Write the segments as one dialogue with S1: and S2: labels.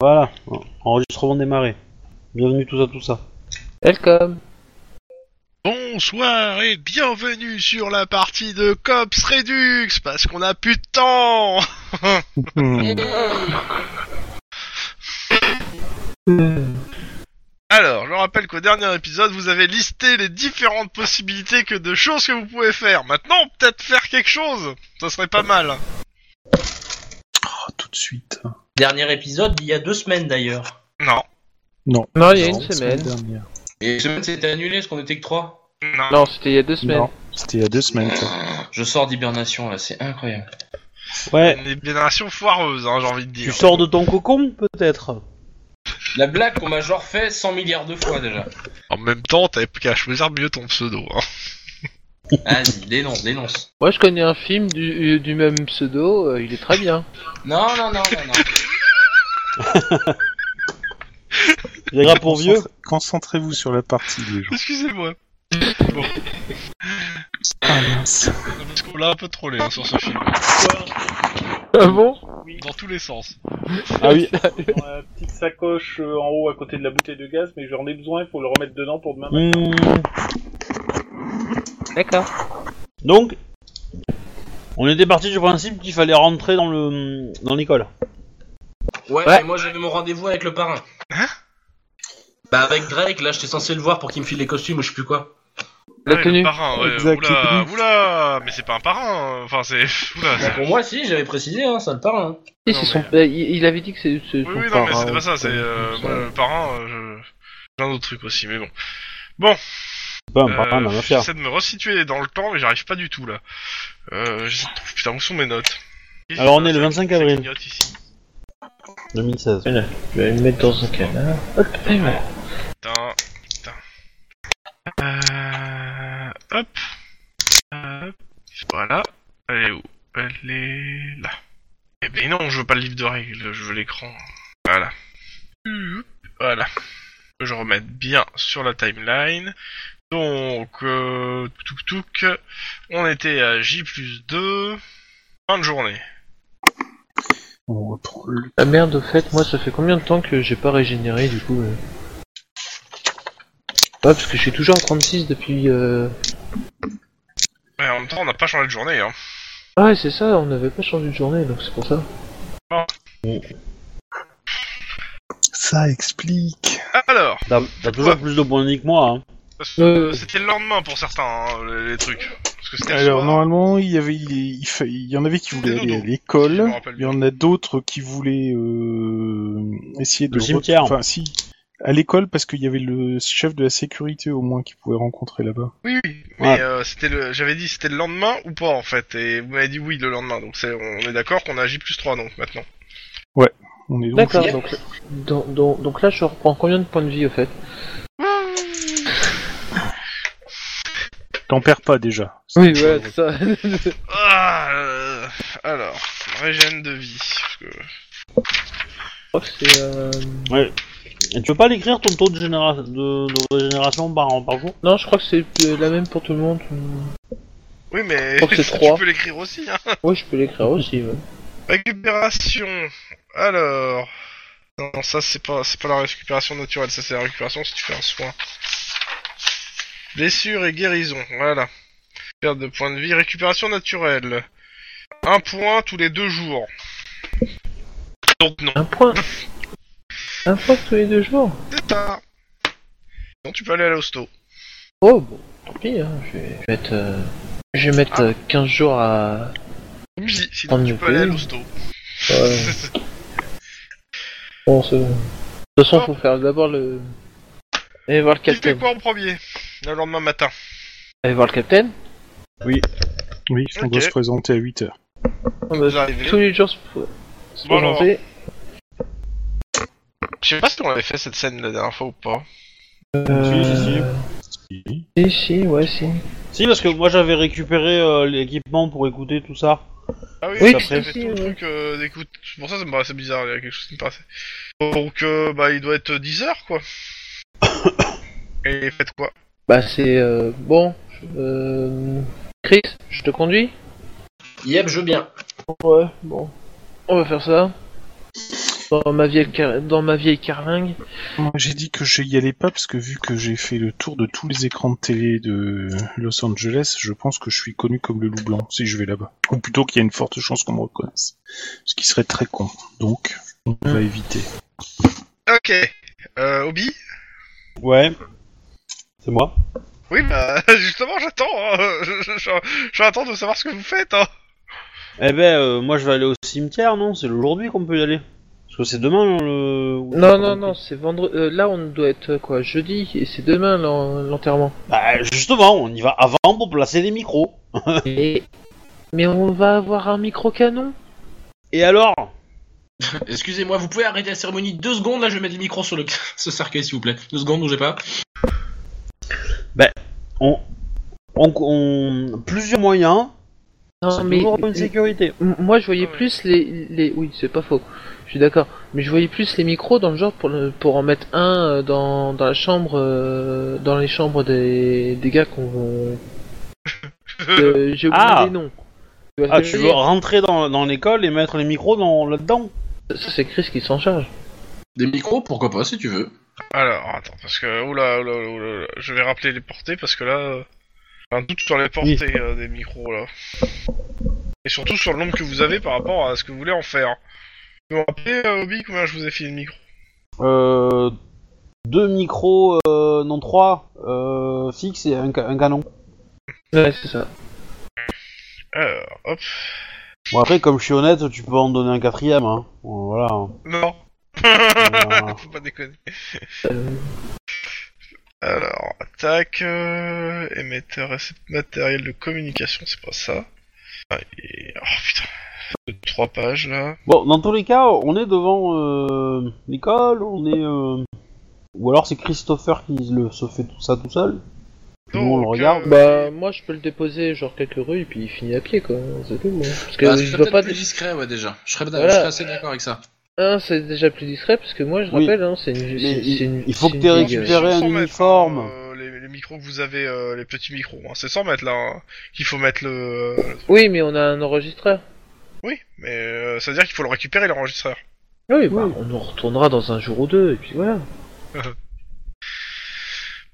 S1: Voilà, enregistrement démarré. Bienvenue tous à tout ça.
S2: Welcome.
S3: Bonsoir et bienvenue sur la partie de Cops Redux parce qu'on a plus de temps. Alors, je rappelle qu'au dernier épisode, vous avez listé les différentes possibilités que de choses que vous pouvez faire. Maintenant, peut-être faire quelque chose. Ça serait pas mal.
S4: Oh, tout de suite.
S5: Dernier épisode il y a deux semaines d'ailleurs.
S3: Non,
S4: Non.
S2: Non, il y a
S4: Non,
S2: une semaine.
S4: dernière.
S5: Et une semaine c'était annulé parce qu'on était que trois.
S3: non.
S2: Non, c'était il y a deux semaines.
S4: Non, c'était il y a deux semaines. ça.
S5: Je sors d'hibernation là, c'est incroyable.
S1: Ouais,
S3: Une hibernation foireuse, hein, j'ai envie de
S1: tu
S3: dire.
S1: sors de ton cocon peut-être
S5: La blague qu'on m'a genre fait 100 milliards de fois déjà.
S3: En même temps, t'avais plus qu'à choisir mieux ton pseudo. Hein.
S5: Vas-y, dénonce, dénonce.
S2: Moi, je connais un film du, euh, du même pseudo, euh, il est très bien.
S5: Non, non, non, non, non.
S1: Viagra pour vieux
S4: Concentre- Concentrez-vous sur la partie des gens.
S3: Excusez-moi. Bon,
S4: Ah mince.
S3: parce qu'on l'a un peu trollé hein, sur ce film.
S2: Ah bon
S3: Dans tous les sens.
S1: Ah oui,
S6: dans la petite sacoche euh, en haut à côté de la bouteille de gaz, mais j'en ai besoin, il faut le remettre dedans pour demain.
S1: Hmm,
S2: D'accord.
S3: Ah,
S1: donc on était parti du principe qu'il fallait rentrer dans le dans l'école.
S5: Ouais,
S2: Ouais.
S5: mais moi j'avais mon rendez-vous avec le parrain. Bah avec Drake, là j'étais censé le voir pour qu'il me file les costumes ou je sais plus quoi.
S2: La
S3: Ouais,
S2: tenue.
S3: Le parrain, ouais.
S4: Exact.
S3: Oula, oula, mais c'est pas un parrain. hein. Enfin, c'est. Oula,
S5: Bah
S3: c'est-
S5: pour moi si, j'avais précisé hein, ça le parrain. hein.
S2: Si, c'est
S3: Non,
S2: son- euh, il, il avait dit que c'est c'est son
S3: Oui, oui, non,
S2: parrain,
S3: mais c'était
S2: ouais.
S3: pas ça. C'est. euh, moi, le parrain, euh, je- plein d'autres trucs aussi, mais bon. Bon,
S1: Pas un
S3: euh,
S1: parrain, mais un affaire.
S3: j'essaie de me resituer dans le temps, mais j'arrive pas du tout là. Euh, j'essaie de trouver- Putain, où sont mes notes
S1: Alors, on est le 25
S3: Ça
S1: avril.
S3: clignote ici.
S1: 2016.
S6: Je vais me mettre dans un canard.
S3: Putain, putain. Euh... Hop. Hop. Voilà. Elle est où Elle est là. Eh ben non, je veux pas le livre de règles, je veux l'écran. Voilà. Hop, Voilà. Que je remette bien sur la timeline. Donc, euh, touk touk, on était à J plus 2, fin de journée.
S4: On reprend le...
S2: Ah merde, au fait, moi, ça fait combien de temps que j'ai pas régénéré, du coup euh Ouais, parce que je suis toujours en 36 depuis... euh,
S3: Ouais, en même temps, on n'a pas changé de journée, hein.
S2: Ah Ouais, c'est ça, on n'avait pas changé de journée, donc c'est pour ça.
S4: Ça explique.
S3: Alors,
S1: T'as t'as toujours plus de points de vie que moi. hein.
S3: parce
S2: Euh.
S3: que c'était le lendemain pour certains, hein, les, les trucs. Parce que c'était le
S4: Alors
S3: soir.
S4: normalement, il y avait, il, il fa- il y en avait qui voulaient
S3: Dodo.
S4: aller à
S3: Je me
S4: l'école.
S3: rappelle
S4: Il y en a d'autres qui voulaient euh, essayer de
S1: Le
S4: re-
S1: cimetière.
S4: Enfin, si à l'école parce qu'il y avait le chef de la sécurité au moins qui pouvait rencontrer là-bas.
S3: Oui, oui.
S1: Ouais.
S3: Mais euh, c'était le, j'avais dit c'était le lendemain ou pas en fait, et vous m'avez dit oui le lendemain, donc c'est, on est d'accord qu'on agit plus 3 donc maintenant.
S4: On est donc
S2: D'accord,
S4: dans-
S2: donc, donc, donc- donc là, je reprends combien de points de vie, au fait
S4: T'en perds pas déjà.
S2: Oui, voilà, c'est ça.
S3: Ah, euh, alors, régène de vie. parce que-
S2: Je crois que c'est... euh,
S1: Et tu veux pas l'écrire ton taux de, généra- de, de régénération par, par jour
S2: Non, je crois que c'est euh, la même pour tout le monde.
S3: Oui, mais
S2: Je crois que c'est
S3: tu
S2: trois.
S3: peux l'écrire aussi. Hein.
S2: Ouais, je peux l'écrire aussi. ouais.
S3: Récupération. Alors, non, ça c'est pas, c'est pas la récupération naturelle, ça c'est la récupération si tu fais un soin. Blessure et guérison, voilà. Perte de points de vie, récupération naturelle. Un point tous les deux jours. Donc non.
S2: Un point. Un point tous les deux jours.
S3: C'est tard. Non, tu peux aller à l'hosto.
S2: Oh, bon, tant pis, hein, je vais je vais mettre... euh, Je vais mettre euh, 15 jours à...
S3: Comme je dis, sinon
S2: Prendre
S3: tu
S2: le
S3: peux aller à
S2: pays.
S3: l'hosto.
S2: Ouais. Bon, c'est bon. De toute façon, faut faire d'abord le... Allez voir le
S3: Tu fais
S2: capitaine.
S3: quoi en premier Le lendemain matin.
S2: Allez voir le capitaine
S4: Oui, on doit
S3: Ok.
S4: se présenter à 8 heures.
S2: Ah, bah,
S3: Vous arrivez.
S2: Tous les jours se se
S3: Bon, alors.
S2: présenter.
S3: Je sais pas si on avait fait cette scène la dernière fois ou pas.
S2: Euh, Si, si, ouais, si.
S1: Si, parce que moi j'avais récupéré euh, l'équipement pour écouter tout ça.
S3: Ah oui,
S2: Oui,
S3: on
S1: tout
S3: avait
S1: à
S2: fait,
S3: fait tout le
S2: ouais.
S3: truc euh, d'écoute. C'est Pour ça, ça me paraissait bizarre, il y a quelque chose qui me paraissait. Donc, euh, bah, il doit être 10h quoi. Et faites quoi
S2: Bah, c'est... euh, Bon, je- euh, Chris, je te conduis
S5: Yep, je veux bien.
S2: Ouais, bon. On va faire ça. dans ma vieille, car- dans ma vieille carlingue.
S4: Moi, j'ai dit que je n'y allais pas parce que vu que j'ai fait le tour de tous les écrans de télé de Los Angeles, je pense que je suis connu comme le loup blanc si je vais là-bas. Ou plutôt qu'il y a une forte chance qu'on me reconnaisse. Ce qui serait très con. Donc, on va éviter.
S3: Ok. Euh, Obi
S1: Ouais. C'est moi.
S3: Oui, bah, justement, j'attends. hein. Je, je- je- j'attends de savoir ce que vous faites. hein.
S1: Eh ben, euh, moi je vais aller au cimetière, non C'est aujourd'hui qu'on peut y aller. Parce que c'est demain le.
S2: Non, non, non, c'est vendredi. euh, là, on doit être euh, quoi Jeudi et c'est demain l'en- l'enterrement.
S1: Bah, justement, on y va avant pour placer les micros.
S2: Et... Mais on va avoir un micro canon.
S1: Et alors
S7: Excusez-moi, vous pouvez arrêter la cérémonie deux secondes, là je vais mettre le micro sur le... ce cercueil s'il vous plaît. Deux secondes, bougez pas.
S1: on, on, on- Plusieurs moyens,
S2: Non,
S1: c'est
S2: mais
S1: toujours une sécurité.
S2: M- Moi, je voyais
S3: Ouais.
S2: plus les, les... Oui, c'est pas faux. Je suis d'accord. Mais je voyais plus les micros dans le genre pour, le- pour en mettre un euh, dans, dans la chambre, euh, dans les chambres des, des gars qu'on. Euh, J'ai oublié
S1: Ah.
S2: les noms. Tu vois ce
S1: Ah,
S2: que je
S1: tu
S2: veux
S1: veux
S2: dire
S1: rentrer dans, dans l'école et mettre les micros dans, là-dedans
S2: Ça, C'est Chris qui s'en charge.
S7: Des micros, pourquoi pas, si tu veux.
S3: Alors, attends, parce que. Oula, oula, oula, oula, je vais rappeler les portées parce que là. euh, j'ai Un doute sur les portées euh, des micros là. Et surtout sur le nombre que vous avez par rapport à ce que vous voulez en faire. Vous me rappelez, euh, Obi, combien je vous ai filé de micros
S1: Euh. Deux micros, euh, non trois, euh, fixes et un, ca- un canon.
S2: Ouais, c'est ça.
S3: Alors, hop.
S1: Bon, après, comme je suis honnête, tu peux en donner un quatrième, hein. Bon, Voilà.
S3: Non
S1: Ah.
S3: Faut pas déconner.
S2: Euh,
S3: Alors, attaque, euh, émetteur, récep- matériel de communication, c'est pas ça. Ah, et- Oh putain, Deux, trois pages là.
S1: Bon, dans tous les cas, on est devant euh, l'école, on est. euh, Ou alors c'est Christopher qui le, se fait tout ça tout seul. Nous, on le
S3: Donc,
S1: regarde.
S3: euh,
S2: Bah, moi, je peux le déposer genre quelques rues et puis il finit à pied, quoi. C'est tout. hein. Parce que
S7: Bah, ce
S2: je
S7: serait
S2: dois
S7: peut-être
S2: pas.
S7: plus discret, ouais, déjà. Je serais,
S2: Voilà.
S7: je serais assez d'accord avec ça.
S2: Un, c'est déjà plus discret parce que moi, je
S1: Oui.
S2: rappelle, hein, c'est une,
S1: Mais
S2: c'est-
S1: il-
S2: c'est une.
S1: il faut
S2: c'est
S1: que
S2: une
S1: t'aies
S2: vieille-
S1: récupéré. récupérer
S3: Ils sont
S1: un
S3: 100 mètres,
S1: uniforme.
S3: hein, euh, les, les micros que vous avez, euh, les petits micros, hein, c'est 100 mètres là hein, qu'il faut mettre le. le truc.
S2: Oui, mais on a un enregistreur.
S3: Oui, mais euh, ça veut dire qu'il faut le récupérer l'enregistreur.
S2: Oui, bah, on en retournera dans un jour ou deux, et puis voilà.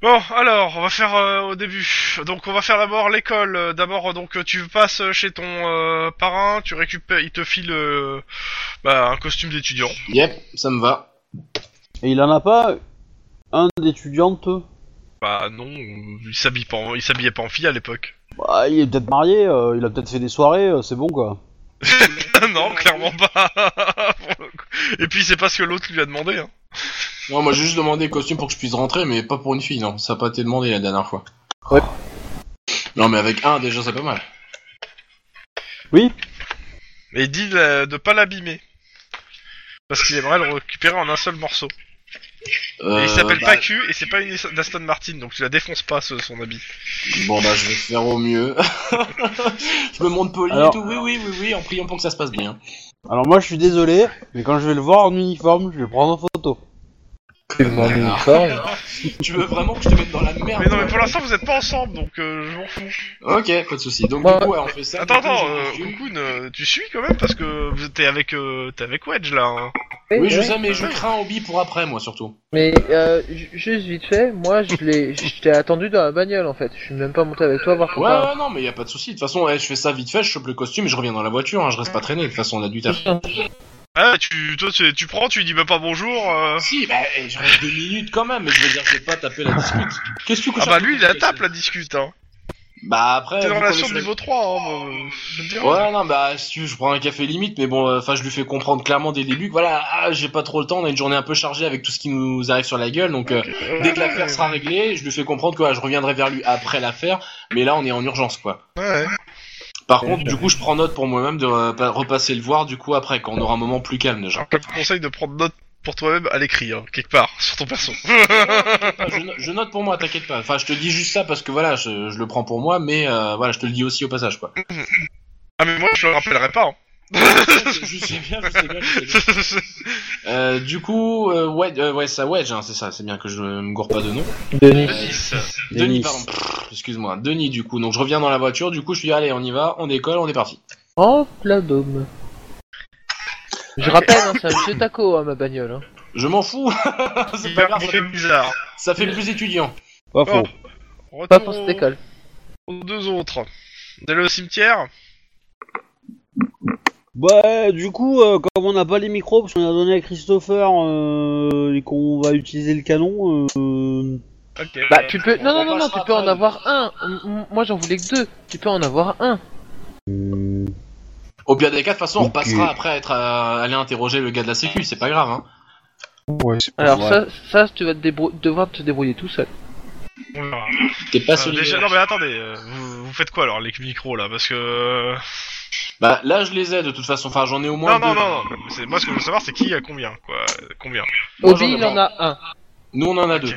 S3: Bon, alors, on va faire euh, au début. Donc, on va faire d'abord l'école. Euh, D'abord, euh, donc, euh, tu passes chez ton euh, parrain, tu récupères, il te file euh, bah, un costume d'étudiant.
S7: Yep, ça me va.
S1: Et il en a pas un d'étudiante
S3: Bah non, il s'habille pas, en- il s'habillait pas en fille à l'époque.
S1: Bah, il est peut-être marié, euh, il a peut-être fait des soirées, euh, c'est bon quoi.
S3: non, clairement pas. Pour le coup. Et puis c'est pas ce que l'autre lui a demandé. Hein.
S7: Non, moi j'ai juste demandé le costume pour que je puisse rentrer, mais pas pour une fille, non. Ça n'a pas été demandé la dernière fois.
S2: Ouais.
S7: Non, mais avec un, déjà, c'est pas mal.
S3: Et il dit de, de pas l'abîmer parce qu'il aimerait le récupérer en un seul morceau.
S7: Euh,
S3: et il s'appelle
S7: bah,
S3: pas Q et c'est pas une Aston Martin, donc tu la défonces pas ce- son habit.
S7: Bon, bah, je vais faire au mieux. je me montre poli
S1: Alors-
S7: et tout. Oui, oui, oui, oui, en priant pour que ça se passe bien.
S1: Alors moi je suis désolé, mais quand je vais le voir en uniforme, je vais le prendre en photo.
S2: Tu veux
S4: Ah.
S2: mon uniforme
S7: tu veux vraiment que je te mette dans la merde
S3: Mais non, mais
S7: Ah ouais.
S3: pour l'instant vous êtes pas ensemble, donc euh, je m'en fous.
S7: Ok, pas de soucis. Donc,
S2: Bah,
S7: du coup, ouais, on fait ça.
S3: Attends,
S7: Du coup,
S3: attends,
S7: j'ai le
S3: euh,
S7: costume.
S3: Cocoon, euh, tu suis quand même parce que vous t'es avec, euh, t'es avec Wedge là. hein.
S7: Oui, je
S2: Ouais.
S7: sais, mais je crains Obi pour après, moi, surtout.
S2: Mais euh, ju- juste vite fait, moi je l'ai, je t'ai attendu dans la bagnole en fait. Je suis même pas monté avec toi voir ton
S7: Ouais,
S2: parrain.
S7: ouais, non, mais y a pas de soucis. De toute façon, ouais, je fais ça vite fait, je chope le costume et je reviens dans la voiture. hein, Je reste pas traîné. De toute façon, on a du taf.
S3: Ah, tu, toi, tu, tu prends, tu lui dis même pas bonjour. euh.
S7: Si, bah, eh, je reste deux minutes quand même, mais je veux dire, je vais pas taper la discute. Qu'est-ce que tu couches
S3: Ah bah lui, il la tape la
S7: là.
S3: discute. Hein.
S7: Bah, après.
S3: T'es
S7: vu
S3: dans
S7: qu'on
S3: la
S7: est
S3: sourde
S7: sur-
S3: niveau 3, hein, euh, je veux dire.
S7: Ouais, non, bah, si tu veux, je prends un café limite, mais bon, euh, enfin, je lui fais comprendre clairement dès le début que voilà, ah, j'ai pas trop le temps, on a une journée un peu chargée avec tout ce qui nous arrive sur la gueule, donc euh,
S3: Euh,
S7: dès que l'affaire sera réglée, je lui fais comprendre que voilà, je reviendrai vers lui après l'affaire, mais là, on est en urgence, quoi.
S3: Ouais.
S7: Par contre, du coup, je prends note pour moi-même de euh, pa- repasser le voir, du coup, après, quand on aura un moment plus calme, déjà.
S3: Alors, je te conseille de prendre note pour toi-même à l'écrit, hein, quelque part, sur ton perso.
S7: Ah, je, no- je note pour moi, t'inquiète pas. Enfin, je te dis juste ça parce que voilà, je, je le prends pour moi, mais euh, voilà, je te le dis aussi au passage, quoi.
S3: ah mais moi, je le rappellerai pas. hein.
S7: je sais bien, je sais bien, je sais bien. Euh, du coup, euh, ouais, euh, ouais, ça Wedge, hein, c'est ça, c'est bien que je me gourre pas de nom.
S2: Denis.
S7: Denis, pardon, Pff, excuse-moi, Denis, du coup. Donc je reviens dans la voiture, du coup je suis allez, on y va, on décolle, on est parti.
S2: Hop la dôme. Oh, Je rappelle, hein, c'est un vieux taco, hein, ma bagnole. hein.
S5: Je m'en fous. c'est pas grave.
S3: Il fait bizarre.
S5: Ça fait plus étudiant.
S1: Pas
S3: Bon,
S1: faux.
S2: Pas
S3: retour
S2: pour cette
S3: au-
S2: école.
S3: aux deux autres. Vous allez au cimetière
S1: Bah, du coup, euh, comme on n'a pas les micros, parce qu'on a donné à Christopher euh, et qu'on va utiliser le canon, euh,
S3: Ok.
S2: Bah, tu peux.
S5: on
S2: Non, non, non, non,
S5: repassera
S2: tu peux en
S5: après.
S2: avoir un. M- m- Moi, j'en voulais que deux. Tu peux en avoir un.
S1: hmm,
S5: Au pire des cas, de toute façon, on
S1: Ok.
S5: repassera après à être à- aller interroger le gars de la sécu, c'est pas grave. Hein.
S4: Ouais, c'est pas
S2: Alors,
S1: Ouais.
S2: ça, ça, tu vas te débrou- devoir te débrouiller tout seul.
S3: On verra.
S5: T'es pas
S3: Euh,
S5: solidaire.
S3: déjà, non mais attendez, euh, vous, vous faites quoi alors les micros là Parce que... euh,
S5: Bah là, je les ai de toute façon. Enfin, j'en ai au moins
S3: non, non,
S5: deux.
S3: non, non, c'est- moi ce que je veux savoir c'est qui a combien quoi, euh, combien.
S5: Moi,
S2: Obi,
S5: j'en ai
S2: il en
S5: pas.
S2: a un.
S5: Nous, on en a deux.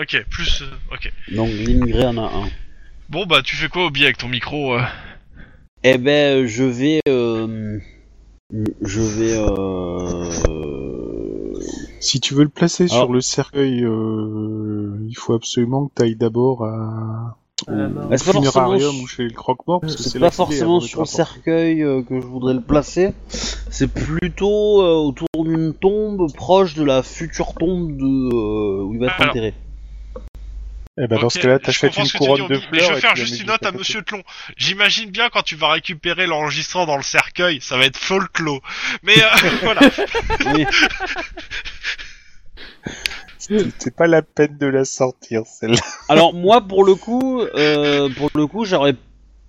S3: Ok, plus... euh, ok.
S1: donc Lindgren en a un.
S3: Bon bah tu fais quoi Obi avec ton micro euh
S1: Eh ben, je vais. euh, je vais. euh,
S4: Si tu veux le placer
S1: Alors-
S4: sur le cercueil, euh, il faut absolument que tu ailles d'abord à...
S2: À la mort.
S4: au
S1: Bah, c'est pas
S4: funérarium
S1: forcément- Euh,
S4: ou chez le croque-mort, parce que
S1: C'est
S4: c'est
S1: hein, pas
S4: là qu'il est,
S1: forcément
S4: avant d'être
S1: sur le
S4: rapport.
S1: cercueil euh, que je voudrais le placer. C'est plutôt euh, autour d'une tombe proche de la future tombe de, euh, où il va être
S3: Alors.
S1: enterré.
S4: Eh ben, dans
S3: Ok,
S4: ce cas-là, t'as
S3: je
S4: fait
S3: comprends
S4: une
S3: ce que tu dis,
S4: couronne de
S3: Obi,
S4: fleurs...
S3: Mais je
S4: et
S3: vais faire
S4: tu la
S3: juste
S4: mets
S3: une note
S4: juste
S3: à
S4: côté.
S3: Monsieur Tlon. J'imagine bien quand tu vas récupérer l'enregistrement dans le cercueil, ça va être folklore. Mais euh, voilà.
S1: Oui.
S4: C'était pas la peine de la sortir, celle-là.
S1: Alors moi, pour le coup, euh, pour le coup, j'aurais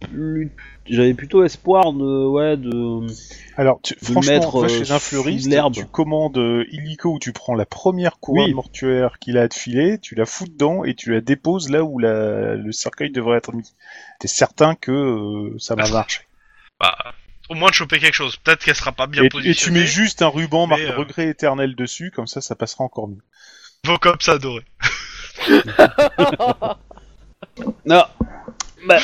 S1: plus- j'avais plutôt espoir de ouais de
S4: Alors, tu,
S1: De
S4: franchement,
S1: mettre,
S4: va
S1: euh,
S4: chez
S1: sous
S4: un fleuriste,
S1: l'herbe.
S4: tu commandes euh, illico où tu prends la première couronne
S1: Oui.
S4: mortuaire qu'il a à te filer, tu la fous dedans et tu la déposes là où la, le cercueil devrait être mis. T'es certain que euh, ça va
S3: Bah,
S4: marcher.
S3: Bah, au moins de choper quelque chose. Peut-être qu'elle sera pas bien
S4: Et,
S3: positionnée.
S4: et tu mets juste un ruban marqué
S3: mais, euh,
S4: regret éternel dessus, comme ça, ça passera encore mieux.
S3: Vos cops adorés.
S1: Non. Bah,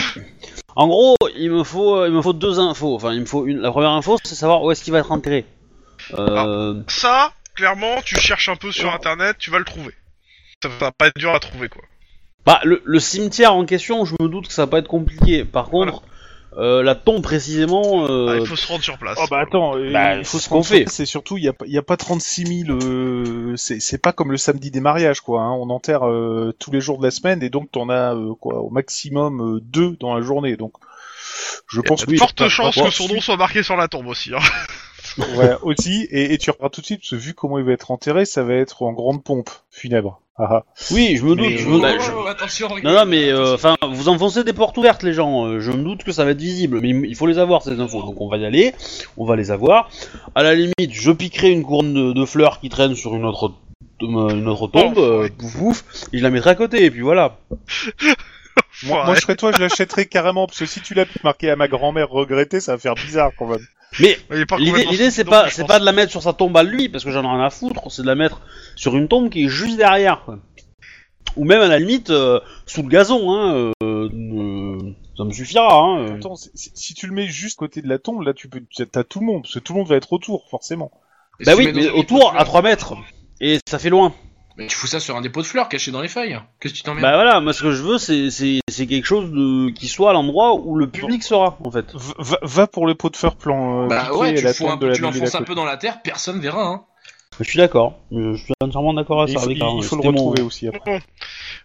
S1: en gros, il me faut, euh, il me faut deux infos. Enfin, il me faut une. La première info, c'est savoir où est-ce qu'il va être enterré.
S3: Ah.
S1: Euh,
S3: Ça, clairement, tu cherches un peu sur internet, tu vas le trouver. Ça ça va pas être dur à trouver quoi.
S1: bah, le, le cimetière en question, je me doute que ça va pas être compliqué. Par contre, euh, la tombe précisément.
S3: Ah,
S1: euh,
S3: il faut se rendre sur place.
S4: Oh bah attends, euh,
S1: Bah,
S4: il
S1: faut
S4: faut
S1: ce
S4: se
S1: qu'on fait.
S4: concentrer, C'est surtout, il n'y a, pas- il y a pas 36 000. euh, c'est c'est pas comme le samedi des mariages, quoi. hein. On enterre euh, tous les jours de la semaine et donc t'en as euh, quoi, au maximum euh, deux dans la journée. Donc, je
S1: Ah
S4: pense que.
S3: Forte
S4: tu repars
S3: chance
S4: pas-
S3: que son nom soit marqué sur la tombe aussi. Hein.
S4: Voilà, aussi. Et, et tu repars tout de suite parce que vu comment il va être enterré, ça va être en grande pompe funèbre. Ah, ah.
S1: Oui, je me doute.
S4: Mais,
S1: je
S5: Oh,
S1: me
S4: euh,
S1: doute. Bah,
S7: bah,
S1: je-
S5: attention,
S1: Non, non, mais euh, enfin, vous enfoncez des portes ouvertes, les gens. euh, Je me doute que ça va être visible, mais il faut les avoir ces infos. Donc on va y aller, on va les avoir. À la limite, je piquerai une couronne de, de fleurs qui traîne sur une autre tombe, une autre tombe,
S3: Oh.
S1: euh, pouf pouf, et je la mettrai à côté. Et puis voilà.
S4: ah. Moi, moi, je serais toi, je l'achèterais carrément parce que si tu l'as marqué à ma grand-mère regrettée, ça va faire bizarre quand même.
S3: Il est pas
S1: L'idée,
S3: complètement
S1: l'idée, c'est
S3: stupide non
S1: pas,
S3: plus, je
S1: c'est
S3: pense.
S1: pas de la mettre sur sa tombe à lui, parce que j'en ai rien à foutre. C'est de la mettre sur une tombe qui est juste derrière. quoi. Ou même à la limite euh, sous le gazon. Hein, euh, euh, ça me suffira. Hein, euh.
S4: Attends, si- si si tu le mets juste côté de la tombe, là, tu peux, t'as tout le monde parce que tout le monde va être autour, forcément.
S1: Bah oui, mais autour à 3 mètres. Et ça fait loin.
S5: Mais tu fous ça sur un dépôt de fleurs caché dans les feuilles. Qu'est-ce que tu t'emmerdes
S1: Bah voilà, moi ce que je veux, c'est, c'est, c'est quelque chose de, qui soit à l'endroit où le public sera, en fait.
S4: V- va, va pour le pot de fer plan. euh,
S5: Bah
S4: piqué
S5: ouais,
S4: à
S5: tu,
S4: la
S5: fous
S4: tombe
S5: un
S4: de
S5: peu,
S4: la
S5: tu l'enfonces un
S4: Mille et
S5: peu dans la terre, personne verra. Hein.
S1: Je suis d'accord, je suis entièrement d'accord
S4: la
S1: à
S4: Côte.
S1: ça. avec
S4: Il faut,
S1: Aaron,
S4: hein, il faut le
S1: c'était mon-
S4: retrouver aussi après.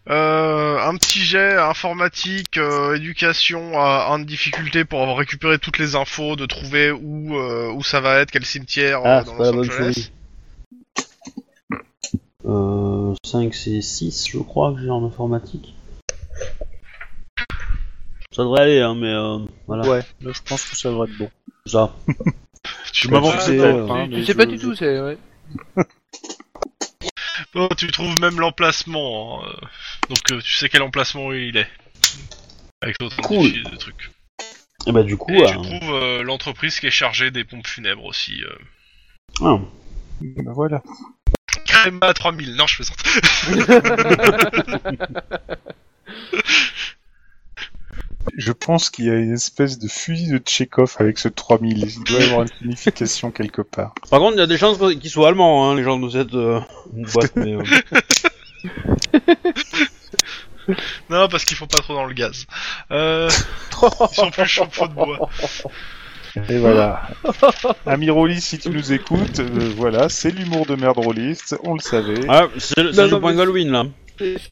S3: Bon. Euh, un petit jet informatique, euh, éducation à en difficulté pour avoir récupéré toutes les infos, de trouver où euh, où ça va être, quel cimetière euh,
S1: Ah,
S3: dans
S1: c'est pas la
S3: Los
S1: bonne
S3: Angeles.
S1: souris. Euh, 5, c'est 6, je crois que j'ai en informatique. Ça devrait aller, hein, mais euh, voilà.
S4: Ouais, là, je pense que ça devrait être bon.
S1: Ça.
S4: Je
S1: m'avance
S4: m'avance
S1: peut-être, hein,
S2: Je sais pas du tout, c'est. ouais.
S3: Oh, tu trouves même l'emplacement, hein, euh, donc euh, tu sais quel emplacement il est. Avec l'autre
S1: Cool.
S3: fichier de truc.
S1: Et bah, du coup,
S3: Et tu
S1: euh,
S3: trouves euh, l'entreprise qui est chargée des pompes funèbres aussi. Euh.
S1: ah.
S4: Bah voilà.
S3: Crema 3000, non je fais sortir.
S4: Je pense qu'il y a une espèce de fusil de Tchekhov avec ce 3000. Il doit y avoir une signification quelque part.
S1: Par contre, il y a des chances qu'ils soient allemands, hein, les gens de cette euh, boîte. Mais, euh,
S3: Non parce qu'ils font pas trop dans le gaz. Euh, ils sont plus chauds que feu de bois.
S4: Et voilà. Ami Rollis, si tu nous écoutes, euh, voilà, c'est l'humour de merde rôliste, on le savait.
S1: Ah, c'est le-
S2: Non,
S1: c'est
S2: non,
S1: le point
S2: mais-
S1: Galwin là.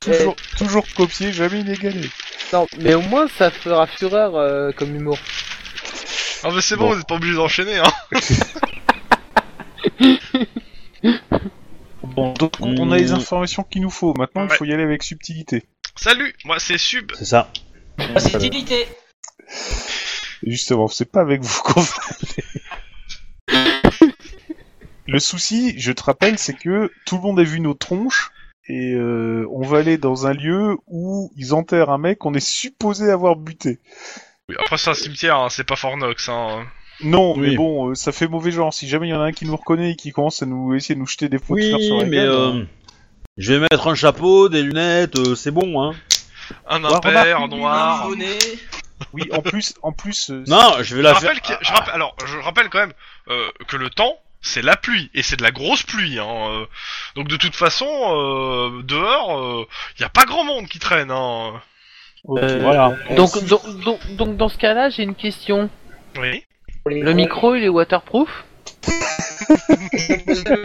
S4: toujours, toujours copié, jamais inégalé.
S2: Eh, non, mais au moins ça fera fureur euh, comme humour.
S3: Ah bah c'est bon,
S4: Bon.
S3: vous êtes pas obligé d'enchaîner hein
S4: Bon, donc Hmm. on on a les
S1: Mm.
S4: informations qu'il nous faut. Maintenant, il faut y aller avec subtilité.
S3: Salut, moi c'est Sub
S1: C'est ça.
S5: Facilité.
S4: Justement, c'est pas avec vous qu'on va aller. Le souci, je te rappelle, c'est que tout le monde a vu nos tronches et euh, on va aller dans un lieu où ils enterrent un mec qu'on est supposé avoir buté.
S3: Oui, Après c'est un cimetière, hein, c'est pas Fornox hein.
S4: Non,
S1: Oui.
S4: mais bon, euh, ça fait mauvais genre. Si jamais il y en a un qui nous reconnaît et qui commence à nous essayer de nous jeter des points de fer
S1: Oui,
S4: sur la
S1: mais
S4: gueule,
S1: euh, je vais mettre un chapeau, des lunettes, euh, c'est bon, hein.
S3: Un
S4: Ouais,
S3: impair,
S4: remarque,
S3: noir...
S4: oui, en plus, en plus, euh,
S1: Non, je vais
S3: Je
S1: la Ah,
S3: rappelle,
S1: faire.
S3: que- je rappelle- alors, je rappelle quand même euh, que le temps, c'est la pluie, et c'est de la grosse pluie. Hein, euh. donc de toute façon, euh, dehors, il y a pas grand monde qui traîne. Hein.
S4: ok,
S2: euh,
S4: voilà.
S2: Donc, donc, donc, donc, dans ce cas-là, j'ai une question.
S3: Oui.
S2: Le micro, il est waterproof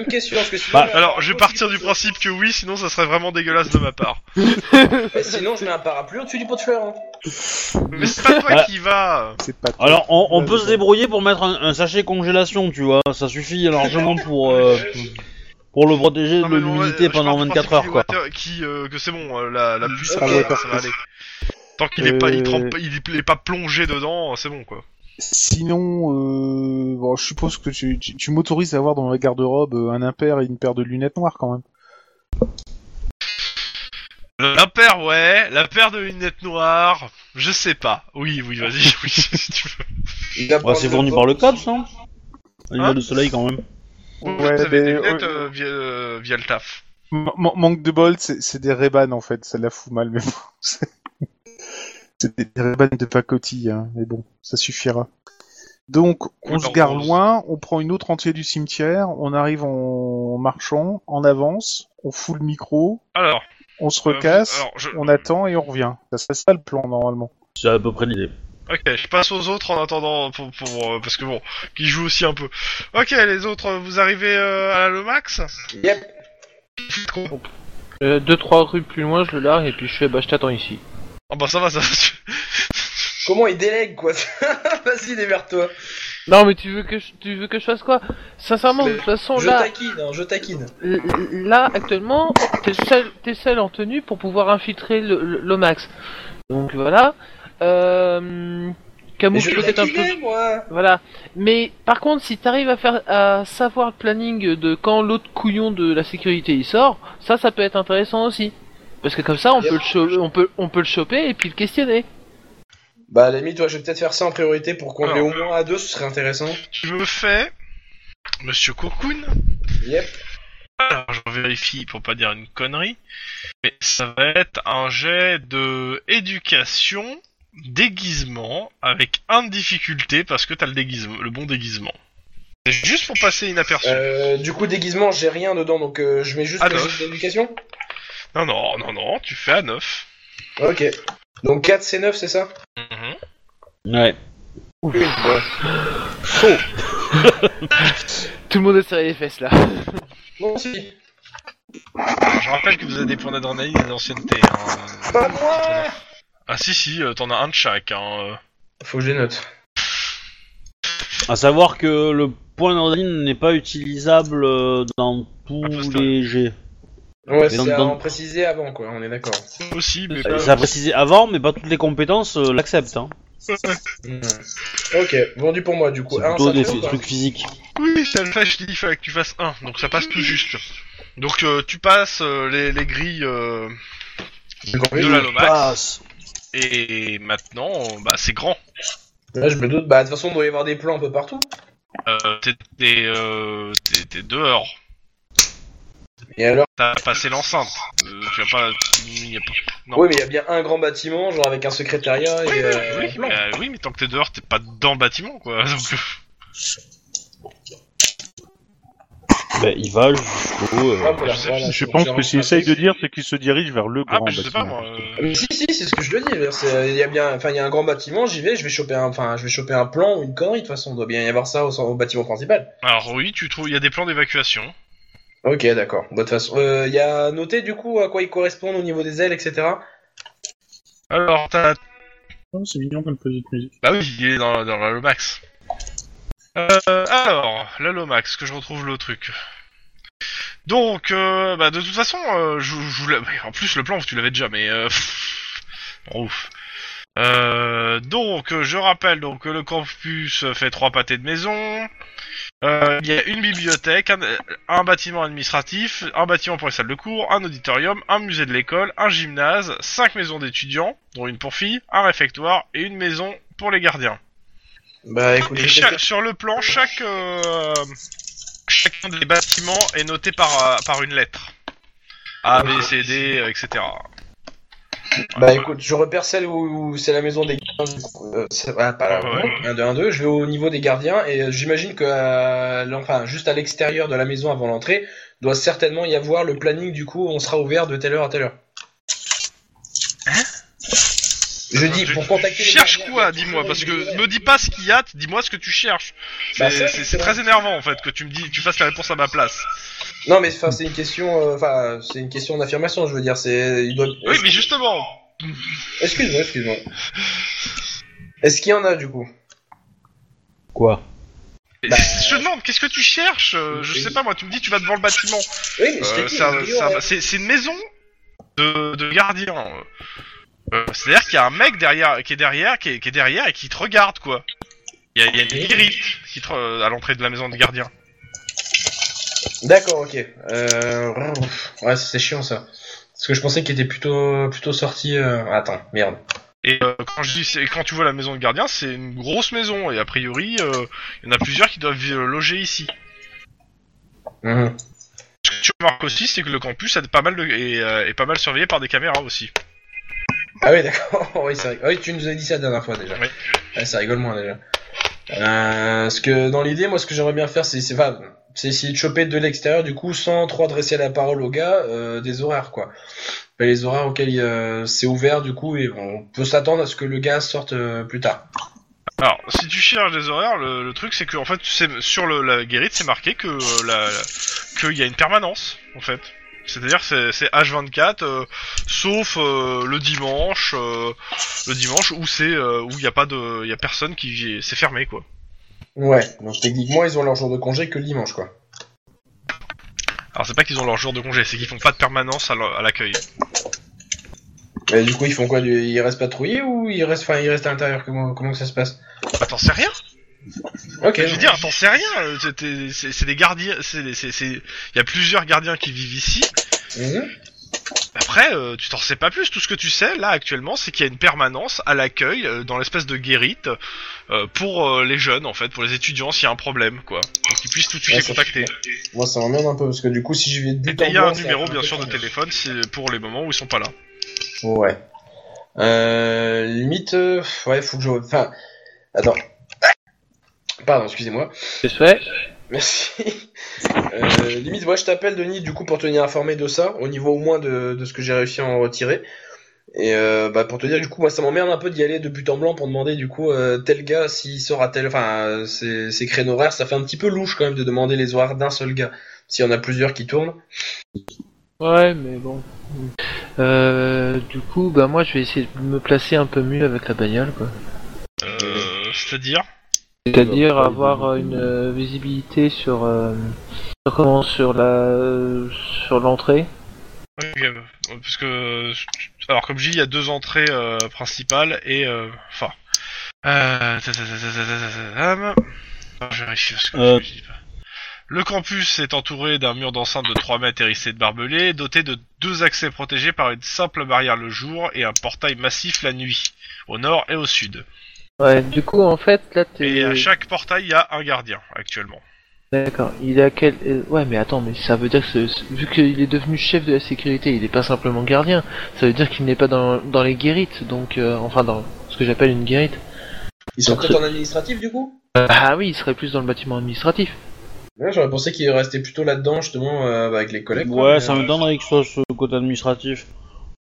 S7: question, parce que sinon,
S1: Bah,
S3: Alors, je vais partir du principe que oui, sinon ça serait vraiment dégueulasse de ma part.
S7: Bah, sinon, je mets un parapluie au-dessus du pot de fleurs. hein.
S3: Mais c'est pas toi
S1: Ah.
S3: qui va. euh,
S4: C'est pas toi.
S1: Alors, on, on peut se débrouiller pour mettre un, un sachet congélation, tu vois. Ça suffit largement pour euh, pour le protéger de l'humidité pendant 24 heures, quoi.
S3: Qui, euh, que c'est bon, euh, la, la pluie,
S4: Ça
S3: ça,
S4: va,
S3: va,
S4: par
S3: ça va
S4: contre.
S3: aller. Tant qu'il est pas, il,
S4: Euh.
S3: trempe, il est- il est pas plongé dedans, c'est bon quoi.
S4: Sinon, euh, bon, je suppose que tu, tu, tu m'autorises à avoir dans ma garde-robe euh, un impair et une paire de lunettes noires quand même.
S3: L'impair, ouais. La paire de lunettes noires, je sais pas. Oui, oui, vas-y, oui, si tu veux.
S7: Il va
S1: Bah,
S7: prendre
S1: c'est
S7: le
S1: fourni
S7: pot.
S1: par le COPS, non Il
S3: Hein
S1: de soleil quand même.
S3: vous avez des
S4: mais,
S3: lunettes
S4: euh,
S3: euh, via, euh, via le taf.
S4: man- man- manque de bol, c'est c'est des Reban en fait, ça la fout mal, mais bon. c'est- C'est des Reban de pacotille, hein, mais bon, ça suffira. Donc, on
S3: Oui,
S4: se
S3: par
S4: gare
S3: contre,
S4: loin, on prend une autre entière du cimetière, on arrive en marchant, en avance, on fout le micro,
S3: Alors,
S4: on se
S3: euh,
S4: recasse,
S3: alors, je-
S4: on attend et on revient. Ça serait ça le plan normalement.
S1: C'est à peu près l'idée.
S3: Ok, je passe aux autres en attendant pour, pour euh, parce que bon, qui jouent aussi un peu. Ok, les autres, euh, vous arrivez euh, à le max
S7: Yep.
S2: euh, Deux, trois rues plus loin, je le largue et puis je fais bah je t'attends ici.
S3: Ah bah ça va, ça va.
S7: Comment il délègue, quoi Vas-y, démerde-toi.
S2: Non, mais tu veux que je, tu veux que je fasse quoi Sincèrement, de
S7: Mais
S2: toute façon,
S7: Je
S2: là,
S7: taquine, hein, je taquine.
S2: L- Là, actuellement, t'es le seul, t'es le seul en tenue pour pouvoir infiltrer le- le- l'Omax. Donc voilà. Euh,
S7: Mais
S2: camoufle
S7: je
S2: peut-être un peu.
S7: taquinais, moi.
S2: Voilà. Mais par contre, si t'arrives à faire à savoir le planning de quand l'autre couillon de la sécurité il sort, ça, ça peut être intéressant aussi. Parce que comme ça, on peut le, cho- on peut, on peut le choper et puis le questionner.
S7: Bah, à la limite, ouais, je vais peut-être faire ça en priorité pour qu'on
S3: Alors.
S7: l'ait au moins à deux, ce serait intéressant.
S3: Tu me fais, Monsieur Cocoon.
S7: Yep.
S3: Alors je vérifie pour pas dire une connerie, mais ça va être un jet de éducation déguisement avec un de difficulté parce que t'as le déguisement, le bon déguisement. C'est juste pour passer inaperçu.
S7: Euh, du coup, déguisement, j'ai rien dedans, donc euh, je mets juste
S3: Ah,
S7: le
S3: non.
S7: jeu d'éducation.
S3: Non non non non, tu fais à 9.
S7: Ok. Donc 4 C9, c'est ça
S1: Ouais.
S7: Oui. ouais.
S2: Tout le monde a serré les fesses là.
S7: Non, si.
S3: Je rappelle que vous avez des points d'adrénaline et d'ancienneté. hein.
S7: Pas moi
S3: Ah si si, euh, t'en as un de chaque. Hein.
S7: Faut que je les note.
S1: À savoir que le point d'ordine n'est pas utilisable euh, dans tous
S3: A posteriori.
S1: les jets.
S7: Ouais,
S1: Mais donc,
S7: c'est à
S1: donc-
S7: en préciser avant, quoi, on est d'accord.
S3: euh, Aussi, mais
S1: Ça a précisé avant, mais pas toutes les compétences euh, l'acceptent. Hein.
S7: Hmm. Ok, vendu pour moi, du coup.
S1: C'est
S7: Un,
S1: plutôt
S7: ça
S1: des
S7: fait ou
S1: f-
S7: pas
S1: trucs physiques.
S3: Oui, ça le fait, je t'ai dit, il fallait que tu fasses 1, donc ça passe tout juste. Donc euh, tu passes euh, les, les grilles euh, de la Lomax,
S1: Passe.
S3: et maintenant, euh, bah, c'est grand.
S7: Ouais, je me doute, bah de toute façon, il doit y avoir des plans un peu partout.
S3: Euh, t'es- T'es euh, t'es- t'es dehors,
S7: Et alors
S3: t'as passé l'enceinte. Euh, tu vas pas... il y a pas- Non.
S7: Oui, mais il y a bien un grand bâtiment, genre avec un secrétariat et.
S3: Oui,
S7: euh,
S3: oui,
S7: un plan.
S3: mais, euh, oui, mais tant que t'es dehors, t'es pas dans le bâtiment, quoi. Donc, euh,
S1: Ben, il va jusqu'au. euh,
S7: Hop là,
S3: je sais-
S7: voilà,
S4: Je
S7: c'est
S4: pense
S7: bon,
S4: que
S7: j'ai
S4: s'il essaye de
S7: remarqué.
S4: dire, c'est qu'il se dirige vers le
S3: Ah,
S4: grand
S3: mais je sais pas
S4: bâtiment.
S3: moi. euh,
S7: Mais si, si, c'est ce que je te dis. d'ailleurs, c'est- euh, Il y a bien, enfin, il y a un grand bâtiment. J'y vais. Je vais choper un, enfin, je vais choper un plan ou une connerie. De toute façon, doit bien y avoir ça au, au bâtiment principal.
S3: Alors oui, tu trouves, il y a des plans d'évacuation.
S7: Ok, d'accord. Bah, De toute façon, euh, il y a noté du coup à quoi ils correspondent au niveau des ailes, etc.
S3: Alors t'as,
S4: Oh, c'est mignon comme petite musique.
S3: bah oui, il est dans, dans la Lomax. Euh, alors, la Lomax, que je retrouve le truc. Donc, euh, bah de toute façon, euh, je, je vous l'a- en plus le plan tu l'avais déjà, mais euh, pff, bon, ouf. Euh, donc, euh, je rappelle donc que le campus fait trois pâtés de maison. Euh, Il y a une bibliothèque, un, un bâtiment administratif, un bâtiment pour les salles de cours, un auditorium, un musée de l'école, un gymnase, cinq maisons d'étudiants, dont une pour filles, un réfectoire et une maison pour les gardiens.
S7: Bah, écoute,
S3: Et
S7: je
S3: chaque- sur le plan, chaque euh, chacun des bâtiments est noté par euh, par une lettre. A, B, C, D, euh, etc.
S7: Bah écoute, je repère celle où, où c'est la maison des gardiens. du coup. Euh, c'est- ah, pas là.
S3: Ah, ouais.
S7: 1, 2, 1, 2. Je vais au niveau des gardiens et euh, j'imagine que, euh, l'en- enfin, juste à l'extérieur de la maison avant l'entrée, doit certainement y avoir le planning du coup, on sera ouvert de telle heure à telle heure.
S3: Hein
S7: je dis,
S3: Tu-
S7: pour
S3: tu
S7: contacter les
S3: cherches
S7: gardiens,
S3: quoi,
S7: il y a
S3: dis-moi,
S7: toujours
S3: parce
S7: une
S3: que
S7: nouvelle.
S3: me dis pas ce qu'il y a, t- dis-moi ce que tu cherches. C'est
S7: Bah, ça,
S3: c'est- c'est
S7: justement.
S3: très énervant en fait que tu me dis, tu fasses la réponse à ma place.
S7: Non, mais enfin, c'est une question, euh, enfin, c'est une question d'affirmation. Je veux dire, c'est, il doit.
S3: Oui, mais justement,
S7: Excuse-moi, excuse-moi. Est-ce qu'il y en a du coup
S1: Quoi
S7: Bah,
S3: je te demande, qu'est-ce que tu cherches Euh, Je sais pas, moi, tu me dis, tu vas devant le bâtiment.
S7: Oui, mais je t'ai
S3: Euh,
S7: dit,
S3: c'est un-
S7: je l'ai dit,
S3: c'est
S7: ouais.
S3: un- c'est c'est une maison de, de gardien. euh. Euh, C'est-à-dire qu'il y a un mec derrière, qui est derrière, qui est, qui est derrière et qui te regarde, quoi. Il y a, il y a une guérite qui te, re- à l'entrée de la maison de gardien.
S7: D'accord, ok. Euh... Ouais, c'est chiant ça. Parce que je pensais qu'il était plutôt plutôt sorti. euh, Attends, merde.
S3: Et euh, quand je dis, c'est- quand tu vois la maison de gardien, c'est une grosse maison et a priori, euh, il y en a plusieurs qui doivent euh, loger ici.
S7: Mhm.
S3: Ce que tu remarques aussi, c'est que le campus est pas mal de, est, euh, est pas mal surveillé par des caméras aussi.
S7: Ah oui, d'accord. oui, c'est vrai. Ah oui, tu nous as dit ça la dernière fois déjà.
S3: Oui.
S7: Ouais, ça rigole moins déjà. Euh, ce que dans l'idée, moi, ce que j'aimerais bien faire, c'est c'est enfin, c'est essayer de choper de l'extérieur, du coup, sans trop adresser la parole au gars, euh, des horaires quoi. Ben, les horaires auxquels euh, c'est ouvert, du coup, et on peut s'attendre à ce que le gars sorte euh, plus tard.
S3: Alors, si tu cherches des horaires, le, le truc c'est que en fait, c'est- sur le, la guérite, c'est marqué que euh, la, qu'il y a une permanence en fait. C'est-à-dire c'est c'est H24, euh, sauf euh, le dimanche, euh, le dimanche où c'est euh, où il y a pas de, il y a personne qui, c'est fermé quoi.
S7: Ouais. Donc techniquement, ils ont leur jour de congé que le dimanche quoi.
S3: Alors c'est pas qu'ils ont leur jour de congé, c'est qu'ils font pas de permanence à l'e- à l'accueil.
S7: Et du coup, ils font quoi du- Ils restent patrouillés ou ils restent, enfin, ils restent à l'intérieur comment, comment que ça se passe
S3: Bah t'en sais rien.
S7: Ok.
S3: Je veux dire, t'en sais rien. euh, c'est- t'es- C'est c'est des gardiens, c'est des- c'est, c'est- il y a plusieurs gardiens qui vivent ici.
S7: Mhm.
S3: Après, euh, tu t'en sais pas plus. Tout ce que tu sais là actuellement, c'est qu'il y a une permanence à l'accueil euh, dans l'espèce de guérite euh, pour euh, les jeunes en fait, pour les étudiants s'il y a un problème quoi, pour qu'ils puissent tout de suite
S7: Ouais,
S3: les
S7: ça
S3: contacter.
S7: Moi, ça m'emmerde un peu parce que du coup, si je vais de
S3: Et
S7: but en
S3: il y a
S7: blanc,
S3: un
S7: c'est
S3: numéro
S7: peu
S3: bien sûr de
S7: compliqué.
S3: téléphone, c'est pour les moments où ils sont pas là.
S7: Ouais. Euh, limite, euh, ouais, faut que je. Enfin, attends. Pardon, excusez-moi.
S2: C'est fait.
S7: Merci. Euh, limite, moi, je t'appelle Denis du coup pour tenir informé de ça, au niveau au moins de, de ce que j'ai réussi à en retirer. Et euh, bah, pour te dire, du coup, moi, ça m'emmerde un peu d'y aller de but en blanc pour demander du coup euh, tel gars s'il sort à tel, enfin, euh, ses, ses créneaux horaires. Ça fait un petit peu louche quand même de demander les horaires d'un seul gars. S'il y en a plusieurs qui tournent.
S2: Ouais, mais bon. Euh, du coup, bah moi je vais essayer de me placer un peu mieux avec la bagnole, quoi.
S3: Euh, C'est-à-dire
S2: C'est-à-dire avoir euh, une euh, visibilité sur euh, sur comment sur la euh, sur l'entrée.
S3: Ok, euh, parce que alors comme je dis, il y a deux entrées euh, principales et euh, enfin. Euh, ta- ta- ta- ta- ta- ta- ta- ta- ta- je vérifie parce que
S1: Euh.
S3: je dis pas. Le campus est entouré d'un mur d'enceinte de 3 mètres hérissé de barbelés, doté de deux accès protégés par une simple barrière le jour et un portail massif la nuit, au nord et au sud.
S2: Ouais. Du coup, en fait, là
S3: Et
S2: t'es.
S3: à chaque portail, il y a un gardien actuellement.
S2: D'accord. Il est à quel euh, Ouais, mais attends, mais ça veut dire que ce- ce- vu qu'il est devenu chef de la sécurité, il n'est pas simplement gardien. Ça veut dire qu'il n'est pas dans dans les guérites, donc euh, enfin dans ce que j'appelle une guérite. Euh,
S7: Ils sont
S2: Donc,
S7: peut-être en administratif du coup
S2: Ah oui, il serait plus dans le bâtiment administratif.
S7: Ouais, J'aurais pensé qu'il restait plutôt là-dedans, justement, euh, avec les collègues. quoi,
S1: Ouais,
S7: mais,
S1: ça
S7: euh,
S1: me donnerait que ce soit ce côté administratif.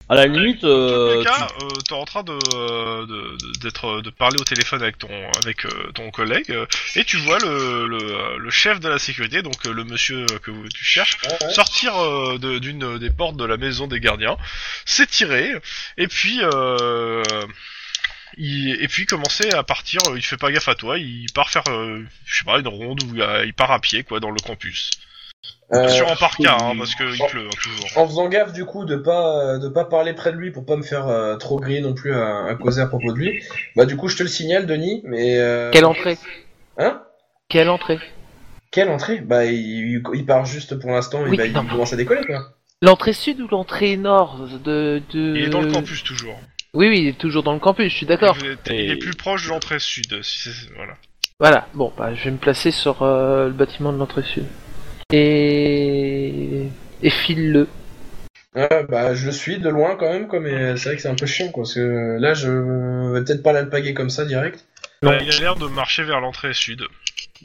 S1: À la limite, euh,
S3: tous les cas, euh, t'es en train de, euh, de- de- d'être, de parler au téléphone avec ton, avec euh, ton collègue, euh, et tu vois le, le, euh, le chef de la sécurité, donc euh, le monsieur que vous- tu cherches,
S7: ouais, ouais.
S3: sortir euh, de- d'une des portes de la maison des gardiens, s'étirer, et puis, euh, il, et puis commencer à partir. euh, Il fait pas gaffe à toi, il part faire, euh, je sais pas, une ronde ou euh, il part à pied quoi dans le campus.
S7: Euh,
S3: Sur en par cas, hein,
S7: oui.
S3: parce que il
S7: Oh.
S3: pleut hein, toujours.
S7: En faisant gaffe du coup de pas euh, de pas parler près de lui pour pas me faire euh, trop griller non plus à, à causer à propos de lui. Bah du coup je te le signale Denis, mais euh,
S2: Quelle entrée
S7: hein
S2: Quelle entrée
S7: Quelle entrée Bah il, il part juste pour l'instant et
S2: Oui,
S7: bah, il
S2: non.
S7: commence à décoller quoi.
S2: L'entrée sud ou l'entrée nord de, de...
S3: Il est dans le campus toujours.
S2: Oui, oui, il est toujours dans le campus, je suis d'accord.
S3: Il est-
S1: Et-
S3: Il est plus proche de l'entrée sud. Si c'est- voilà.
S2: Voilà, bon, bah, je vais me placer sur euh, le bâtiment de l'entrée sud. Et... Et file-le.
S7: Ouais, bah je le suis de loin quand même quoi, mais c'est vrai que c'est un peu chiant quoi parce que là je vais peut-être pas l'alpaguer comme ça direct.
S3: Bah, il a l'air de marcher vers l'entrée sud.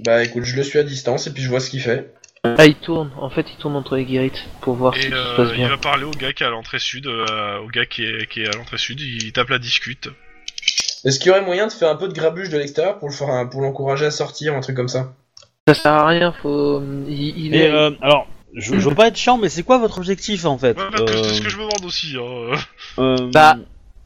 S7: Bah écoute je le suis à distance et puis je vois ce qu'il fait.
S2: Ah, il tourne. En fait, il tourne entre les guérites pour voir si
S3: Et
S2: tout Ah, se
S3: euh,
S2: passe
S3: il
S2: bien.
S3: va parler au gars qui est à l'entrée sud, euh, au gars qui est, qui est à l'entrée sud. Il tape la discute.
S7: Est-ce qu'il y aurait moyen de faire un peu de grabuge de l'extérieur pour le faire un- pour l'encourager à sortir un truc comme ça
S2: Ça sert à rien, faut... Il, il
S1: et,
S2: est...
S1: euh, alors, je, je veux pas être chiant, mais c'est quoi votre objectif en fait
S3: Ouais, parce que c'est ce
S1: Euh,
S3: que je me demande aussi. Hein.
S1: euh,
S2: Bah,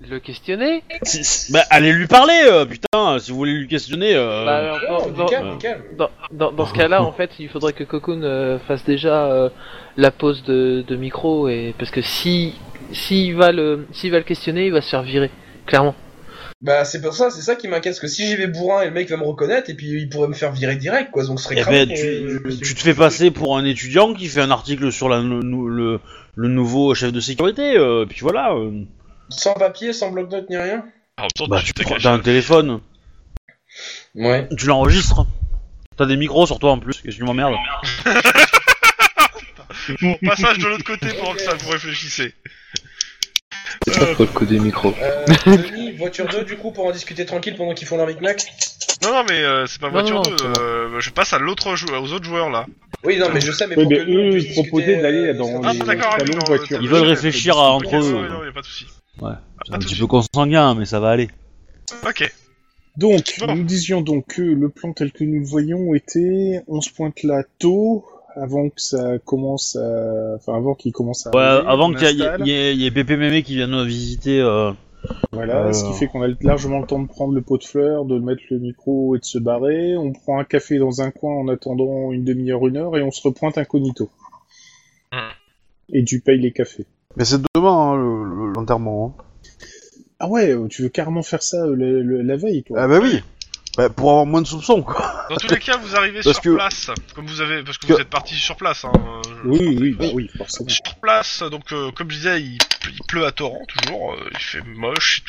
S2: Le questionner
S1: c'est- c'est- bah, allez lui parler, euh, putain, si vous voulez lui questionner. euh,
S2: Bah, alors,
S7: Oh,
S2: dans-
S7: du
S2: dans-
S7: calme, du calme.
S2: Dans, dans, dans ce cas-là, en fait, il faudrait que Cocoon euh, fasse déjà euh, la pause de, de micro et parce que si s'il va le s'il va le questionner, il va se faire virer, clairement.
S7: Bah c'est pour ça, c'est ça qui m'inquiète, parce que si j'y vais bourrin et le mec va me reconnaître et puis il pourrait me faire virer direct quoi, donc ce serait
S1: eh
S7: cramé,
S1: ben,
S7: euh,
S1: tu,
S7: je-
S1: tu te fais passer pour un étudiant qui fait un article sur la, nou- nou- le, le nouveau chef de sécurité, euh, puis voilà. euh.
S7: Sans papier, sans bloc-notes ni rien
S3: Alors, pourtant,
S1: bah,
S3: Oh, tu
S1: tu
S3: t'es
S1: prends
S3: caché.
S1: t'as un téléphone,
S7: Ouais.
S1: tu l'enregistres. T'as des micros sur toi en plus, qu'est-ce que tu m'emmerdes
S3: Bon, passage de l'autre côté pendant que ça vous réfléchissez.
S8: C'est pas trop le coup des micros.
S7: Euh, Denis, voiture 2 du coup pour en discuter tranquille pendant qu'ils font leur micmac
S3: Non, non, mais euh, c'est pas
S2: Non, non,
S3: voiture 2. euh, je passe à l'autre jou- aux autres joueurs là.
S7: Oui non mais je sais mais
S6: Oui,
S7: pour
S6: mais
S7: que nous, on
S6: eux,
S7: puisse
S6: ils proposaient
S7: discuter,
S6: d'aller
S7: euh,
S6: dans
S3: Ah,
S7: ça-
S6: les-
S3: bon, d'accord, ah oui,
S6: salons
S3: non,
S6: voiture.
S3: t'as-
S1: Ils veulent
S3: ok,
S1: réfléchir à- entre
S3: ok,
S1: eux.
S3: ouais, Non, y a pas de souci.
S1: C'est
S3: Ah,
S1: un
S3: tout
S1: petit
S3: de
S1: peu consanguin, mais ça va aller.
S3: Ok.
S4: Donc,
S3: Bon.
S4: nous disions donc que le plan tel que nous le voyons était on se pointe là tôt, avant que ça commence à. Enfin, avant qu'il commence à.
S1: Ouais,
S4: arriver,
S1: avant
S4: on
S1: qu'il y ait-
S4: installe.
S1: y ait- y ait Pépé Mémé qui vienne nous visiter. euh,
S4: Voilà, ce qui
S1: Alors.
S4: fait qu'on a largement le temps de prendre le pot de fleurs, de mettre le micro et de se barrer. On prend un café dans un coin en attendant une demi-heure, une heure, et on se repointe incognito.
S3: Hmm.
S4: Et tu payes les cafés.
S8: Mais c'est demain, hein, le- le- l'enterrement. hein.
S4: Ah ouais, euh, tu veux carrément faire ça euh, le- le- la veille, toi
S8: Ah bah oui Bah, Pour avoir moins de soupçons, quoi.
S3: Dans tous les cas, vous arrivez
S8: Parce
S3: sur
S8: que-
S3: place. Comme vous avez, parce que
S8: Que-
S3: vous êtes parti sur place. Hein, euh, je-
S4: Oui, oui, bah oui, forcément.
S3: Sur place, donc euh, comme je disais, il, il pleut à torrent toujours, euh, il fait moche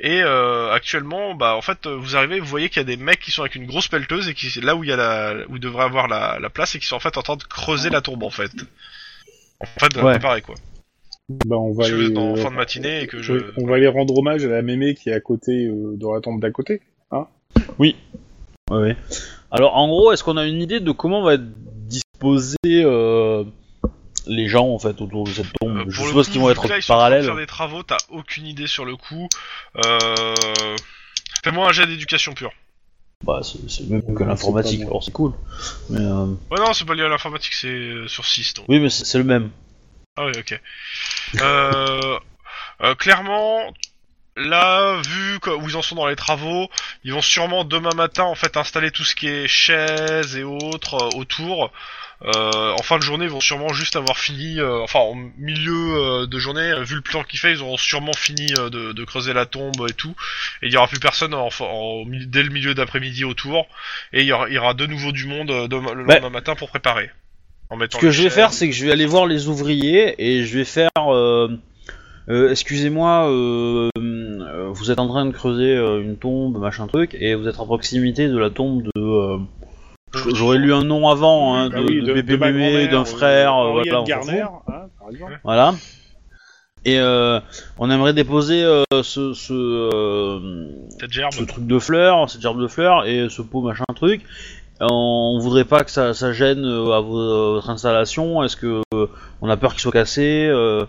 S3: et tout. Et euh, actuellement, bah en fait, euh, vous arrivez, vous voyez qu'il y a des mecs qui sont avec une grosse pelleteuse et qui là où il y a la, où devrait avoir la, la place et qui sont en fait en train de creuser la tombe en fait. En fait, de la
S1: Ouais.
S3: préparer quoi.
S4: Bah, on va
S3: Si vous
S4: aller,
S3: êtes en
S4: euh,
S3: fin de matinée et que je.
S4: oui, on va aller rendre hommage à la mémé qui est à côté, euh, dans la tombe d'à côté.
S1: Ouais, ouais. Alors, en gros, est-ce qu'on a une idée de comment va être disposé euh, les gens en fait autour de cette tombe
S3: Euh,
S1: Je
S3: pour le
S1: suppose
S3: coup,
S1: qu'ils vont
S3: vu
S1: être
S3: que là, ils sont en train de
S1: parallèles.
S3: Faire des travaux, t'as aucune idée sur le coup. Euh... Fais-moi un jet d'éducation pure.
S1: Bah, c'est c'est même que
S4: Ouais,
S1: l'informatique,
S4: c'est pas
S1: alors c'est cool. Mais, euh,
S3: Ouais non, c'est pas lié à l'informatique, c'est euh, sur 6 donc.
S1: Oui, mais c'est c'est le même.
S3: Ah oui, ok. Euh, euh, clairement, là, vu que- où ils en sont dans les travaux, ils vont sûrement demain matin en fait installer tout ce qui est chaises et autres euh, autour. Euh, en fin de journée, ils vont sûrement juste avoir fini, euh, enfin en milieu euh, de journée, euh, vu le plan qu'il fait, ils auront sûrement fini euh, de, de creuser la tombe et tout. Et il y aura plus personne en, fin- en mi- dès le milieu d'après-midi autour. Et il y, aura, il y aura de nouveau du monde euh, demain- le
S1: Bah.
S3: lendemain matin pour préparer. En mettant
S1: Ce que
S3: les
S1: je vais
S3: chaises.
S1: faire, c'est que je vais aller voir les ouvriers et je vais faire. euh, euh, Excusez-moi, euh, euh, vous êtes en train de creuser euh, une tombe, machin truc, et vous êtes à proximité de la tombe de. euh, j- J'aurais lu un nom avant, hein, de,
S4: Bah oui,
S1: de Pépé
S4: ma
S1: Mémé,
S4: grand-mère,
S1: d'un
S4: euh,
S1: frère, euh,
S4: Henriette
S1: voilà, on s'en
S4: Garner,
S1: fout.
S4: hein, par exemple.
S1: Voilà. Et euh, on aimerait déposer euh, ce, ce, euh,
S3: Cette gerbe.
S1: hein, ce truc de fleurs, cette gerbe de fleurs et ce pot machin truc. Euh, On voudrait pas que ça, ça gêne euh, à vo- euh, votre installation. Est-ce que euh, on a peur qu'il soit cassé euh,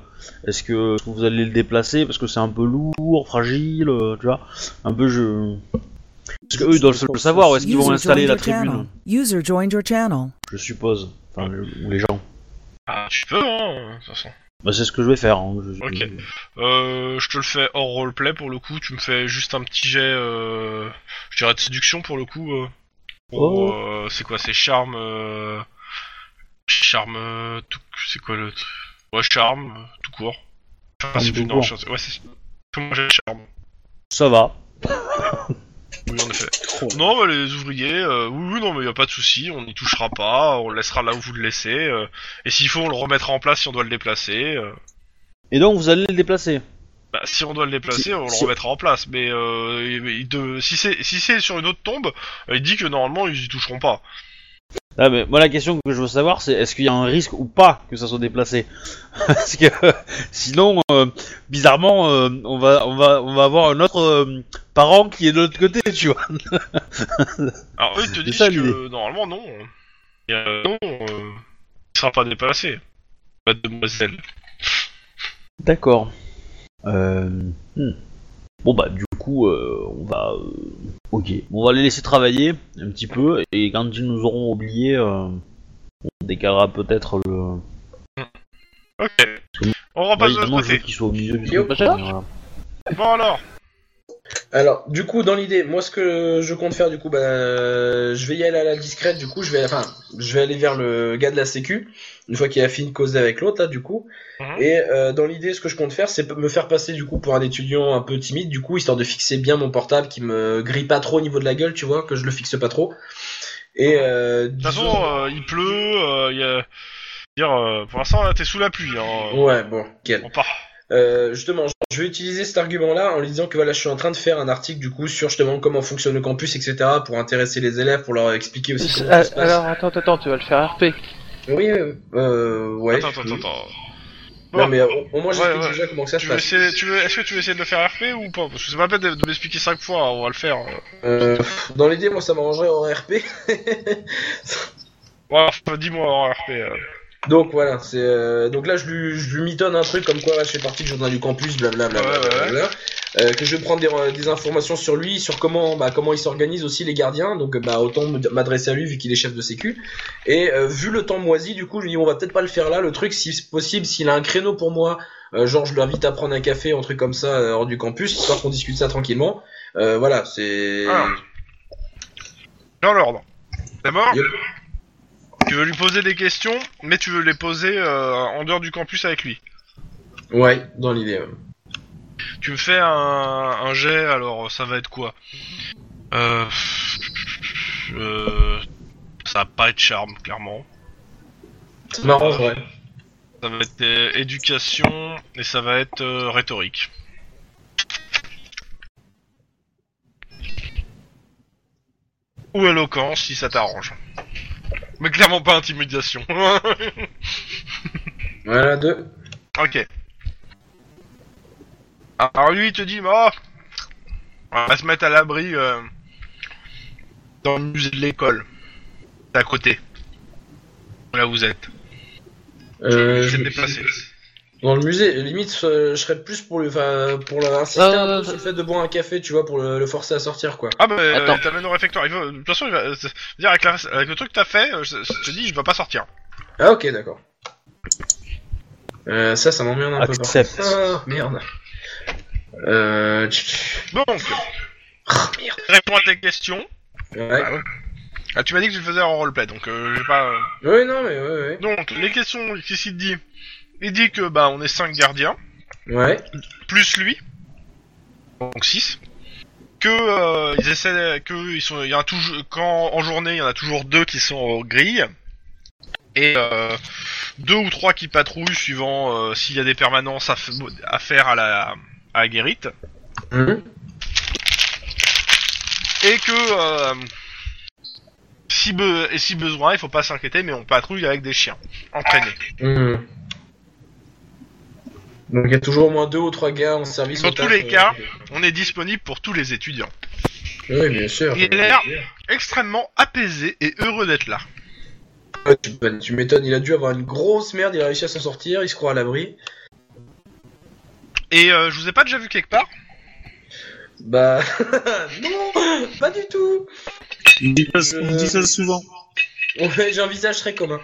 S1: Est-ce que, est-ce que vous allez le déplacer parce que c'est un peu lourd, fragile, euh, tu vois Un peu je. Parce que eux ils doivent le savoir. Où est-ce qu'ils vont
S9: User
S1: installer
S9: joined
S1: la
S9: your channel.
S1: tribune
S9: User joined your channel.
S1: Je suppose. Enfin, le- ou les gens.
S3: Ah, tu peux, hein, de toute façon.
S1: Bah, c'est ce que je vais faire. hein. Je-
S3: Ok. Euh, je te le fais hors roleplay pour le coup, tu me fais juste un petit jet, euh, je dirais de séduction pour le coup. euh,
S4: Oh.
S3: pour, euh, c'est quoi, c'est charme. euh, charme. euh, tout- c'est quoi le. truc Ouais, charme, euh, tout court. Je sais pas si
S4: Charme
S3: tu-
S4: tout
S3: non,
S4: court.
S3: je sais- Ouais, c'est. Comment j'ai le charme
S1: Ça va.
S3: Oui, en effet.
S4: hein.
S3: Non, mais les ouvriers, euh, oui, oui, non, mais y a pas de souci, on n'y touchera pas, on le laissera là où vous le laissez, euh, et s'il faut, on le remettra en place si on doit le déplacer. euh.
S1: Et donc vous allez le déplacer.
S3: Bah, si on doit le déplacer, on le
S1: si-
S3: remettra en place. Mais euh, il- il de- si c'est si c'est sur une autre tombe, euh, il dit que normalement ils y toucheront pas.
S1: Ah, mais moi la question que je veux savoir c'est est-ce qu'il y a un risque ou pas que ça soit déplacé Parce que euh, sinon, euh, bizarrement, euh, on va on va on va avoir un autre euh, parent qui est de l'autre côté, tu vois.
S3: Alors eux ils te
S1: C'est
S3: disent
S1: ça,
S3: que
S1: l'idée.
S3: euh, normalement non, Et, euh, non, euh, il sera pas déplacé. Mademoiselle.
S1: D'accord. Euh, hmm. Bon bah du coup euh, on va euh, ok on va les laisser travailler un petit peu et quand ils nous auront oubliés euh, on décalera peut-être le
S3: Ok. On repasse de
S1: Évidemment,
S3: l'autre
S1: je veux
S3: côté.
S1: qu'ils soient au milieu du
S7: Yo.
S1: truc, voilà.
S3: Bon alors.
S7: Alors, du coup, dans l'idée, moi, ce que je compte faire, du coup, bah, euh, je vais y aller à la discrète, du coup, je vais, enfin, je vais aller vers le gars de la sécu, une fois qu'il a fini de causer avec l'autre, là, du coup.
S3: Mhm.
S7: Et euh, dans l'idée, ce que je compte faire, c'est me faire passer, du coup, pour un étudiant un peu timide, du coup, histoire de fixer bien mon portable, qui me grille pas trop au niveau de la gueule, tu vois, que je le fixe pas trop. Et,
S3: De
S7: euh,
S3: toute façon, euh, il pleut, euh, il y a- dire, euh, pour l'instant là t'es sous la pluie. Hein.
S7: Ouais, bon, nickel.
S3: On part.
S7: Euh, justement, je vais utiliser cet argument-là en lui disant que voilà, je suis en train de faire un article du coup sur justement comment fonctionne le campus, etc., pour intéresser les élèves, pour leur expliquer aussi
S2: C'est-
S7: comment ça
S2: ah,
S7: se passe.
S2: Alors attends, attends, tu vas le faire RP.
S7: Oui, euh, euh, ouais.
S3: attends,
S7: je
S3: attends,
S7: peux.
S3: attends.
S7: Non,
S3: Bon.
S7: mais euh, au au moins j'explique
S3: Ouais, ouais.
S7: déjà comment que ça se
S3: Tu veux
S7: passe.
S3: essayer, tu veux, est-ce que tu veux essayer de le faire RP ou pas Parce que c'est pas la peine de- de m'expliquer cinq fois, on va le faire. euh.
S7: Euh, pff, dans l'idée, moi ça m'arrangerait en RP.
S3: Ouais, enfin, dis-moi en RP. euh.
S7: Donc voilà, c'est euh, donc là je lui, je lui mitonne un truc comme quoi ouais, je fais partie du journal du campus, blablabla,
S3: Ouais, ouais, ouais.
S7: blablabla, euh, que je vais prendre des, re- des informations sur lui, sur comment bah, comment il s'organise aussi les gardiens, donc euh, bah autant me- m'adresser à lui vu qu'il est chef de sécu. Et euh, vu le temps moisi, du coup je lui dis on va peut-être pas le faire là, le truc si c'est possible, s'il a un créneau pour moi, euh, genre je l'invite à prendre un café, un truc comme ça euh, hors du campus, histoire qu'on discute ça tranquillement. Euh, voilà, c'est
S3: Alors. Dans l'ordre. D'abord,
S7: Yep.
S3: tu veux lui poser des questions, mais tu veux les poser euh, en dehors du campus avec lui.
S7: ouais dans l'idée. ouais.
S3: Tu me fais un, un jet, alors ça va être quoi euh, euh, Ça va pas être charme, clairement.
S7: Ça m'arrange ouais.
S3: Ça va être euh, éducation et ça va être euh, rhétorique. Ou éloquence si ça t'arrange. Mais clairement pas intimidation.
S7: Voilà deux.
S3: ok. Alors lui il te dit, bah, on va se mettre à l'abri euh, dans le musée de l'école. C'est à côté. Là où vous êtes.
S7: Euh,
S3: vous
S7: je-
S3: êtes déplacé.
S7: Dans le musée, limite, euh, je serais plus pour le, enfin, pour le- insister
S2: Ah,
S7: un
S2: ouais,
S7: peu
S2: ouais,
S7: sur
S2: ouais.
S7: le fait de boire un café, tu vois, pour le, le forcer à sortir, quoi.
S3: Ah bah, euh,
S2: Attends.
S3: il t'amène au réfectoire. Il va- de toute façon, il va, euh, c'est- dire avec, la- avec le truc que t'as fait, euh, je, je te dis, il va pas sortir.
S7: Ah, ok, d'accord. Euh, ça, ça m'emmerde un
S1: Accepte.
S7: peu. par contre. Ah, merde. Euh... tch, tch.
S3: Donc,
S7: Ah, merde.
S3: réponds à tes questions.
S7: Ouais.
S3: Ah, tu m'as dit que tu le faisais en roleplay, donc euh, j'ai pas. euh.
S7: Ouais, non, mais ouais,
S3: Donc, les questions, qu'est-ce qu'il te dit Il dit que bah on est cinq gardiens,
S7: ouais. Ouais.
S3: plus lui, donc 6. Que euh, ils essaient, que ils sont, il y en a toujours, quand en journée, il y en a toujours deux qui sont aux grilles et euh, deux ou trois qui patrouillent suivant euh, s'il y a des permanences à, f- à faire à la à la guérite.
S7: Mhm.
S3: et que euh, si, be- et si besoin, il faut pas s'inquiéter, mais on patrouille avec des chiens entraînés.
S7: Mhm. Donc, il y a toujours au moins deux ou trois gars en service.
S3: Dans
S7: au
S3: tous
S7: taf,
S3: les
S7: euh,
S3: cas. On est disponible pour tous les étudiants.
S7: Oui, bien sûr.
S3: Il a l'air- Extrêmement apaisé et heureux d'être là.
S7: Ouais, tu tu m'étonnes, il a dû avoir une grosse merde, il a réussi à s'en sortir, il se croit à l'abri.
S3: Et euh, je vous ai pas déjà vu quelque part
S7: Bah. non Pas du tout
S4: Il dit ça,
S7: on dit ça
S4: souvent.
S7: Ouais, j'envisagerais comme un.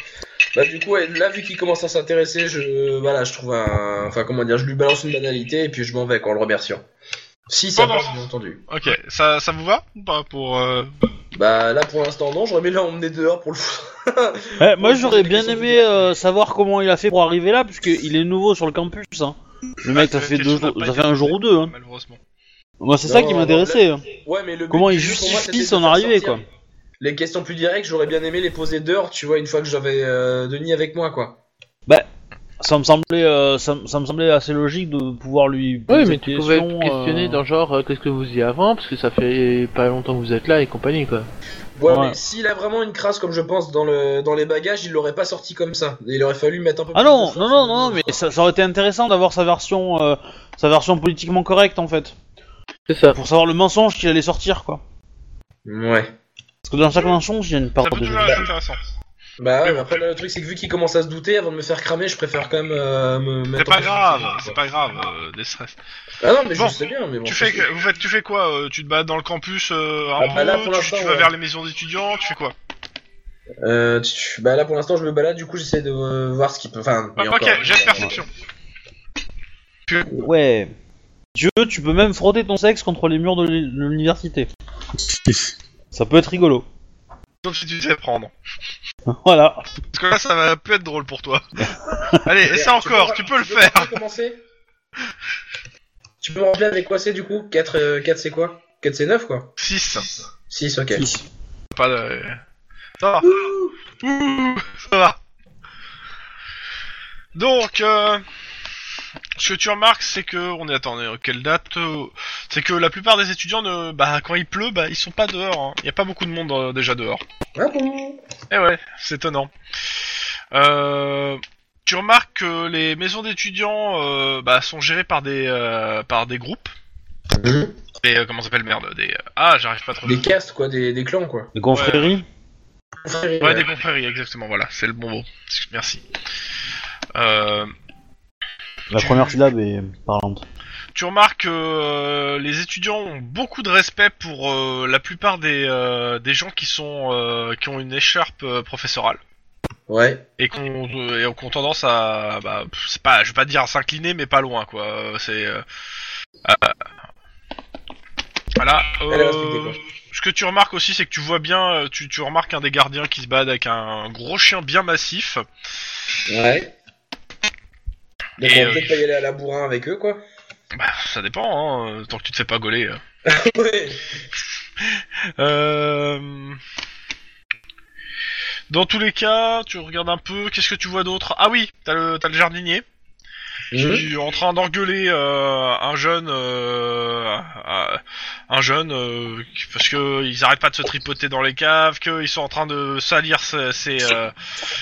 S7: Bah du coup, ouais, là vu qu'il commence à s'intéresser, je voilà, je trouve un, enfin comment dire, je lui balance une banalité et puis je m'en vais quoi, en le remerciant. Si ça
S3: Pendant-
S7: passe, bien entendu.
S3: Ok, ça, ça vous va ou pas pour... euh,
S7: Bah là pour l'instant non, j'aurais aimé l'emmener dehors pour le foutre.
S1: Eh, moi j'aurais bien aimé euh, savoir comment il a fait pour arriver là, puisqu'il est nouveau sur le campus. Hein. Le mec,
S3: ah,
S1: ça fait,
S3: quelque
S1: deux
S3: chose à
S1: jours-
S3: pas
S1: ça
S3: dire,
S1: fait un jour ou deux. Hein.
S3: Malheureusement.
S1: Moi, c'est
S7: Non,
S1: ça qui
S7: non,
S1: m'intéressait. hein.
S7: ouais, mais le but
S1: Comment il
S7: du jeu, pour moi,
S1: justifie
S7: c'était de
S1: son
S7: faire
S1: arrivée,
S7: sortir
S1: quoi.
S7: Les questions plus directes, j'aurais bien aimé les poser dehors, tu vois, une fois que j'avais euh, Denis avec moi quoi.
S1: Ça me semblait, euh, ça, me- ça me semblait assez logique de pouvoir lui.
S2: Oui,
S1: poser
S2: mais
S1: des
S2: tu pouvais
S1: questions,
S2: être questionné
S1: euh,
S2: dans genre euh, qu'est-ce que vous y avant, parce que ça fait pas longtemps que vous êtes là et compagnie quoi.
S7: Ouais,
S1: Ouais.
S7: mais s'il a vraiment une crasse comme je pense dans le dans les bagages, il l'aurait pas sorti comme ça. Il aurait fallu mettre un peu
S1: Ah
S7: plus de
S1: non,
S7: force
S1: non, non, non,
S7: dans le-
S1: mais ça, ça aurait été intéressant d'avoir sa version, euh, sa version politiquement correcte en fait,
S2: C'est ça.
S1: pour savoir le mensonge qu'il allait sortir, quoi.
S7: Ouais.
S1: Parce que dans chaque mensonge, il y a une part
S3: Ça peut
S1: de.
S3: toujours être intéressant.
S7: Bah
S3: Mais
S7: ouais,
S3: bon.
S7: mais après là, le truc c'est que vu qu'il commence à se douter avant de me faire cramer, je préfère quand même euh, me
S3: C'est
S7: mettre en
S3: pas
S7: position, quoi.
S3: grave, c'est pas grave, euh, des stress.
S7: Ah non mais
S3: Bon.
S7: je sais bien mais bon.
S3: Tu
S7: ça,
S3: fais,
S7: c'est-
S3: que- vous faites, tu fais quoi euh, Tu te bats dans le campus euh, un
S7: Ah bah
S3: peu
S7: là, pour
S3: tu-
S7: l'instant,
S3: Tu, vas
S7: ouais.
S3: vers les maisons d'étudiants Tu fais quoi
S7: Euh, tu- Bah là pour l'instant je me balade du coup j'essaie de euh, voir ce qu'il peut. Enfin.
S3: Ah,
S7: et
S3: Ok,
S7: encore,
S3: j'ai de
S7: euh,
S3: perception.
S1: Ouais. Si tu veux, tu peux même frotter ton sexe contre les murs de l'uni- de l'université. Ça peut être rigolo.
S3: Sauf si tu sais prendre.
S1: Voilà.
S3: Parce que là, ça va peut être drôle pour toi. Allez, essaie
S7: Merde, peux
S3: encore,
S7: pas-
S3: tu peux le
S7: peux pas
S3: faire
S7: commencer Tu peux me rappeler avec quoi c'est du coup 4 4 c'est quoi 4 c'est 9 quoi
S3: 6.
S7: 6 ok.
S3: Pas de... Ça va. Ouh, ça va. Donc, euh, ce que tu remarques, c'est que... On est... Attendez, euh, quelle date euh, C'est que la plupart des étudiants, ne... bah, quand il pleut, bah, ils sont pas dehors. Il n'y a pas beaucoup de monde euh, déjà dehors.
S7: Ah bon
S3: Eh ouais, c'est étonnant. Euh, tu remarques que les maisons d'étudiants euh, bah, sont gérées par des euh, par des groupes.
S7: Mhm.
S3: Des, euh, comment ça s'appelle merde des, euh, Ah, j'arrive pas trop.
S7: Des castes quoi, des, des clans quoi.
S1: Les confréries
S3: Ouais, des confréries, exactement. Voilà, c'est le bon mot. Merci. Euh,
S1: La première syllabe est parlante.
S3: tu remarques que euh, les étudiants ont beaucoup de respect pour euh, la plupart des, euh, des gens qui sont euh, qui ont une écharpe euh, professorale.
S7: Ouais.
S3: et qu'on euh, et qu'on tendance à bah pff, c'est pas je vais pas dire à s'incliner mais pas loin quoi Euh, c'est euh, euh, voilà
S7: Elle est
S3: euh,
S7: respectée, quoi.
S3: ce que tu remarques aussi c'est que tu vois bien euh, tu, tu remarques un des gardiens qui se bat avec un gros chien bien massif
S7: Ouais. Donc
S3: Et,
S7: on va
S3: euh,
S7: peut-être pas y aller à la bourrin avec eux quoi.
S3: bah ça dépend hein, euh, tant que tu te fais pas gauler euh.
S7: ouais.
S3: Euh, dans tous les cas tu regardes un peu qu'est-ce que tu vois d'autre ah oui t'as le t'as le jardinier
S7: Mhm.
S3: qui est en train d'engueuler euh, un jeune, euh, un- un jeune, euh, qui- parce que ils arrêtent pas de se tripoter dans les caves, qu'ils sont en train de salir ses, ses, euh,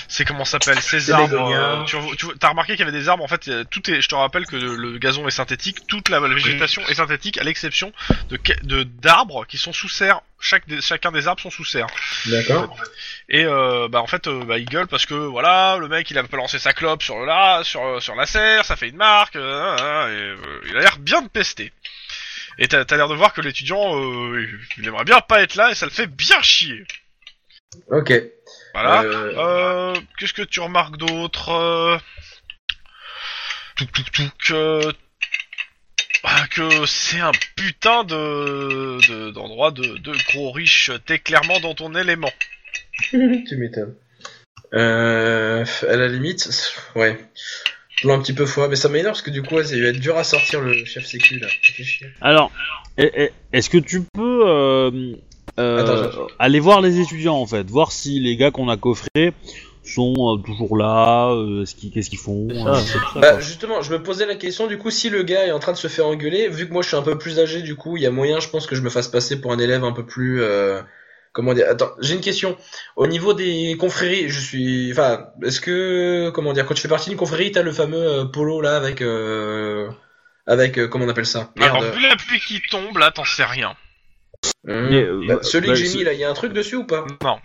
S3: ses- comment ça s'appelle, ses
S7: Ses
S3: arbres.
S7: bégonia.
S3: euh, tu vois- tu vois- t'as remarqué qu'il y avait des arbres. En fait, euh, tout est. Je te rappelle que le, le gazon est synthétique, toute la végétation est synthétique, à l'exception de que- de d'arbres qui sont sous serre. Chaque des- chacun des arbres sont sous serre.
S7: D'accord.
S3: Et euh, bah en fait euh, bah, il gueule parce que voilà le mec il a lancé sa clope sur le là sur euh, sur la serre ça fait une marque euh, euh, et, euh, il a l'air bien de pester et t'as t'as l'air de voir que l'étudiant euh, il aimerait bien pas être là et ça le fait bien chier
S7: Ok.
S3: voilà
S7: Euh,
S3: euh, qu'est-ce que tu remarques d'autre euh... tout tout tout que euh, bah, que c'est un putain de de- d'endroit de, de gros riches t'es clairement dans ton élément
S7: tu m'étonnes. Euh, à la limite, ouais. Plan un petit peu foireux, mais ça m'énerve parce que du coup, ouais, ça va être dur à sortir le chef sécu là. Ça fait chier.
S1: Alors, eh, eh, est-ce que tu peux euh, euh,
S7: Attends,
S1: aller voir les étudiants en fait, voir si les gars qu'on a coffrés sont euh, toujours là, euh, est-ce qu'ils- qu'est-ce qu'ils font
S2: C'est
S1: euh,
S2: ça.
S1: c'est tout ça,
S7: Bah,
S1: quoi.
S7: justement, je me posais la question du coup, si le gars est en train de se faire engueuler, vu que moi je suis un peu plus âgé, du coup, il y a moyen, je pense, que je me fasse passer pour un élève un peu plus. euh, Comment dire Attends, j'ai une question. Au niveau des confréries, je suis. Enfin, est-ce que. Comment dire Quand tu fais partie d'une confrérie, t'as le fameux euh, polo là avec. euh, Avec. euh, Comment on appelle ça
S3: Ah, Alors, vu la pluie qui tombe, là, t'en sais rien.
S1: Mais, euh,
S7: Bah, celui
S1: bah,
S7: que j'ai
S1: c'est-
S7: mis là, il y a un truc dessus ou pas
S3: Non.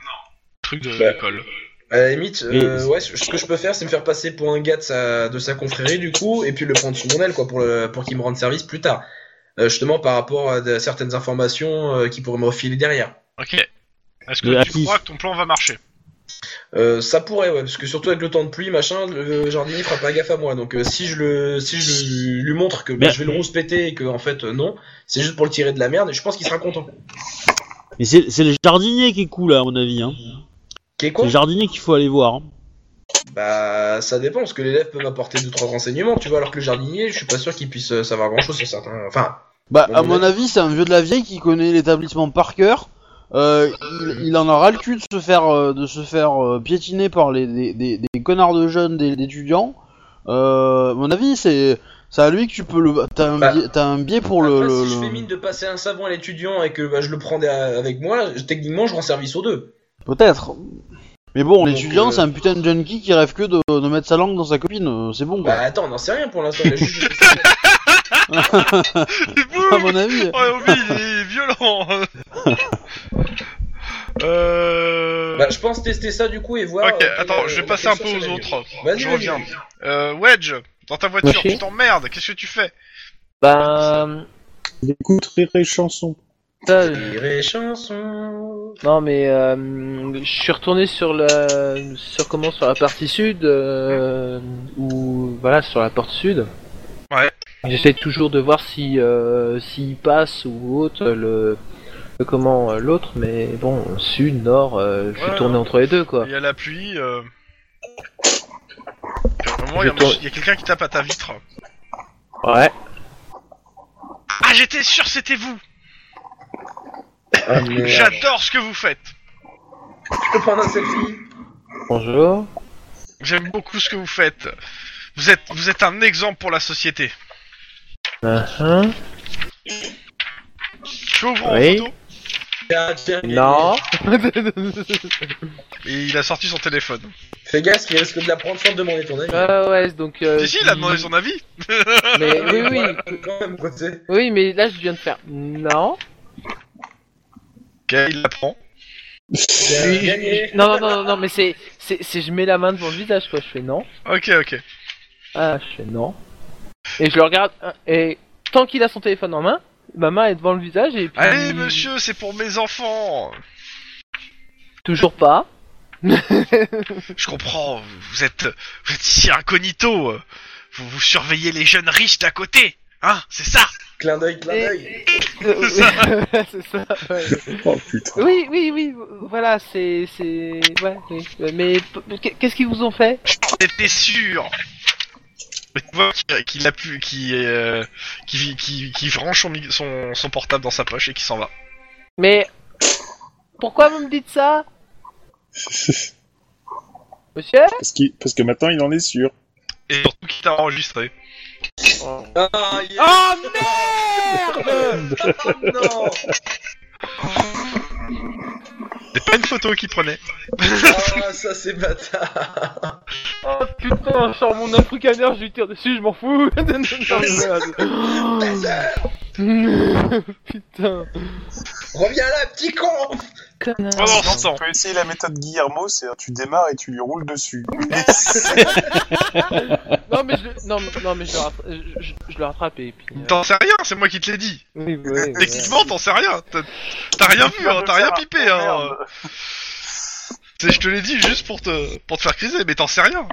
S3: Truc de
S7: Bah.
S3: l'école.
S7: À la limite,
S1: Mais-
S7: euh, ouais, ce ce que je peux faire, c'est me faire passer pour un gars de sa, de sa confrérie, du coup, et puis le prendre sous mon aile, quoi, pour, le- pour qu'il me rende service plus tard. Euh, justement, par rapport à de- certaines informations euh, qu'il pourrait me refiler derrière.
S3: Ok. Est-ce
S1: Mais
S3: que
S1: à
S3: tu
S1: qui
S3: crois que ton plan va marcher
S7: Euh, ça pourrait, ouais, parce que surtout avec le temps de pluie, machin, le jardinier fera pas gaffe à moi. Donc euh, si je le, si je lui- lui montre que bah,
S1: Mais-
S7: je vais le rouspéter et que en fait euh, non, c'est juste pour le tirer de la merde, et je pense qu'il sera content.
S1: Mais c'est c'est le jardinier qui est cool, là, à mon avis. Hein.
S7: Qui est con
S1: C'est le jardinier qu'il faut aller voir. hein.
S7: Bah ça dépend, parce que l'élève peut m'apporter deux trois renseignements, tu vois, alors que le jardinier, je suis pas sûr qu'il puisse euh, savoir grand chose sur certains. Enfin,
S8: Bah,
S7: Bon,
S8: à
S7: mais-
S8: mon avis, c'est un vieux de la vieille qui connaît l'établissement par cœur. Euh,
S7: Mhm.
S8: il, il en aura le cul de se faire, euh, de se faire euh, piétiner par les, des, des- des connards de jeunes, des, d'étudiants. Euh, à mon avis, c'est c'est à lui que tu peux le. T'as un,
S7: Bah,
S8: biais, t'as un biais pour le.
S7: après,
S8: le-
S7: si je
S8: le-
S7: fais mine de passer un savon à l'étudiant et que bah, je le prends des- avec moi, je- techniquement je rends service aux deux.
S8: Peut-être. Mais bon, l'étudiant,
S7: euh,
S8: c'est un putain de junkie qui rêve que de, de mettre sa langue dans sa copine. euh, C'est bon, quoi.
S7: Bah attends, on n'en sait rien pour l'instant. il a juste-
S8: à mon avis.
S3: Ouais, oui, il est violent. euh...
S7: bah, je pense tester ça du coup et voir.
S3: ok,
S7: euh, quelle-
S3: attends, je
S7: euh,
S3: vais passer un
S7: quelle
S3: peu aux
S7: source elle a eu.
S3: autres.
S7: Vas-y,
S3: Je
S7: vas-y,
S3: reviens.
S7: vas-y.
S3: Euh, Wedge, dans ta voiture,
S2: Oui.
S3: tu t'emmerdes. Qu'est-ce que tu fais
S2: Bah,
S4: J'écouterai chanson.
S2: ça,
S7: Les chansons.
S2: non mais euh, je suis retourné sur la, sur comment sur la partie sud euh, ou voilà sur la porte sud.
S3: Ouais.
S2: J'essaie toujours de voir si euh, s'il passe ou autre le, le comment euh, l'autre, mais bon sud nord, euh, je suis
S3: Ouais,
S2: tourné
S3: ouais.
S2: entre les deux quoi.
S3: Il y a la pluie. Euh... Puis à un moment,
S2: Je
S3: il y a,
S2: tourne.
S3: il y a quelqu'un qui tape à ta vitre.
S2: Ouais.
S3: Ah, j'étais sûr c'était vous.
S7: Ah, mais-
S3: J'adore ce que vous faites.
S7: Je peux prendre un selfie
S2: Bonjour.
S3: J'aime beaucoup ce que vous faites. Vous êtes, vous êtes un exemple pour la société.
S2: Uh-huh.
S3: Je peux vous prendre en
S2: Oui.
S3: photo
S2: Non.
S3: Et il a sorti son téléphone.
S7: Fais gaffe, qu'il risque de la prendre sans te demander ton avis.
S2: Ah ouais, donc. Euh,
S3: Ici, il a demandé son avis.
S2: Mais oui, oui,
S7: Quand même, quoi, tu sais.
S2: oui, mais là je viens de faire. Non.
S3: Ok, il la prend.
S7: Bien gagné.
S2: Non, non, non, non, non, mais c'est, c'est, c'est, je mets la main devant le visage, quoi. Je fais non.
S3: Ok, ok.
S2: Ah, je fais non. Et je le regarde. hein, Et tant qu'il a son téléphone en main, ma main est devant le visage et puis.
S3: Allez, monsieur, c'est pour mes enfants.
S2: Toujours pas.
S3: Je comprends. Vous êtes, vous êtes ici incognito. Vous, vous surveillez les jeunes riches d'à côté. Hein, c'est ça.
S7: Clin d'œil, clin d'œil.
S2: Euh, c'est ça. ouais.
S4: Oh putain.
S2: Oui, oui, oui. Voilà, c'est, c'est, ouais, oui. Mais p- qu'est-ce qu'ils vous ont fait
S3: T'étais sûr Et Tu vois qu'il- qu'il a pu, qui, euh, qui, qui, qui range son, mi- son, son portable dans sa poche et qui s'en va.
S2: Mais pourquoi vous me dites ça, monsieur
S4: parce, qu'il- parce que maintenant il en est sûr.
S3: Et surtout qu'il t'a enregistré.
S7: Ah, yes.
S2: Oh merde
S7: Oh, non
S3: C'est pas une photo qu'il prenait.
S7: Ah, ça c'est bâtard.
S2: Oh putain, je sors mon africaner, je lui tire dessus, je m'en fous. Non, merde. putain.
S7: Reviens là, petit con
S2: Oh,
S3: Pendant ce temps,
S4: Tu peux essayer la méthode Guillermo, c'est tu démarres et tu lui roules dessus.
S2: Non mais je, non, mais- non, mais je, le rattrape, je, je- je le rattrape et puis. euh,
S3: t'en sais rien, c'est moi qui te l'ai dit.
S2: oui, oui, oui,
S3: Techniquement, t'en sais rien. T'as t'as rien vu, hein, t'as rien pipé. Hein. C'est- Je te l'ai dit juste pour te, pour te faire criser, mais t'en sais rien.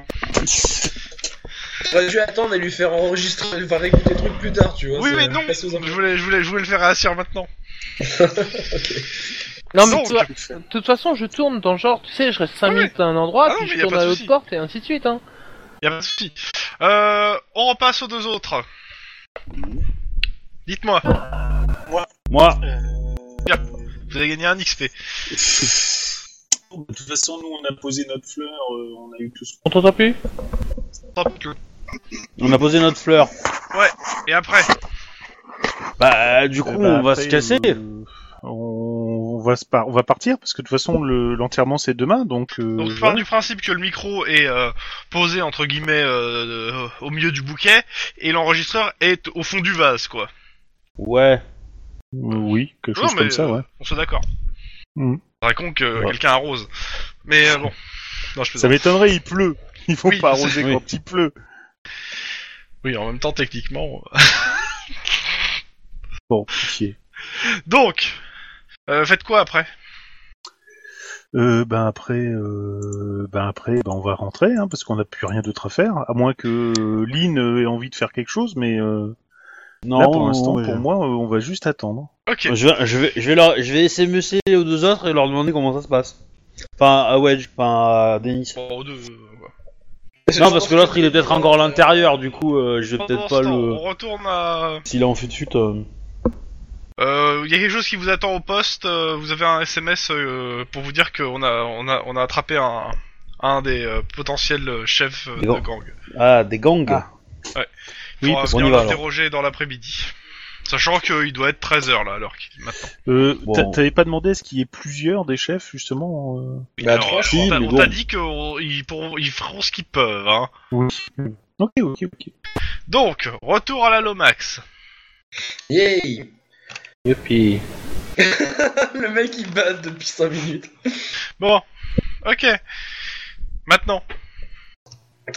S7: J'aurais dû attendre et lui faire enregistrer, lui faire écouter le truc plus tard, tu vois.
S3: Oui,
S7: c'est-
S3: mais non.
S7: pas sous-
S3: Je voulais, je voulais, je voulais le faire réussir maintenant.
S2: Non mais
S3: Non,
S2: de toute- de toute façon, je tourne dans le genre, tu sais, je reste 5
S3: Oui.
S2: minutes à un endroit,
S3: Ah non,
S2: puis
S3: mais
S2: je
S3: y a
S2: tourne
S3: pas
S2: à
S3: de
S2: l'autre
S3: souci.
S2: porte et ainsi de suite. Hein.
S3: Y'a pas de soucis. Euh, on repasse aux deux autres. Dites-moi,
S1: Moi,
S3: vous avez gagné un XP.
S4: De toute façon, nous on a posé notre fleur, euh, on a eu tout ce
S2: On t'entend plus
S3: Tant pis.
S1: on a posé notre fleur.
S3: Et après
S1: Bah, du coup,
S4: Eh ben,
S1: on va
S4: après,
S1: se casser.
S4: euh, on, on va se par- on va partir parce que de toute façon le- l'enterrement c'est demain donc. euh,
S3: Donc je pars
S4: voilà.
S3: du principe que le micro est euh, posé entre guillemets euh, euh, au milieu du bouquet et l'enregistreur est au fond du vase quoi.
S1: Ouais.
S4: Oui, quelque
S3: Non,
S4: chose
S3: mais- euh,
S4: comme ça, ouais.
S3: On soit d'accord.
S1: Mm.
S4: Hmm.
S3: C'est con que
S4: Ouais.
S3: quelqu'un arrose. Mais euh, bon. Non, je
S4: Ça
S3: plaisante.
S4: m'étonnerait, il pleut. Ils vont
S3: Oui,
S4: pas
S3: c'est-
S4: arroser
S3: oui.
S4: quand il pleut.
S3: Oui, en même temps, techniquement. euh,
S4: Bon, pitié.
S3: Donc, euh, faites quoi après
S4: Euh, ben après, euh, ben après, ben on va rentrer, hein, parce qu'on n'a plus rien d'autre à faire, à moins que euh, Lynn euh, ait envie de faire quelque chose, mais euh,
S1: Non,
S4: là pour l'instant,
S1: mais-
S4: pour moi, euh, on va juste attendre.
S3: Ok.
S1: Je vais, je vais, je vais, leur, je vais SMEC aux deux autres et leur demander comment ça se passe. Enfin, à Wedge, enfin, à Denis.
S3: Bon, aux deux, euh, ouais.
S1: Non, parce que l'autre, il est peut-être encore à l'intérieur, du coup, euh, je vais
S3: Pendant
S1: peut-être
S3: ce
S1: pas
S3: temps,
S1: le...
S3: On retourne à. euh,
S1: S'il est en fut de suite... euh,
S3: Il y a quelque chose qui vous attend au poste. euh, vous avez un SMS euh, pour vous dire qu'on a, on a, on a attrapé un, un des euh, potentiels euh, chefs euh,
S1: Des
S3: de
S1: grands.
S3: gang.
S1: Ah, des gangs
S4: Ah.
S1: Oui,
S3: Faudra
S1: parce qu'on
S3: venir
S1: y va,
S3: l'interroger dans l'après-midi. Sachant qu'il doit être 13h là, alors qu'il maintenant.
S4: Euh,
S1: Bon.
S4: t'a- T'avais pas demandé est-ce qu'il y ait plusieurs des chefs justement euh,
S7: Bah,
S3: Alors,
S7: trois, je
S3: on
S1: crois,
S3: t'a-
S1: mais
S3: on
S1: bon.
S3: t'a dit qu'ils pourront- ils feront ce qu'ils peuvent. Hein.
S4: Ok, ok, ok.
S3: Donc, retour à la Lomax.
S7: Yay
S2: Youpi.
S7: Le mec il bat depuis 5 minutes.
S3: Bon, ok. Maintenant.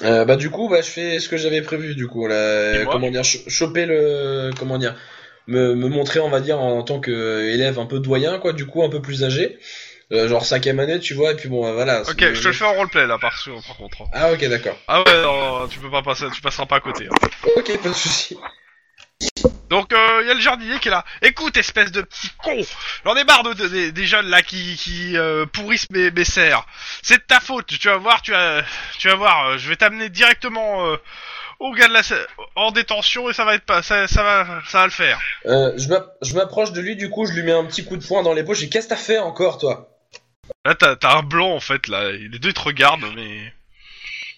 S7: Euh, bah du coup bah je fais ce que j'avais prévu du coup là,
S3: Dis-moi.
S7: comment dire cho- choper le comment dire me, me montrer on va dire en tant que élève un peu doyen quoi du coup un peu plus âgé Euh, genre cinquième année tu vois et puis bon bah, voilà.
S3: Ok,
S7: c'est-
S3: je te le fais en roleplay là, par, sur- par contre.
S7: Ah ok d'accord.
S3: Ah ouais, non, tu peux pas passer, tu passeras pas à côté. hein.
S7: Ok pas de souci.
S3: Donc euh, il y a le jardinier qui est là. Écoute, espèce de petit con, j'en ai marre de, de- des- des jeunes là qui, qui euh, pourrissent mes, mes serres. C'est de ta faute. Tu vas voir, tu vas, tu vas voir. euh, je vais t'amener directement euh, au gars de la se- en détention et ça va être pas, ça, ça va, ça va le faire.
S7: Euh, je m'app- je m'approche de lui du coup je lui mets un petit coup de poing dans l'épaule j'ai qu'est-ce que t'as fait encore toi
S3: Là t'as t'as un blanc en fait là. et Les deux ils te regardent mais.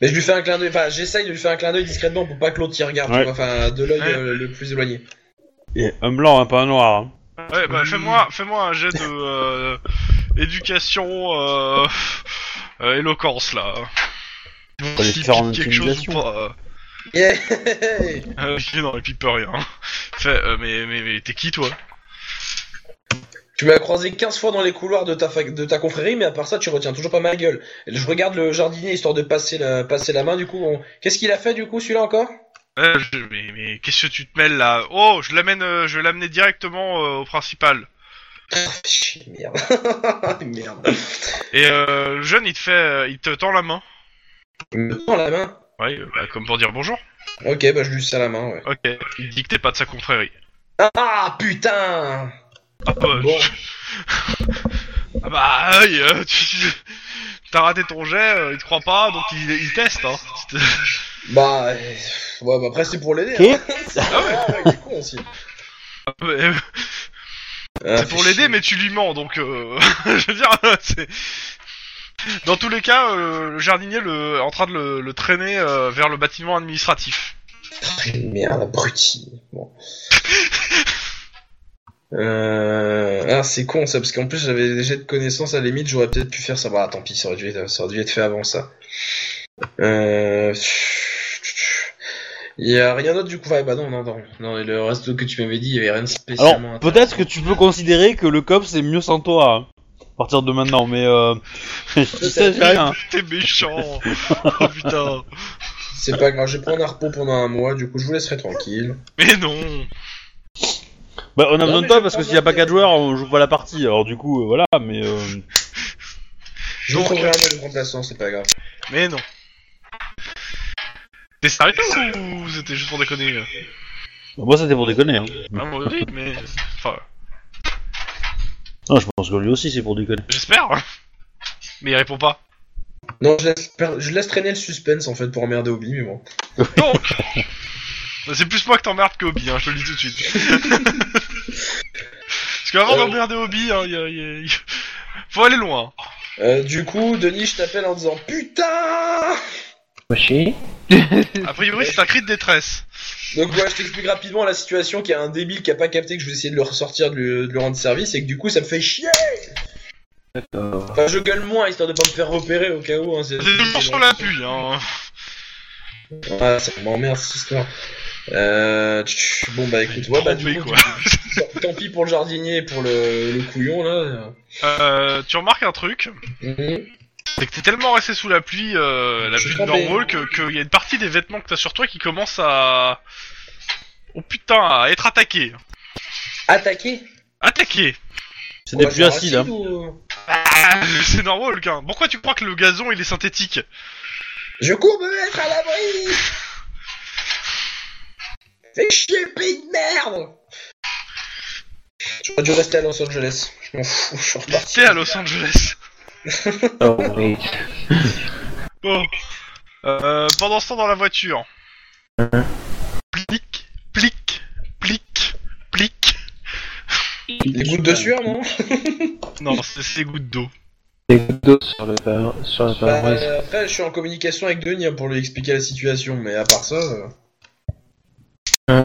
S7: mais je lui fais un clin d'œil, enfin j'essaye de lui faire un clin d'œil discrètement pour pas que l'autre y regarde, tu
S1: Ouais.
S7: vois, enfin de l'œil
S3: Ouais.
S7: euh, le plus éloigné.
S1: Et un blanc, hein, pas un noir. hein.
S3: Ouais bah fais-moi, fais-moi un jet de euh, éducation, euh, euh, éloquence là.
S1: Faut les
S3: S'il
S1: faire en
S3: pique quelque chose ou
S1: intimidation.
S3: pas, euh.
S7: Yeah
S3: Euh, non, et puis peur rien. Fait, euh, mais mais, mais t'es qui toi
S7: Tu m'as croisé 15 fois dans les couloirs de ta, fac- de ta confrérie, mais à part ça, tu retiens toujours pas ma gueule. Et Je regarde le jardinier histoire de passer la, passer la main, du coup. on- Qu'est-ce qu'il a fait, du coup, celui-là encore
S3: Euh, je- Mais, mais qu'est-ce que tu te mêles là Oh, je l'amène, euh, je vais l'amener directement euh, au principal.
S7: Chier, Ah, Merde. Merde.
S3: Et euh, le jeune, il te fait, euh, il te tend la main.
S7: Il me tend la main.
S3: Ouais, euh, bah, comme pour dire bonjour.
S7: Ok, bah je lui serre la main, ouais.
S3: Ok. Il dit que t'es pas de sa confrérie.
S7: Ah, putain
S3: Ah, bah,
S7: Bon.
S3: ah bah aïe, euh, tu, tu- t'as raté ton jet, euh, il te croit pas, donc il, il teste. Hein.
S7: Bah, euh, ouais, bah après, c'est pour l'aider.
S1: Ok.
S7: hein. C'est- ah ouais, il est con aussi.
S3: Euh,
S7: Ah,
S3: C'est pour
S7: fait
S3: l'aider,
S7: chier.
S3: mais tu lui mens, donc euh, je veux dire, c'est. Dans tous les cas, euh, le jardinier le, est en train de le, le traîner euh, vers le bâtiment administratif.
S7: Merde, abruti. Bon. Euh... Ah, c'est con ça, parce qu'en plus j'avais déjà de connaissances à la limite, j'aurais peut-être pu faire ça. Bah, tant pis, ça aurait dû être, ça aurait dû être fait avant ça. Euh... Il y a rien d'autre du coup. Ouais, bah non, non, non. non et le reste que tu m'avais dit, il y avait rien de spécialement.
S1: Alors, peut-être que tu peux considérer que le cop, c'est mieux sans toi, hein, à partir de maintenant, mais... Euh... je dis ça, je dis rien.
S3: T'es méchant Oh putain
S7: C'est pas grave, je vais prendre un repos pendant un mois, du coup je vous laisserai tranquille.
S3: Mais non
S1: Bah, on a
S7: Non,
S1: besoin
S7: mais
S1: de toi,
S7: je
S1: parce que
S7: prends
S1: s'il y a pas
S7: note.
S1: 4 joueurs, on joue pas la partie, alors du coup, euh, voilà, mais... Euh...
S7: Je vous
S3: Donc-
S7: trouverai un autre remplaçant, c'est pas grave.
S3: Mais non T'es sérieux ou c'était juste pour déconner euh
S1: Moi, c'était pour déconner, hein.
S3: Ah, moi aussi, mais. Enfin,
S1: Non, je pense que lui aussi, c'est pour déconner.
S3: j'espère hein. Mais il répond pas.
S7: Non, je laisse, per- je laisse traîner le suspense en fait pour emmerder Obi, mais bon.
S3: Donc C'est plus moi que t'emmerdes que Hobby, hein, je te le dis tout de suite. Parce qu'avant
S7: Euh.
S3: d'emmerder Hobby, hein, y a- y a- y a- faut aller loin.
S7: Euh, du coup, Denis, je t'appelle en disant Putain
S2: Moshi.
S3: A priori, c'est un cri de détresse.
S7: Donc voilà, je t'explique rapidement la situation qu'il y a un débile qui a pas capté que je vais essayer de le ressortir, de lui, de lui rendre service, et que du coup ça me fait chier
S2: D'accord.
S7: Enfin, je gueule moins histoire de pas me faire repérer au cas où. Hein,
S3: C'est toujours sur la pluie, hein.
S7: Ah, ça m'emmerde cette histoire. Euh, tch, bon bah écoute, ouais, bah, du
S3: Trompé,
S7: coup,
S3: quoi.
S7: tant- tant pis pour le jardinier et pour le, le couillon là.
S3: Euh, tu remarques un truc,
S7: Mhm.
S3: c'est que t'es tellement resté sous la pluie, euh, la
S7: Je suis
S3: pluie de
S7: trempé.
S3: Normal, que qu'il y a une partie des vêtements que t'as sur toi qui commence à... Oh putain, à être attaqué.
S7: Attaquer
S3: Attaqué
S1: C'est des
S7: Ouais,
S1: pluies
S7: genre
S1: acides, hein.
S7: ou-
S3: Ah, C'est Normal, hein. Pourquoi tu crois que le gazon, il est synthétique
S7: Je cours me mettre à l'abri Fais chier, pays de merde J'aurais dû rester à Los Angeles. Je m'en fous, je suis reparti.
S3: T'es à Los Angeles. Bon. Euh, pendant ce temps, dans la voiture. Plic, plic, plic, plic.
S7: Des gouttes de sueur, non
S3: Non, c'est c'est gouttes d'eau.
S2: Des gouttes d'eau sur, le par- sur la
S7: Bah,
S2: paroi.
S7: euh, Après, je suis en communication avec Denis hein, pour lui expliquer la situation, mais à part ça. euh.
S2: Hein.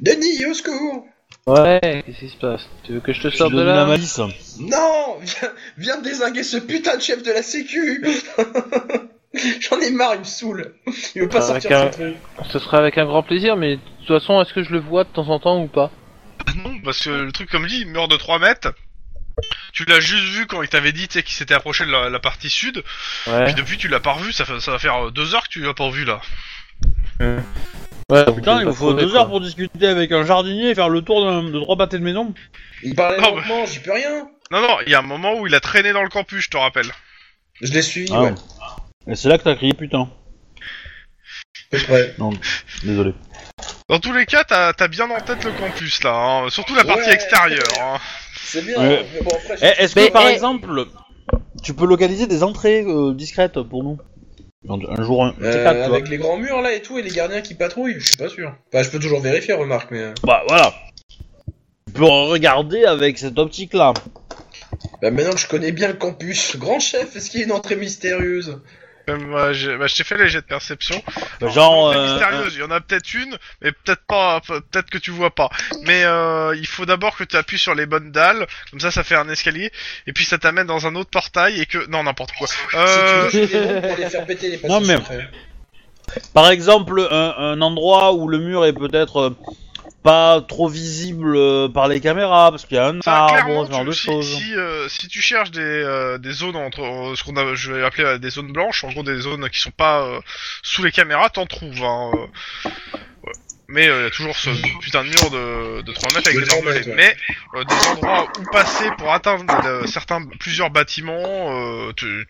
S7: Denis, au secours
S2: Ouais, qu'est-ce qui se passe Tu veux que je te
S1: Je
S2: sorte de
S1: donne la
S2: là
S1: malice.
S7: Non Viens, viens désinguer ce putain de chef de la sécu J'en ai marre, il me saoule Il veut pas
S2: Ah,
S7: sortir
S2: car-
S7: ce truc
S2: Ce sera avec un grand plaisir, mais de toute façon, est-ce que je le vois de temps en temps ou pas
S3: Ah non, parce que le truc, comme dit, il meurt de 3 mètres. Tu l'as juste vu quand il t'avait dit tu sais, qu'il s'était approché de la, la partie sud.
S2: Ouais.
S3: Puis depuis, tu l'as pas revu. Ça, fait- ça va faire 2 heures que tu l'as pas revu là.
S2: ouais donc, je
S1: Putain,
S2: vais
S1: il
S2: pas
S1: vous faut
S2: crever,
S1: deux
S2: quoi.
S1: heures pour discuter avec un jardinier et faire le tour d'un- de trois pâtés de maison.
S7: Il parlait
S2: bah.
S3: Ah,
S7: lentement, j'y peux rien
S3: Non, non, il y a un moment où il a traîné dans le campus, je te rappelle.
S7: Je l'ai suivi,
S1: Ah.
S7: ouais.
S1: Et c'est là que t'as crié putain.
S7: à peu près.
S1: Désolé.
S3: Dans tous les cas, t'as t'as bien en tête le campus là. hein. Surtout la partie
S7: Ouais.
S3: extérieure. hein.
S7: C'est bien,
S1: Ouais.
S7: mais bon après...
S1: Eh, Est-ce que
S2: Mais,
S1: par
S2: eh.
S1: exemple, tu peux localiser des entrées euh, discrètes pour nous un, un jour, un, un
S7: Euh,
S1: T4, tu vois.
S7: avec les grands murs là et tout, et les gardiens qui patrouillent, je suis pas sûr. Bah, je peux toujours vérifier, remarque, mais. euh,
S1: Bah voilà. Tu peux regarder avec cette optique là.
S7: Bah, maintenant que je connais bien le campus, grand chef, est-ce qu'il y a une entrée mystérieuse
S3: Euh, moi, j'ai- bah, je t'ai fait les jets de perception.
S1: Bah, genre.
S3: C'est
S1: euh,
S3: mystérieuse, il y en a peut-être une, mais peut-être pas, peut-être que tu vois pas. Mais euh, il faut d'abord que tu appuies sur les bonnes dalles, comme ça ça fait un escalier, et puis ça t'amène dans un autre portail et que... Non, n'importe quoi. Euh,
S7: Si tu les noms pour les faire péter les passages
S1: Non, mais-
S7: secrets.
S1: Par exemple, un, un endroit où le mur est peut-être euh, pas trop visible euh, par les caméras, parce qu'il y a un
S3: ça,
S1: arbre,
S3: clairement,
S1: ce genre
S3: tu-
S1: de
S3: si,
S1: choses.
S3: si, euh, si tu cherches des, euh, des zones entre euh, ce qu'on a, je vais appeler euh, des zones blanches, en gros des zones qui sont pas euh, sous les caméras, t'en trouves. Hein, euh. Ouais. Mais euh, y a toujours ce putain de mur de, de 3 mètres avec
S7: De
S3: des
S7: 3
S3: barbelés.
S7: mètres, ouais.
S3: Mais euh, des endroits où passer pour atteindre euh, certains, plusieurs bâtiments,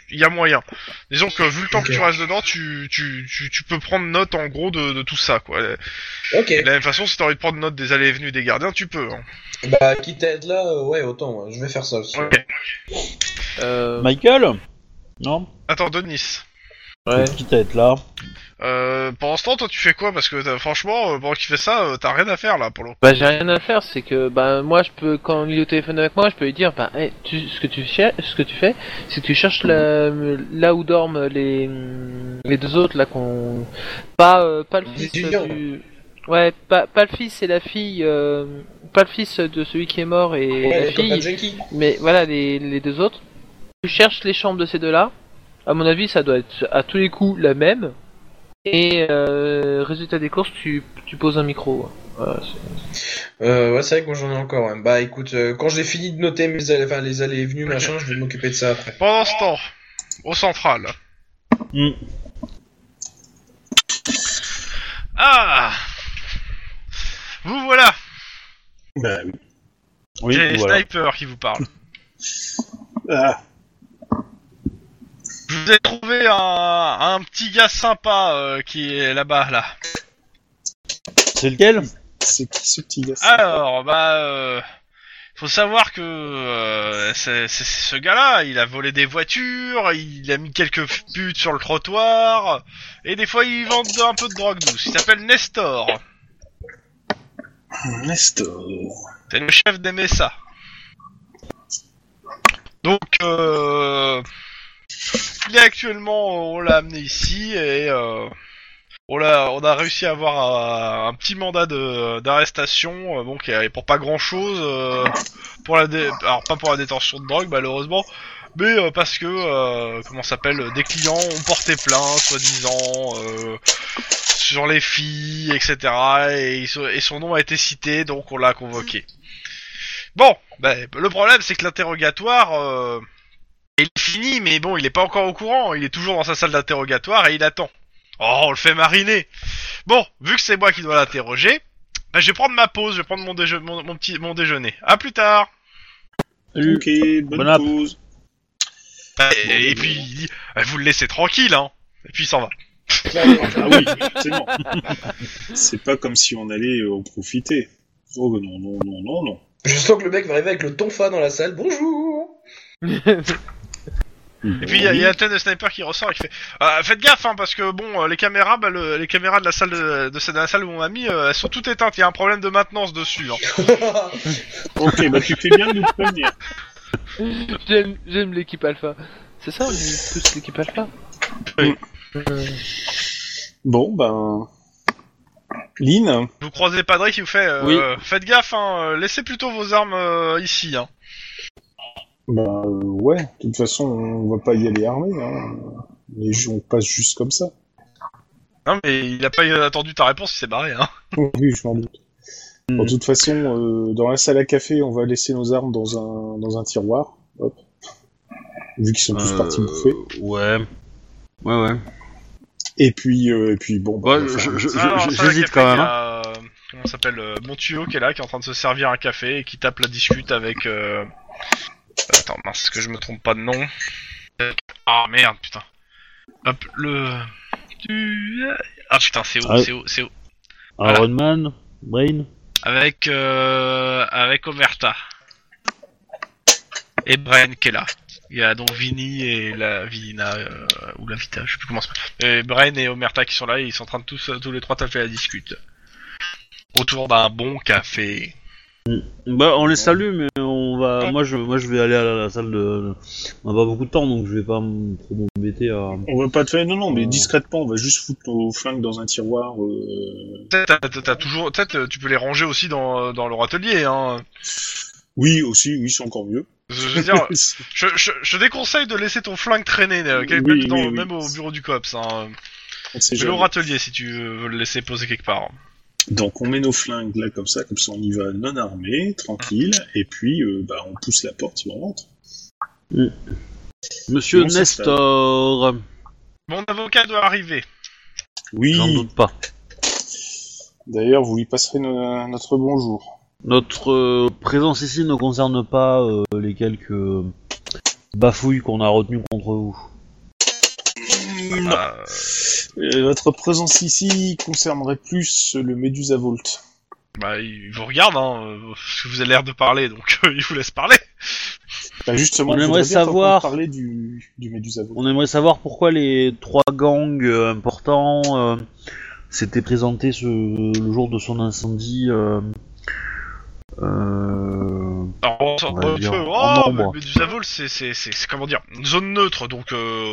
S3: il y a moyen. Disons que vu le temps
S7: Ok.
S3: que tu restes dedans, tu, tu, tu, tu peux prendre note en gros de, de tout ça. Quoi. De
S7: Ok.
S3: la même façon, si t'as envie de prendre note des allées et venues des gardiens, tu peux. hein.
S7: Bah, quitte à être là, euh, ouais, autant, ouais, je vais faire ça aussi.
S3: Ok.
S2: Euh,
S1: Michael Non
S3: Attends, Denis.
S2: ouais.
S1: Quitte à être là.
S3: Euh, pendant ce temps, toi, tu fais quoi Parce que t'as- franchement, euh, pendant qu'il fait ça, euh, t'as rien à faire là pour l'autre.
S2: Bah j'ai rien à faire, c'est que bah moi je peux quand il est au téléphone avec moi, je peux lui dire bah hey, tu, ce que tu cher- ce que tu fais, c'est que tu cherches la- là où dorment les les deux autres là qu'on pas euh, pas le
S7: Les
S2: fils
S7: étudiants.
S2: du ouais pas, pas le fils et la fille euh, pas le fils de celui qui est mort et
S7: Ouais,
S2: la
S7: les copains de
S2: fille
S7: Junkie.
S2: mais voilà les, les deux autres. Tu cherches les chambres de ces deux-là. À mon avis, ça doit être à tous les coups la même. Et euh, résultat des courses, tu, tu poses un micro. Voilà, c'est-
S7: Euh, ouais, c'est vrai que moi j'en ai encore. ouais. Bah écoute, euh, quand j'ai fini de noter mes allées, enfin, les allées et venues, machin, je vais m'occuper de ça après.
S3: Pendant ce temps, au central.
S1: Hmm.
S3: Ah Vous voilà
S4: Bah oui.
S1: Oui,
S3: J'ai les
S1: voilà.
S3: snipers qui vous parlent.
S4: Ah,
S3: Je vous ai trouvé un, un petit gars sympa euh, qui est là-bas, là.
S1: C'est lequel
S4: c'est qui ce petit gars
S3: Alors, bah... Euh... Faut savoir que euh, c'est- c'est- c'est ce gars-là, il a volé des voitures, il a mis quelques putes sur le trottoir, et des fois il vend de- un peu de drogue douce. Il s'appelle Nestor.
S4: Nestor.
S3: C'est le chef des Messa. Donc, euh, il est actuellement, on l'a amené ici et euh, on l'a, on a réussi à avoir euh, un, petit mandat de d'arrestation, euh, bon, euh, qui est pour pas grand chose, pour la, dé- alors pas pour la détention de drogue malheureusement, mais euh, parce que, euh, comment ça s'appelle, des clients ont porté plainte, soi-disant, euh, sur les filles, etc. Et, ils sont- et son nom a été cité, donc on l'a convoqué. Bon, ben, le problème, c'est que l'interrogatoire... euh, il est fini, mais bon, il est pas encore au courant. Il est toujours dans sa salle d'interrogatoire et il attend. Oh, on le fait mariner. Bon, vu que c'est moi qui dois l'interroger, bah, je vais prendre ma pause, je vais prendre mon, déje- mon, mon petit, mon déjeuner. À plus tard.
S1: Ok, bonne Bon app.
S6: pause.
S3: Et, et puis il dit, Ah, vous le laissez tranquille, hein. Et puis il s'en va.
S4: Ah oui, effectivement. C'est pas comme si on allait euh, en profiter. Oh non, non, non, non, non.
S7: Je sens que le mec va arriver avec le tonfa dans la salle. Bonjour
S3: Et puis il y a- il y, a un tel de sniper qui ressort et qui fait, Ah, faites gaffe, hein, parce que bon, euh, les caméras, bah, le- les caméras de la salle de, de cette- de la salle où on a mis, euh, elles sont toutes éteintes. Il y a un problème de maintenance dessus. Hein.
S4: Ok, bah tu fais bien de nous prévenir.
S2: J'aime, j'aime l'équipe alpha. C'est ça, on est tous l'équipe alpha.
S3: Oui.
S2: Euh,
S4: Bon, ben. Lynn,
S3: Vous croisez Padre qui vous fait, euh, faites gaffe, hein, euh, laissez plutôt vos armes euh, ici. Hein.
S4: bah euh, ouais, de toute façon, on va pas y aller armé. Hein. Les jeux, on passe juste comme ça.
S3: Non mais il a pas attendu ta réponse, il s'est barré. Hein.
S4: Oui, je m'en doute.
S1: Hmm.
S4: Bon, de toute façon, euh, dans la salle à café, on va laisser nos armes dans un, dans un tiroir. Hop. Vu qu'ils sont tous
S1: Euh.
S4: partis bouffer.
S1: ouais. Ouais, ouais.
S4: Et puis, euh, et puis bon. bah,
S1: Ouais,
S4: on
S1: je-
S4: va faire-
S1: je-
S3: Ah, alors,
S1: je-
S3: ça, la
S1: J'hésite
S3: café
S1: quand
S3: qui
S1: même. hein.
S3: a, euh, Comment ça s'appelle euh, Mon tuyau qui est là, qui est en train de se servir un café et qui tape la discute avec. euh, Attends, mince, est-ce que je me trompe pas de nom Ah merde, putain. Hop, le. Tu- Ah putain, c'est haut,
S1: Ah.
S3: c'est haut, c'est haut. Voilà.
S1: Iron Man, Brain.
S3: Avec. euh, Avec Omerta. Et Brian qui est là. Il y a donc Vini et la Vina, euh, ou la Vita, je sais plus comment ça s'appelle. Et Brian et Omerta qui sont là et ils sont en train de tous, tous les trois taper la discute. Autour d'un bon café.
S1: Bah, on les salue, mais on va. Moi, je, moi, je vais aller à la, la salle de. On n'a pas beaucoup de temps, donc je vais pas m- trop m'embêter à.
S4: On va pas te faire. Non, non, mais
S1: Euh.
S4: discrètement, on va juste foutre nos flingues dans un tiroir. euh,
S3: Peut-être t'as- t'as- t'as toujours, peut-être tu peux les ranger aussi dans, dans leur atelier. Hein.
S4: Oui, aussi, oui, c'est encore mieux.
S3: Je, je veux dire, je, je, je déconseille de laisser ton flingue traîner euh, quelque
S4: Oui,
S3: même dans-
S4: oui, oui.
S3: même au bureau du cops. Hein.
S4: On sait
S3: Mais
S4: jamais.
S3: leur atelier si tu euh, veux le laisser poser quelque part.
S4: Donc on met nos flingues là comme ça, comme ça on y va non armé, tranquille, et puis euh, bah, on pousse la porte et on rentre.
S1: Monsieur
S4: Non, c'est
S1: Nestor.
S3: Mon avocat doit arriver.
S4: Oui.
S1: J'en doute pas.
S4: D'ailleurs, vous lui passerez no- notre bonjour.
S1: Notre euh, présence ici ne concerne pas euh, les quelques euh, bafouilles qu'on a retenues contre vous.
S3: Ah,
S4: Euh, votre présence ici concernerait plus le Médusa Volt.
S3: bah, il vous regarde, hein, euh, parce que vous avez l'air de parler, donc euh, il vous laisse parler.
S4: Bah, justement,
S1: On
S4: je
S1: aimerait
S4: voudrais bien t'entendre
S1: savoir-
S4: parler du, du Médusa Volt.
S1: On aimerait savoir pourquoi les trois gangs euh, importants euh, s'étaient présentés ce, le jour de son incendie. euh, euh,
S3: Alors, on
S1: On
S3: sort
S1: va
S3: de
S1: dire
S3: feu.
S1: en
S3: Oh, mais,
S1: nombre.
S3: mais du Zavol, c'est, c'est, c'est, c'est comment dire, une zone neutre. Donc, euh,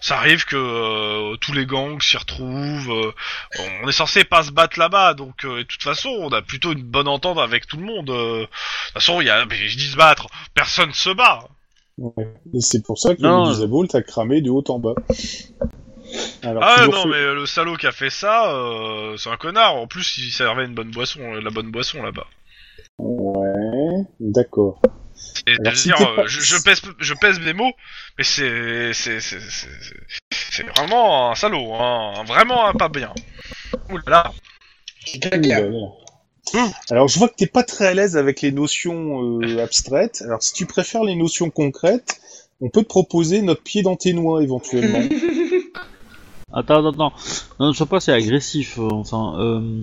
S3: ça arrive que euh, tous les gangs s'y retrouvent. euh, on est censé pas se battre là-bas. Donc, euh, et de toute façon, on a plutôt une bonne entente avec tout le monde. euh. de toute façon, il y a, mais je dis se battre, personne se bat.
S4: Ouais. Et c'est pour ça que
S1: Non.
S4: le Médusa Volt a cramé de haut en bas. Alors,
S1: Bah,
S3: Ah
S4: toujours
S3: non,
S4: fait-
S3: mais le salaud qui a fait ça, euh, c'est un connard. En plus, il servait une bonne boisson, euh, la bonne boisson là-bas.
S4: Ouais, d'accord.
S3: Et
S4: Alors,
S3: je,
S4: si
S3: veux
S4: t'es
S3: dire,
S4: pas-
S3: euh, je, je pèse, je pèse mes mots, mais c'est, c'est, c'est, c'est, c'est- c'est vraiment un salaud, hein. vraiment un pas bien. Ouh là là.
S4: Oui,
S7: hein.
S4: bah, voilà. Alors, je vois que t'es pas très à l'aise avec les notions euh, abstraites. Alors, si tu préfères les notions concrètes, on peut te proposer notre pied d'anténois éventuellement.
S1: Attends, attends, attends. Non, ne sois pas assez agressif. euh, Enfin, euh,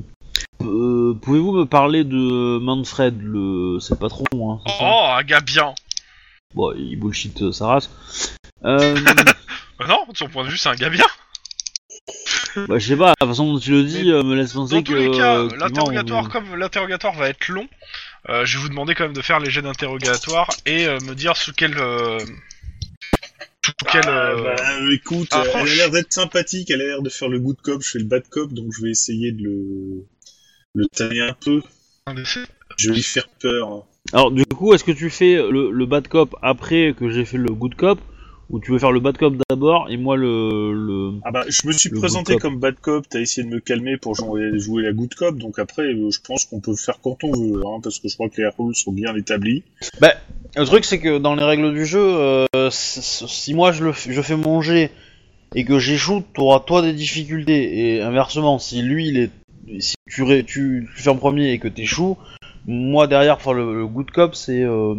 S1: p- euh, pouvez-vous me parler de Manfred, le, c'est le patron hein, c'est ça
S3: Oh, un gars bien.
S1: Bon, il bullshit euh, sa race. Euh,
S3: Bah non, de son point de vue, c'est un gars bien.
S1: bah, je sais pas, la façon dont tu le dis euh, me laisse penser
S3: Dans
S1: que.
S3: tous les cas,
S1: euh, qu'il
S3: l'interrogatoire,
S1: ment,
S3: comme l'interrogatoire va être long, euh, je vais vous demander quand même de faire les jets d'interrogatoire et euh, me dire sous quel, euh, sous quel. euh,
S4: bah. écoute,
S3: Ah, euh, elle a franche. l'air
S4: d'être sympathique, elle a l'air de faire le good cop, je fais le bad cop, donc je vais essayer de le, le tanner un peu.
S3: un des-
S4: Je vais lui faire peur.
S1: Alors, du coup, est-ce que tu fais le, le bad cop après que j'ai fait le good cop ou tu veux faire le bad cop d'abord et moi le. le...
S4: Ah bah, je me suis
S1: Le
S4: présenté
S1: good cop.
S4: comme bad cop, t'as essayé de me calmer pour jouer, jouer la good cop, donc après, euh, je pense qu'on peut faire quand on veut, hein, parce que je crois que les rules sont bien établis.
S1: Le truc, c'est que dans les règles du jeu, euh, s- s- si moi je, le, f- je fais mon jet et que j'échoue, t'auras toi des difficultés. Et inversement, si lui, il est, si tu, ré- tu, tu fais en premier et que t'échoues, moi derrière, pour faire le, le good cop, c'est euh,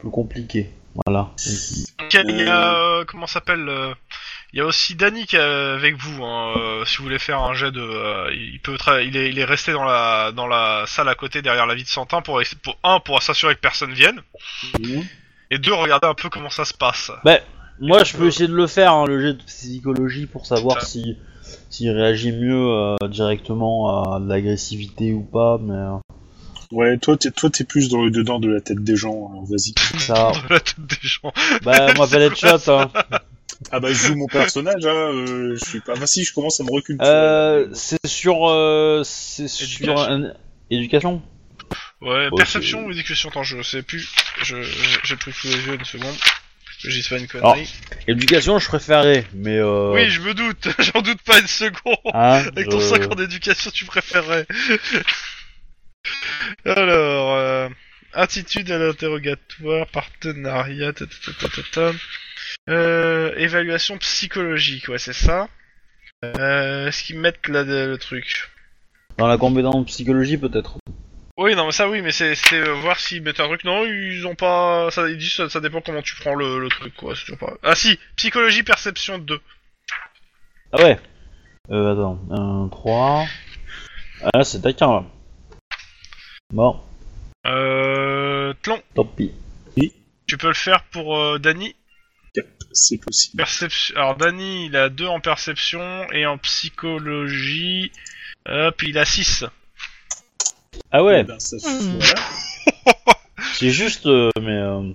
S1: plus compliqué. Voilà.
S3: Ok, il y a. euh, Comment ça s'appelle euh, Il y a aussi Danny qui est avec vous. hein, euh, si vous voulez faire un jet de. euh, il, peut tra- il, est, il est resté dans la, dans la salle à côté derrière la vie de Santin pour, ex- pour un, pour s'assurer que personne vienne. Mhm. Et deux, regarder un peu comment ça se passe.
S1: Moi, je peux essayer de le faire, hein, le jet de psychologie, pour savoir si s'il réagit mieux euh, directement à de l'agressivité ou pas, mais euh,
S4: Ouais, toi, t'es, toi, t'es plus dans le dedans de la tête des gens, alors vas-y.
S1: ça...
S3: Dans la tête des gens.
S1: Bah, on m'appelle Headshot, hein.
S4: Ah bah, je joue mon personnage, hein, euh, je suis pas... Bah si, je commence à me reculper.
S1: Euh, c'est sur... euh, c'est sur...
S3: Éducation.
S1: un- Éducation
S3: Ouais,
S1: Ok.
S3: perception ou éducation Attends, je sais plus. Je- je- J'ai pris tous les yeux une seconde. Que j'y sois une connerie.
S1: Éducation, je préférais, mais... Euh...
S3: Oui, je me doute. J'en doute pas une seconde.
S1: hein,
S3: Avec ton
S1: je-
S3: 5 ans d'éducation, tu préférerais. Alors, euh, attitude à l'interrogatoire, partenariat, ta, ta, ta, ta, ta, ta. Euh, évaluation psychologique, ouais, c'est ça. Euh, Est-ce qu'ils mettent là de- le truc
S1: Dans la compétence psychologie, peut-être.
S3: Oui, non, mais ça, oui, mais c'est- c'était euh, voir s'ils mettent un truc. Non, ils ont pas. Ça, ils disent, ça, ça dépend comment tu prends le, le truc, quoi. c'est toujours pas- Ah, si, psychologie, perception 2.
S1: Ah ouais Euh, attends. 1, 3... Ah là, c'est taquin, là. Bon,
S3: Euh. Tlon,
S1: tant pis.
S3: tu peux le faire pour euh, Dany
S4: C'est possible.
S3: Perception. Alors Danny, il a 2 en perception et en psychologie. Hop, il a 6.
S1: Ah ouais,
S4: Eh ben, ça,
S3: Hmm.
S4: voilà.
S1: c'est juste... euh, mais... euh,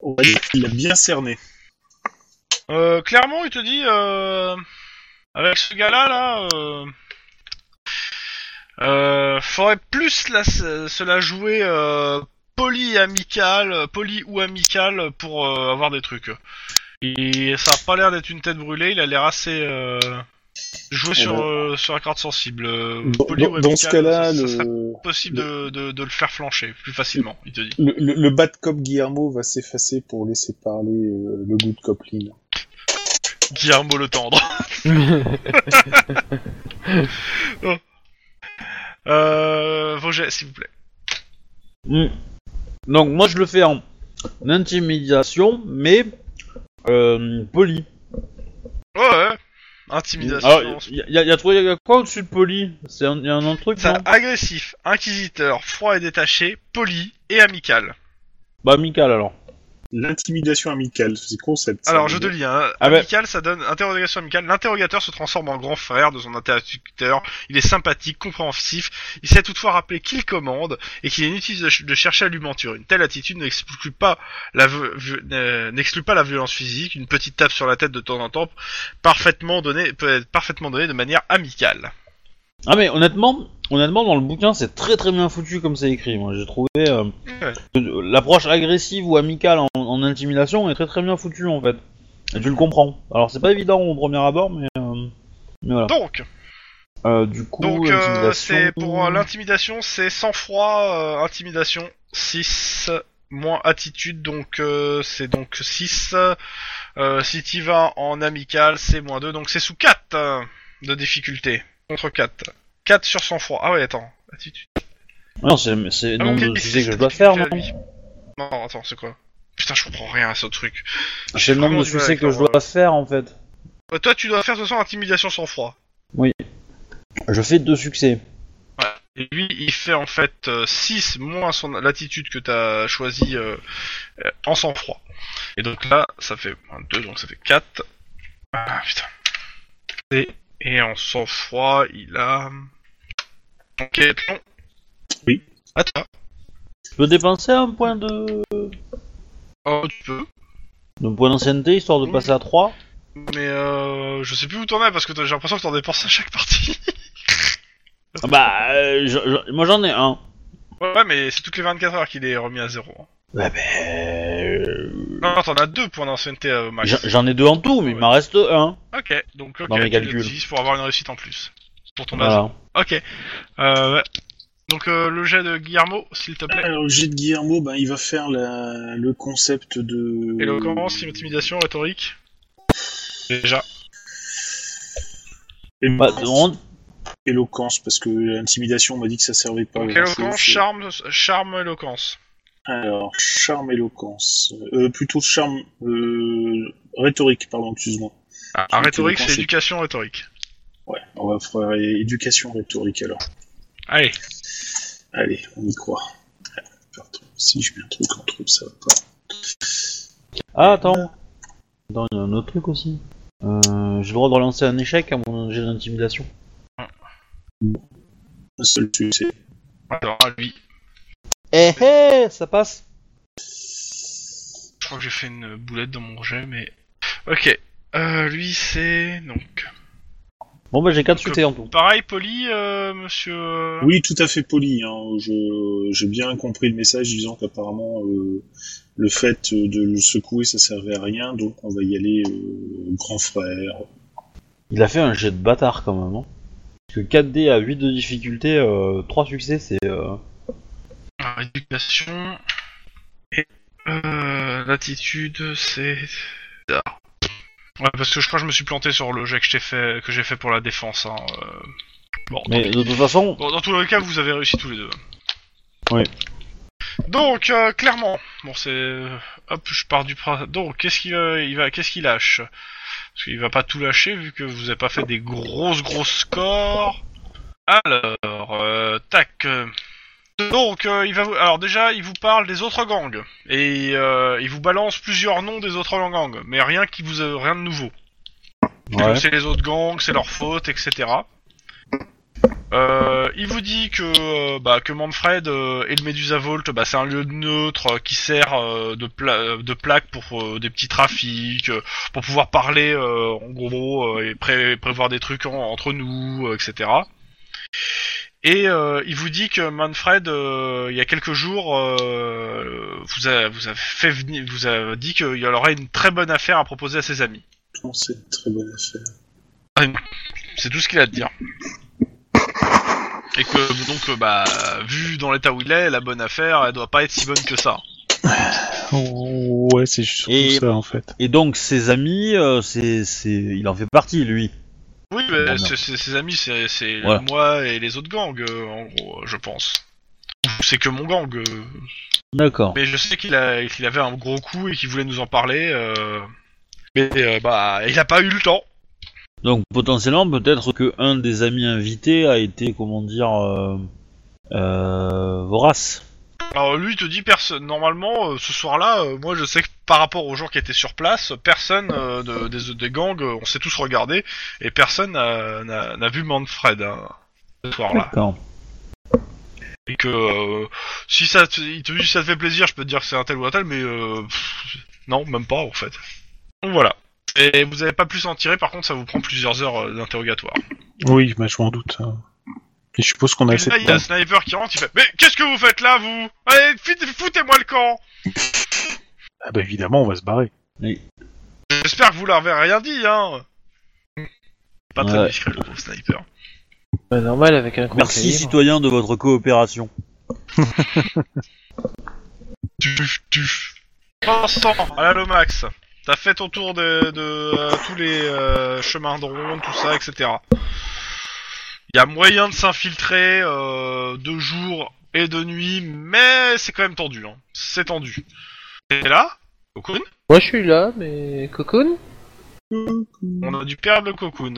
S4: On va dire qu'il a bien cerné.
S3: Euh, clairement, il te dit euh, avec ce gars-là là, euh, euh, faudrait plus la, cela jouer euh, poli amical, poli ou amical pour euh, avoir des trucs. Et ça a pas l'air d'être une tête brûlée. Il a l'air assez euh, joué sur euh, sur la corde sensible. Euh,
S4: Dans,
S3: poli ou
S4: dans- dans ce
S3: amical,
S4: cas-là,
S3: ça- ça
S4: le...
S3: serait possible de, de, de le faire flancher plus facilement, il te dit.
S4: Le, le, le bad cop Guillermo va s'effacer pour laisser parler euh, le good cop Lynn.
S3: Guillermo le tendre. Oh. euh, vos jets, s'il vous plaît.
S1: Hmm. Donc moi je le fais en en intimidation, mais euh, poli.
S3: Ouais, ouais. Intimidation.
S1: Alors il y, a- y a trop- y a quoi au-dessus de poli C'est un, y a un autre truc
S3: Ça,
S1: non
S3: agressif, inquisiteur, froid et détaché, poli et amical.
S1: Bah amical alors.
S4: L'intimidation amicale, c'est concept. ça,
S3: Alors,
S4: mais
S3: je te
S4: bon.
S3: lis, hein.
S1: Ah bah.
S3: amical, ça donne interrogation amicale. L'interrogateur se transforme en grand frère de son interlocuteur. Il est sympathique, compréhensif. Il sait toutefois rappeler qu'il commande et qu'il est inutile de, ch- de chercher à lui mentir. Une telle attitude n'exclut pas la vo- vi- euh, n'exclut pas la violence physique. Une petite tape sur la tête de temps en temps, parfaitement donnée, peut être parfaitement donnée de manière amicale.
S1: Ah mais honnêtement, honnêtement dans le bouquin c'est très très bien foutu comme c'est écrit. Moi j'ai trouvé euh,
S3: Ouais.
S1: que l'approche agressive ou amicale en, en intimidation est très très bien foutue en fait. Et tu le comprends. Alors c'est pas évident au premier abord mais euh, mais voilà.
S3: Donc,
S1: Euh, du coup
S3: Donc euh,
S1: intimidation-
S3: c'est pour euh, l'intimidation, c'est sang-froid, euh, intimidation 6 moins attitude, donc euh, c'est donc 6. Euh, si t'y vas en amical, c'est moins 2, donc c'est sous 4 euh, de difficulté contre 4. 4 sur sang-froid. Ah ouais, attends, attitude.
S1: Non c'est c'est le
S3: Ah,
S1: nombre
S3: ok,
S1: de sujets que je
S3: c'est
S1: dois faire non
S3: difficulté à lui. Non, attends, c'est quoi Putain, je comprends rien à ce truc.
S1: J'ai le nombre de
S3: Comment tu vas
S1: succès
S3: avec
S1: que je
S3: leur,
S1: dois faire en fait.
S3: Euh, toi, tu dois faire de toute façon intimidation sang-froid.
S1: Je fais deux succès.
S3: Et lui, il fait en fait 6 moins son l'attitude que t'as choisi euh, euh, en sang-froid. Et donc là, ça fait 2, donc ça fait 4. Ah putain. Et, et en sang-froid, il a. Ok, bon.
S4: Oui.
S3: Attends.
S1: Je peux dépenser un point de,
S3: Oh, tu peux.
S1: de point d'ancienneté histoire de
S3: Oui.
S1: passer à 3
S3: Mais euh, je sais plus où t'en es parce que t'as- j'ai l'impression que t'en dépenses à chaque partie.
S1: Bah, euh, je- je- moi j'en ai un.
S3: Ouais, mais c'est toutes les 24 heures qu'il est remis à zéro. hein.
S1: Ouais, ben. euh,
S3: Non, t'en as deux points d'ancienneté au euh, max.
S1: j'en- J'en ai deux en tout, mais il m'en reste un.
S3: Ok, donc ok,
S1: Dans mes
S3: tu le
S1: calculs.
S3: 10 pour avoir une réussite en plus. Pour ton base.
S1: Voilà.
S3: Ok. Euh, ouais. Donc euh, le jet de Guillermo, s'il te plaît.
S4: Alors, j'ai de Guillermo, ben, il va faire la- le concept de.
S3: Éloquence, intimidation, rhétorique. Déjà.
S1: Bah, on-
S4: Éloquence, parce que l'intimidation on m'a dit que ça servait pas.
S3: Donc
S4: à grand
S3: éloquence,
S4: chose.
S3: charme, charme, éloquence.
S4: Alors, charme, éloquence. Euh, plutôt charme. euh, rhétorique, pardon, excuse-moi.
S3: Ah,
S4: Donc,
S3: rhétorique,
S4: éloquence,
S3: c'est
S4: c'est-
S3: éducation, rhétorique.
S4: Ouais, on va faire euh, éducation rhétorique alors.
S3: Allez.
S4: Allez, on y croit. Pardon, si je mets un truc en troupe, ça va pas.
S1: Ah, attends. Attends, il y a un autre truc aussi. Euh, J'ai le droit de relancer un échec à mon jet d'intimidation.
S4: Un seul succès.
S3: Alors, lui.
S1: Eh, eh, ça passe.
S3: Je crois que j'ai fait une boulette dans mon jet, mais. Ok. Euh, lui, c'est. Donc.
S1: Bon, bah, j'ai 4 succès en tout.
S3: Pareil, poli, euh, monsieur.
S4: Oui, tout à fait poli. Hein. Je- J'ai bien compris le message disant qu'apparemment euh, le fait de le secouer, ça servait à rien, donc on va y aller euh, grand frère.
S1: Il a fait un jet de bâtard quand même. Hein. Parce que 4D à 8 de difficulté, 3 succès, c'est. euh,
S3: Alors, éducation. Et. Euh, l'attitude, c'est. bizarre. Ouais, parce que je crois que je me suis planté sur le jet que j'ai fait, que j'ai fait pour la défense. Hein. euh. Bon,
S1: Mais de toute façon,
S3: Bon, dans tous les cas, vous avez réussi tous les deux.
S1: Ouais.
S3: Donc, euh, clairement, bon, c'est. euh, Hop, je pars du principe. Donc, qu'est-ce qu'il va, il va, qu'est-ce qu'il lâche Parce qu'il va pas tout lâcher vu que vous avez pas fait des grosses, grosses scores. Alors, euh, tac. euh. Donc, euh, il va. vous- Alors déjà, il vous parle des autres gangs et euh, il vous balance plusieurs noms des autres gangs, mais rien qui vous, a- rien de nouveau.
S1: ouais.
S3: C'est les autres gangs, c'est leur faute, etc. Euh, il vous dit que euh, bah, que Manfred euh, et le Medusa Vault, bah, c'est un lieu neutre euh, qui sert euh, de, pla- euh, de plaque pour euh, des petits trafics, euh, pour pouvoir parler euh, en gros euh, et pré- prévoir des trucs en- entre nous, euh, etc. Et euh, il vous dit que Manfred, euh, il y a quelques jours, euh, vous a vous a fait venir, vous a dit qu'il y aurait une très bonne affaire à proposer à ses amis.
S4: Bon, C'est une très bonne affaire.
S3: C'est tout ce qu'il a à te dire. Et que donc euh, bah vu dans l'état où il est, la bonne affaire, elle doit pas être si bonne que ça.
S4: Oh, ouais, c'est surtout
S1: Et-
S4: ça en fait.
S1: Et donc, ses amis, euh, c'est, c'est... il en fait partie, lui.
S3: Oui,
S1: Bon,
S3: mais
S1: merde.
S3: c'est- c'est- ses amis, c'est c'est
S1: Ouais.
S3: moi et les autres gangs, euh, en gros, euh, je pense. Ou C'est que mon gang. euh.
S1: D'accord.
S3: Mais je sais qu'il a qu'il avait un gros coup et qu'il voulait nous en parler. euh. Mais euh, bah il a pas eu le temps.
S1: Donc, potentiellement, peut-être que un des amis invités a été, comment dire, euh, euh, vorace.
S3: Alors lui il te dit personne. Normalement, euh, ce soir-là, euh, moi je sais que par rapport aux gens qui étaient sur place, personne euh, de- des, des gangs, euh, on s'est tous regardés et personne n'a- n'a n'a vu Manfred hein, ce soir-là.
S1: D'accord.
S3: Et que euh, si ça, te, il te dit ça te fait plaisir, je peux te dire que c'est un tel ou un tel, mais euh, pff, non, même pas en fait. Donc voilà. Et vous n'avez pas plus à en tirer. Par contre, ça vous prend plusieurs heures euh, d'interrogatoire.
S4: Oui, bah, je m'en doute. hein. Et je suppose qu'on a
S3: Et
S4: assez
S3: là,
S4: de
S3: il y a un
S4: temps.
S3: sniper qui rentre, il fait Mais qu'est-ce que vous faites là, vous Allez, foutez- foutez-moi le camp
S4: Ah bah évidemment, on va se barrer.
S3: J'espère que vous leur avez rien dit, hein Pas très
S1: Ouais.
S3: discret, le pauvre sniper.
S2: Bah, normal avec un gros
S1: Merci,
S2: calibre.
S1: citoyens, de votre coopération.
S3: Tuf, tuf. Vincent, à la Lomax, t'as fait ton tour de, de, euh, tous les euh, chemins de ronde, tout ça, etc. Il y a moyen de s'infiltrer euh, de jour et de nuit, mais c'est quand même tendu, hein. C'est tendu. Et là, Cocoon
S2: Moi je suis là, mais Cocoon
S3: On a dû perdre le Cocoon.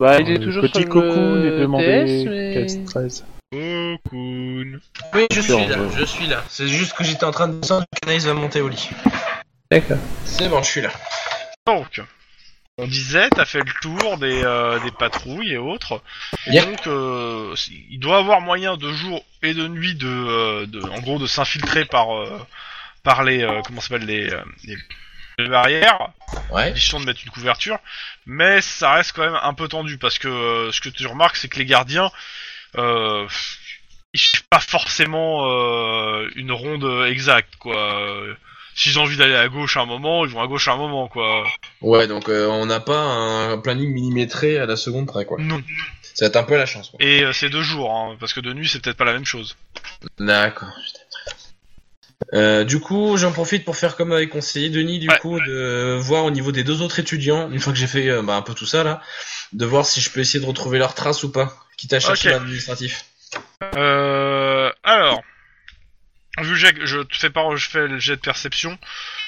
S2: Bah il est
S4: Euh,
S2: toujours
S4: petit
S2: sur
S4: cocoon
S2: le
S4: et demandez
S2: DS, mais...
S4: 13.
S3: Cocoon.
S7: Oui, je suis
S1: Sûr,
S7: là,
S1: ouais.
S7: je suis là. C'est juste que j'étais en train de descendre du canaille à monter au lit.
S2: D'accord.
S7: C'est bon, je suis là.
S3: Donc, on disait, t'as fait le tour des, euh, des patrouilles et autres. Et
S7: Yep.
S3: donc, euh, il doit avoir moyen de jour et de nuit de, euh, de en gros, de s'infiltrer par, euh, par les, euh, comment ça s'appelle, les, euh, les, les barrières,
S7: Ouais.
S3: question de mettre une couverture. Mais ça reste quand même un peu tendu parce que euh, ce que tu remarques, c'est que les gardiens, euh, il cherche pas forcément euh, une ronde exacte, quoi. Euh, Si j'ai envie d'aller à gauche à un moment, ils vont à gauche à un moment, quoi.
S7: Ouais, donc euh, on n'a pas un planning millimétré à la seconde près, quoi.
S3: Non.
S7: Ça va être un peu la chance, quoi.
S3: Et euh, c'est deux jours, hein, parce que de nuit, c'est peut-être pas la même chose.
S7: D'accord, putain, très bien. Euh, du coup, j'en profite pour faire comme avait conseillé Denis, du
S3: Ouais.
S7: coup, de voir au niveau des deux autres étudiants, une fois que j'ai fait euh, bah, un peu tout ça là, de voir si je peux essayer de retrouver leurs traces ou pas, quitte à chercher
S3: Ok.
S7: l'administratif.
S3: Euh, alors, vu que j'ai- je te fais pas, je fais le jet de perception,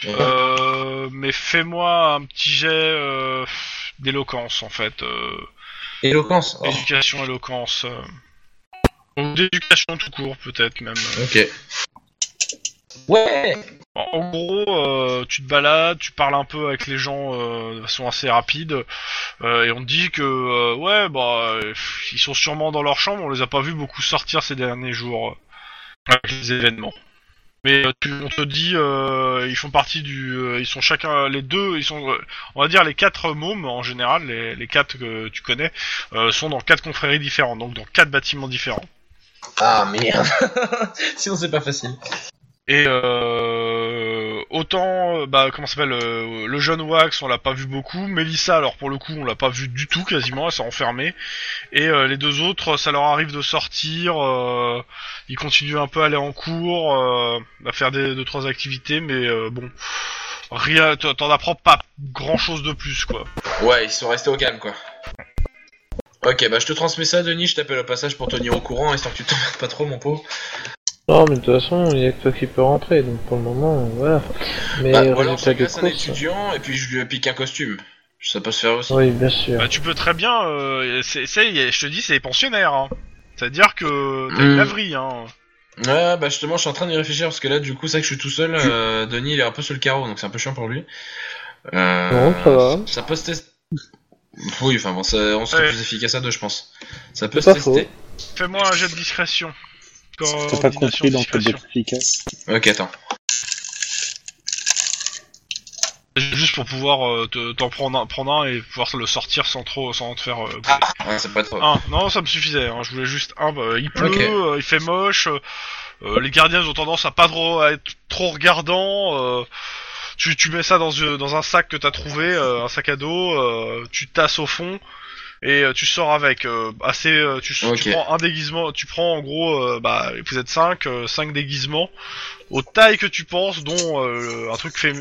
S3: euh, mais fais-moi un petit jet euh, d'éloquence, en fait. Euh,
S7: Éloquence. Oh,
S3: Éducation, éloquence. euh, Ou d'éducation tout court, peut-être même.
S7: Oh, ok. Ouais.
S3: En, en gros, euh, tu te balades, tu parles un peu avec les gens euh, de façon assez rapide, euh, et on te dit que, euh, ouais, bah, euh, pff, ils sont sûrement dans leur chambre, on les a pas vus beaucoup sortir ces derniers jours euh, avec les événements. Mais euh, tu- on te dit, euh, ils font partie du, euh, ils sont chacun, les deux, ils sont, euh, on va dire les quatre mômes en général, les, les quatre que tu connais, euh, sont dans quatre confréries différentes, donc dans quatre bâtiments différents.
S7: Ah merde. Sinon c'est pas facile.
S3: Et euh, autant, euh, bah, comment ça s'appelle, euh, le jeune Wax, on l'a pas vu beaucoup. Mélissa, alors pour le coup, on l'a pas vu du tout quasiment, elle s'est enfermée. Et euh, les deux autres, ça leur arrive de sortir, euh, ils continuent un peu à aller en cours, euh, à faire des deux trois activités, mais euh, bon, rien, t'en t'en apprends pas grand chose de plus quoi.
S7: Ouais, ils sont restés au calme, quoi. Ok, bah je te transmets ça, Denis, je t'appelle au passage pour tenir au courant, histoire que tu t'emmerdes pas trop, mon pauvre.
S2: Non, mais de toute façon, il y a que toi qui peux rentrer, donc pour le moment, voilà. Mais
S7: Bah, ou alors je
S2: résultat de
S7: glace un
S2: course.
S7: étudiant, et puis je lui pique un costume. Ça peut se faire aussi.
S2: Oui, bien sûr.
S3: Bah, tu peux très bien, euh, c'est, c'est- je te dis, c'est les pensionnaires. Hein. C'est-à-dire que t'as
S7: Mm.
S3: une laverie, hein.
S7: Ouais, bah justement, je suis en train d'y réfléchir, parce que là, du coup, c'est vrai que je suis tout seul, euh, Denis, il est un peu sur le carreau, donc c'est un peu chiant pour lui. Euh,
S2: Non, ça va.
S7: Ça peut se tester. Oui, enfin bon, ça- on serait
S3: Ouais.
S7: plus efficace à deux, je pense. Ça peut se
S2: C'est pas
S7: tester.
S3: Fais-moi un jet de discrétion.
S4: T'as pas
S3: Coordination,
S4: compris dans quel
S3: discrétion.
S4: d'être efficace.
S7: Ok, attends.
S3: Juste pour pouvoir euh, te- t'en prendre, un, prendre un et pouvoir le sortir sans trop, sans te faire. euh,
S7: Ah, ouais, ça peut être...
S3: Un. Non, ça me suffisait. hein, Je voulais juste un. bah, il pleut,
S7: Ok.
S3: euh, il fait moche. euh, euh, les gardiens ont tendance à pas trop à être trop regardants. euh, tu, tu mets ça dans, une- dans un sac que t'as trouvé, euh, un sac à dos. euh, tu tasses au fond et euh, tu sors avec. euh, assez. euh, tu, tu
S7: Ok.
S3: prends un déguisement. Tu prends en gros. euh, bah, vous êtes cinq, euh, cinq déguisements aux tailles que tu penses, dont euh, un truc fait.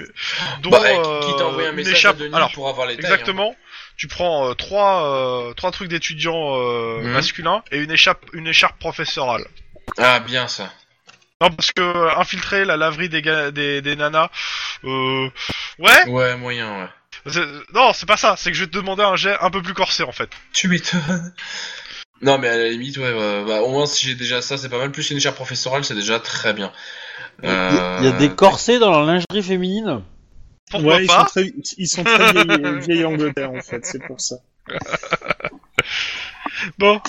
S3: Dont
S7: Bah, eh,
S3: euh,
S7: qui t'a envoyé un
S3: une
S7: message à
S3: écharpe-
S7: Denis
S3: Alors,
S7: pour avoir les tailles, hein.
S3: Exactement. Tu prends euh, trois euh, trois trucs d'étudiants euh,
S7: Mhm.
S3: masculins et une écharpe une écharpe professorale.
S7: Ah, bien ça.
S3: Non parce que euh, infiltrer la laverie des ga- des, des nanas. Euh... Ouais.
S7: Ouais, moyen, ouais.
S3: c'est- Non c'est pas ça. C'est que je vais te demander un jet un peu plus corsé en fait.
S7: Tu m'étonnes. Non, mais à la limite, ouais, ouais, bah, au moins si j'ai déjà ça, c'est pas mal. Plus une écharpe professorale, c'est déjà très bien.
S1: Il y a
S7: Euh,
S1: des corsets dans la lingerie féminine.
S3: Pourquoi
S4: ouais,
S3: pas
S4: ils sont très, ils sont très vieilles, euh, vieilles Angleterre, en fait, c'est pour ça.
S3: Bon.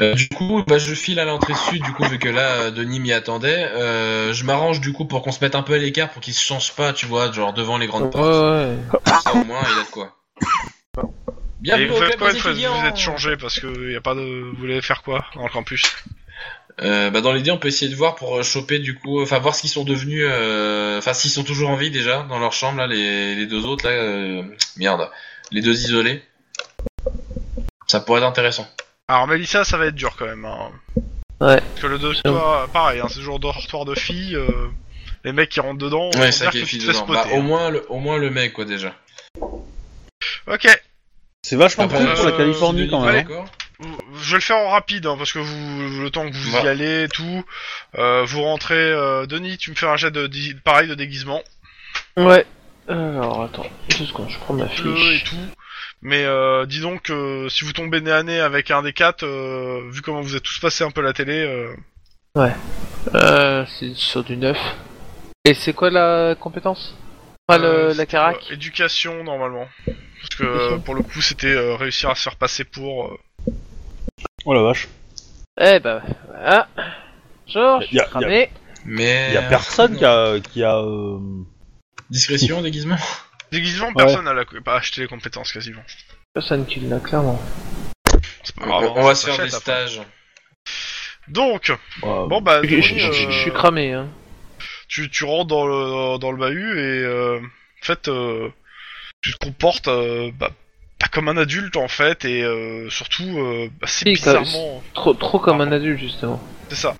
S7: euh, du coup, bah, je file à l'entrée sud, du coup, vu que là, euh, Denis m'y attendait. Euh, je m'arrange, du coup, pour qu'on se mette un peu à l'écart, pour qu'il se change pas, tu vois, genre devant les grandes
S2: Ouais,
S7: portes.
S2: ouais.
S7: Ça, au moins, il a de quoi.
S3: Et
S7: Bienvenue
S3: vous
S7: au
S3: faites
S7: club
S3: quoi
S7: des
S3: une fois que
S7: étudiants.
S3: vous êtes changé parce que y a pas de vous voulez faire quoi dans le campus
S7: Euh, bah, dans l'idée, on peut essayer de voir pour euh, choper, du coup, enfin, voir ce qu'ils sont devenus, euh, enfin, s'ils sont toujours en vie, déjà, dans leur chambre, là, les, les deux autres, là, euh, merde, les deux isolés. Ça pourrait être intéressant.
S3: Alors Mélissa ça va être dur quand même. Hein.
S2: Ouais.
S3: Parce que le deux toi pareil hein, c'est toujours dortoir de filles. euh, Les mecs qui rentrent dedans,
S7: Ouais,
S3: on
S7: ça
S3: dirait
S7: qui est
S3: que tu te fais
S7: fille dedans.
S3: spotter,
S7: Bah, au moins, le, au moins le mec, quoi, déjà.
S3: hein. Ok,
S1: C'est vachement
S7: Après,
S1: cool pour la
S3: euh,
S1: Californie quand même. hein.
S7: D'accord.
S3: Je vais le faire en rapide, hein, parce que vous, le temps que vous y
S7: Voilà.
S3: allez, tout, euh, vous rentrez. euh, Denis, tu me fais un jet de dé- pareil de déguisement,
S2: Ouais. Alors, attends, deux secondes, je prends ma
S3: bleu et
S2: fiche.
S3: tout. Mais euh, dis donc, euh, si vous tombez nez à nez avec un des quatre, euh, vu comment vous êtes tous passés un peu la télé, euh,
S2: Euh, c'est sur du 9. Et c'est quoi la compétence Pas le-
S3: euh,
S2: la
S3: c'était,
S2: carac
S3: euh, éducation normalement, parce que euh, pour le coup, c'était euh, réussir à se faire passer pour. euh,
S1: Oh la vache.
S2: Eh bah, voilà. Genre, je suis
S1: Y a- y a-
S2: cramé.
S7: Mais.
S1: Il y a personne qui a. Qui a euh,
S7: Discrétion, déguisement.
S3: Déguisement, personne n'a la- pas acheté les compétences quasiment.
S2: Personne qui l'a, clairement.
S3: C'est pas
S7: On-
S3: grave, hein,
S7: on va
S3: ça
S7: se faire
S3: s'achète
S7: des
S3: après.
S7: stages.
S3: Donc,
S10: Bah,
S3: bon bah,
S2: Je, je-
S3: Tony,
S2: je- je
S3: euh,
S2: suis cramé. Hein.
S3: tu, tu rentres dans le, dans le bahut et euh, en fait, euh, tu te comportes euh, bah, pas comme un adulte en fait et euh, surtout euh, assez
S2: Oui, ça-
S3: bizarrement.
S2: Trop, trop comme un adulte justement.
S3: C'est ça.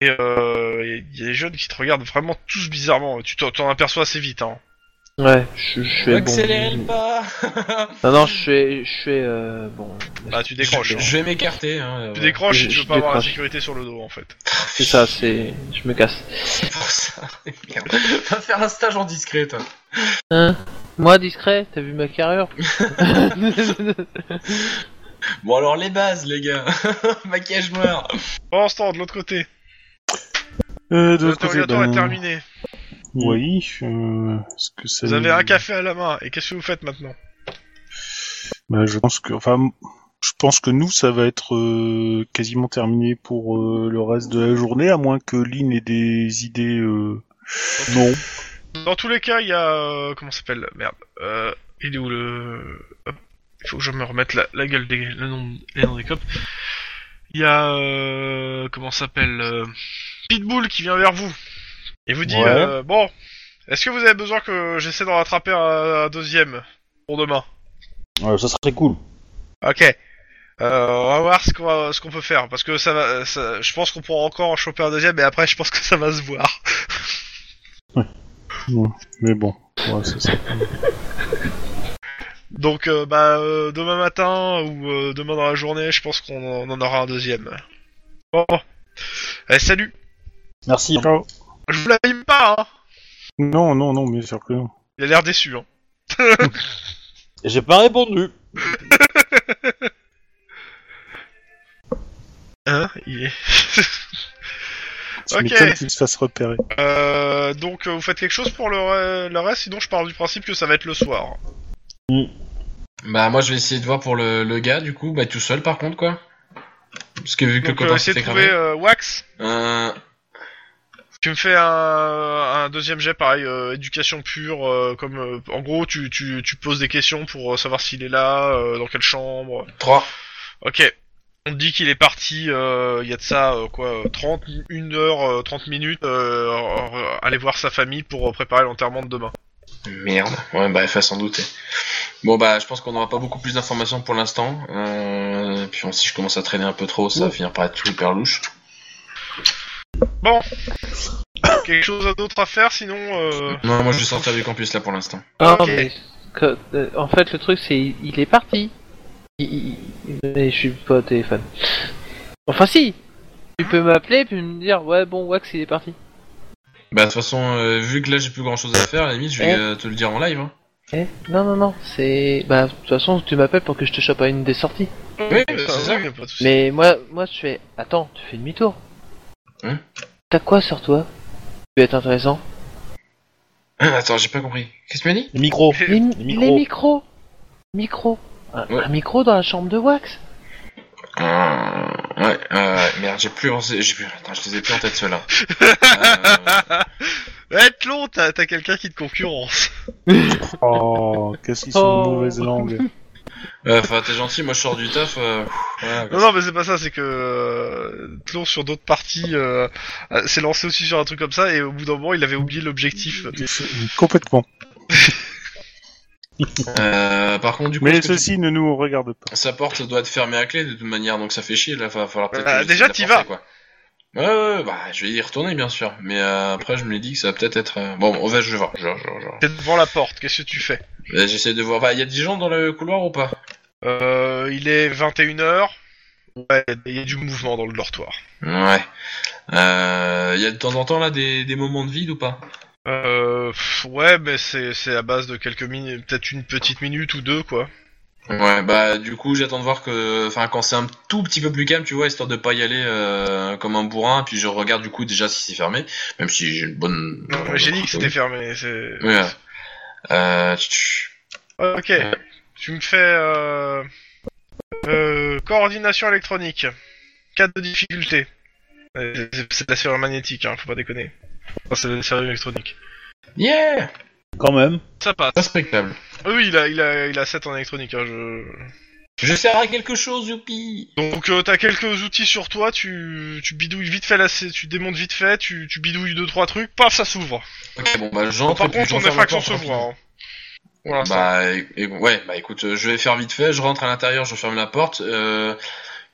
S3: Et euh, il y a des jeunes qui te regardent vraiment tous bizarrement. Tu t'en- t'en aperçois assez vite. Hein.
S2: Ouais, je, je fais bon.
S7: Accélérez le pas
S2: Non, non, je fais, je fais euh, bon.
S3: Bah, tu décroches. hein.
S7: Je vais m'écarter. hein,
S3: Tu
S7: ouais.
S3: décroches
S2: Je-
S3: et tu
S2: je
S3: veux pas avoir la
S2: décroche.
S3: sécurité sur le dos en fait.
S2: C'est ça, c'est, je me casse.
S7: C'est pour ça. Merde. Va faire un stage en discret, toi.
S2: Hein Moi discret, t'as vu ma carrière
S7: Bon, alors les bases, les gars. Maquillage noir.
S3: Pendant ce temps, de l'autre côté,
S4: Euh, de l'autre côté,
S3: l'interrogatoire
S4: ben,
S3: est terminé.
S4: Oui, euh, est-ce que ça...
S3: Vous avez un café à la main et qu'est-ce que vous faites maintenant
S4: Bah, je pense que, enfin, m- je pense que nous, ça va être euh, quasiment terminé pour euh, le reste de la journée, à moins que Lynn ait des idées. euh, Non.
S3: Dans tous les cas, il y a. euh, comment ça s'appelle Merde. Euh, il est où le. Hop. Il faut que je me remette la, la gueule des. Le nom, les noms des copes. Il y a. euh, comment ça s'appelle euh, Pitbull qui vient vers vous. Et vous dit
S4: Ouais.
S3: euh, Bon, est-ce que vous avez besoin que j'essaie d'en rattraper un, un deuxième pour demain
S1: Ouais, ça serait cool.
S3: Ok. Euh, on va voir ce qu'on va- ce qu'on peut faire parce que ça va. ça- je pense qu'on pourra encore en choper un deuxième et après je pense que ça va se voir.
S4: Mais bon, ouais, c'est ça.
S3: Donc euh, bah euh, demain matin ou euh, demain dans la journée, je pense qu'on en- on en aura un deuxième. Bon, Allez, salut.
S1: Merci.
S4: Ciao.
S3: Je vous l'avais pas. Hein.
S4: Non, non, non, bien sûr que non.
S3: Il a l'air déçu. Hein.
S1: J'ai pas répondu.
S3: Hein Il est.
S4: Tu
S3: Ok.
S4: m'étonnes qu'il se fasse repérer.
S3: Euh, donc euh, vous faites quelque chose pour le, re- le reste, sinon je pars du principe que ça va être le soir.
S7: Bah moi je vais essayer de voir pour le, le gars du coup, bah tout seul par contre quoi. Parce que vu que
S3: Donc
S7: le
S3: euh,
S7: copain
S3: essayez de
S7: s'était
S3: trouver
S7: cramé.
S3: euh, Wax.
S7: Euh,
S3: Tu me fais un, un deuxième jet, pareil, euh, éducation pure, euh, comme euh, en gros tu, tu, tu poses des questions pour euh, savoir s'il est là, euh, dans quelle chambre.
S7: 3.
S3: Ok. On te dit qu'il est parti, euh, il y a de ça, euh, quoi, euh, 30, 1 heure, euh, 30 minutes, euh, euh, aller voir sa famille pour euh, préparer l'enterrement de demain.
S7: Merde. Ouais bah il faut s'en douter. Bon bah je pense qu'on n'aura pas beaucoup plus d'informations pour l'instant. Euh, puis bon, si je commence à traîner un peu trop, ça va finir par être hyper louche.
S3: Quelque chose d'autre à faire, sinon... Euh...
S7: Non moi je vais sortir du campus là pour l'instant.
S2: Non,
S3: Ok.
S2: Ah, mais que- euh, en fait, le truc, c'est il est parti. Il- il- il- mais je suis pas au téléphone. Enfin, si Tu peux m'appeler puis me dire, ouais, bon, Wax, il est parti.
S7: Bah de toute façon euh, vu que là j'ai plus grand chose à faire, à la limite je vais
S2: Eh.
S7: euh, te le dire en live. Hein.
S2: Eh Non, non, non, c'est. Bah, de toute façon, tu m'appelles pour que je te chope à une des sorties.
S7: Oui bah, c'est
S3: oui,
S7: ça.
S3: Euh, y a pas de souci.
S2: Mais moi, moi, je fais. Attends, tu fais demi-tour.
S7: Hein
S2: T'as quoi sur toi Tu être intéressant.
S7: Attends j'ai pas compris. Qu'est-ce que tu m'as dit
S1: Le micro.
S2: Les, mi-
S1: Les micros.
S2: les micros Micro un,
S7: Ouais.
S2: un micro dans la chambre de Wax
S7: Euh, ouais, euh, merde, j'ai plus pensé, j'ai plus, attends, je les ai plus en tête ceux-là. Euh,
S3: être long, Eh, t'as t'as quelqu'un qui te concurrence.
S4: Oh, qu'est-ce qu'ils sont de
S2: Oh.
S4: mauvaise langue.
S7: euh, Enfin, t'es gentil, moi je sors du taf. Euh... voilà, quoi.
S3: Non, non, mais c'est pas ça, c'est que... Euh, Tlon, sur d'autres parties, euh, euh, s'est lancé aussi sur un truc comme ça, et au bout d'un moment, il avait oublié l'objectif.
S4: Complètement.
S7: Euh, par contre, du coup,
S4: Mais
S7: est-ce que
S4: ceci ne nous regarde pas.
S7: tu- sa porte doit être fermée à clé de toute manière, donc ça fait chier. Là, va falloir peut-être.
S3: Bah,
S7: que j'essaie
S3: déjà,
S7: de la
S3: t'y
S7: porter, quoi. Ouais, ouais, ouais, bah, je vais y retourner, bien sûr. Mais euh, après, je me l'ai dit que ça va peut-être être. euh, Bon, on va, je vais voir. Je, vais voir, je, vais voir, je vais voir.
S3: T'es devant la porte, qu'est-ce que tu fais
S7: Mais J'essaie de voir. Bah, il y a 10 gens dans le couloir ou pas
S3: euh, Il est 21h. Ouais, il y a du mouvement dans le dortoir.
S7: Ouais. Euh, Il y a de temps en temps là des, des moments de vide ou pas
S3: Euh, pff, ouais, mais c'est c'est à base de quelques minutes, peut-être une petite minute ou deux, quoi.
S7: Ouais, bah du coup j'attends de voir que, enfin quand c'est un tout petit peu plus calme, tu vois, histoire de pas y aller euh, comme un bourrin, puis je regarde du coup déjà si c'est fermé, même si j'ai une bonne.
S3: Non, mais j'ai dit que c'était fermé. c'est...
S7: Oui, ouais. Euh, tch, tch.
S3: Ok. Tu me fais euh... euh, coordination électronique. 4 de difficulté. Euh, C'est c'est de la serrure magnétique, hein, faut pas déconner. Enfin, c'est de la serrure électronique.
S7: Yeah,
S1: Quand même.
S3: Ça passe.
S7: respectable.
S3: Ah Oui, il a, il a, il a 7 en électronique. hein, je...
S7: Je sers à quelque chose, youpi
S3: Donc euh, t'as quelques outils sur toi, tu, tu bidouilles vite fait la, sé- tu démontes vite fait, tu, tu bidouilles deux trois trucs, paf ça s'ouvre.
S7: Ok, bon, bah
S3: Bon,
S7: j'entre.
S3: par
S7: puis
S3: contre ton
S7: j'enferme la
S3: effraction
S7: porte
S3: se
S7: rapidement.
S3: voit. hein. Voilà, ça.
S7: Bah, é- é- ouais, bah écoute, euh, je vais faire vite fait, je rentre à l'intérieur, je ferme la porte. euh,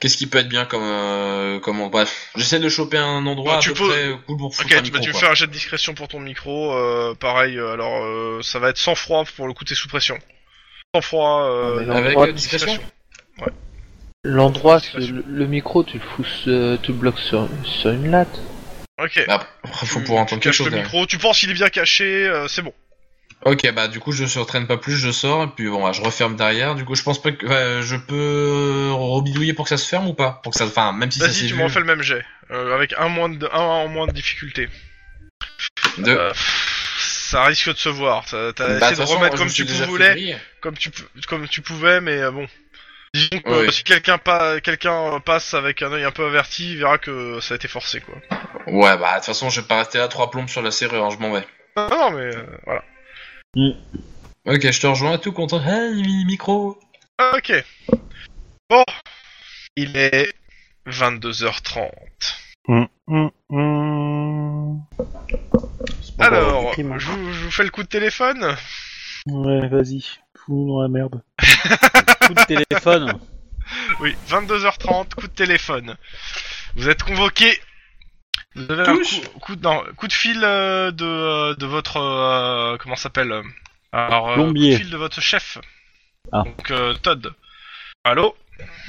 S7: Qu'est-ce qui peut être bien comme. euh, comment Bref, j'essaie de choper un endroit
S3: Bah,
S7: à
S3: tu
S7: peu
S3: peux-
S7: près cool pour
S3: Ok,
S7: foutre un
S3: tu- bah,
S7: micro,
S3: tu
S7: quoi.
S3: fais un jet de discrétion pour ton micro, euh, pareil, euh, alors euh, ça va être sans froid pour le coup t'es sous pression. Sans froid, euh,
S2: Mais non.
S7: Avec
S2: Ouais,
S7: euh, discrétion
S2: L'endroit,
S3: C'est
S2: c'est le, le micro, tu le fous, euh, tu le bloques sur, sur une latte.
S3: Ok.
S7: Bah, faut
S3: Tu-
S7: pour
S3: tu
S7: entendre quelque
S3: caches
S7: chose.
S3: le
S7: derrière.
S3: micro, tu penses qu'il est bien caché, euh, c'est bon.
S7: Ok, bah du coup, je se retraîne pas plus, je sors, et puis bon, bah, je referme derrière. Du coup, je pense pas que. bah, je peux rebidouiller pour que ça se ferme ou pas Pour que ça. Enfin, même si ça s'est
S3: Vas-y, tu
S7: vu.
S3: me refais le même jet, euh, avec un, moins de, un en moins de difficulté.
S7: De-
S3: Euh, pff, ça risque de se voir, t'as t'as essayé
S7: Bah, de toute
S3: Euh, de
S7: façon,
S3: remettre
S7: je me
S3: comme
S7: suis
S3: tu
S7: déjà fait
S3: voulais.
S7: griller.
S3: comme tu, pou- comme tu pouvais, mais euh, bon. Disons que
S7: Ouais, ouais.
S3: si quelqu'un pa quelqu'un passe avec un œil un peu averti, il verra que ça a été forcé, quoi.
S7: Ouais, bah de toute façon, je vais pas rester là trois plombes sur la serrure, hein, je m'en vais.
S3: Non, non, mais euh, voilà.
S7: Ok, je te rejoins tout content. Hey, mi- micro
S3: Ah, Ok. Bon. Il est 22h30.
S4: Hum, hum.
S3: Alors, je vous, je vous fais le coup de téléphone.
S4: Ouais, vas-y. Fous-nous dans la merde.
S1: Coup de téléphone.
S3: Oui, 22h30, coup de téléphone. Vous êtes convoqué. Vous avez un
S7: Tous
S3: coup, coup de, non, coup de fil euh, de, euh, de votre... euh, comment ça s'appelle euh, Alors, euh,
S1: Plombier.
S3: coup de fil de votre chef.
S1: Ah.
S3: Donc, euh, Todd. Allô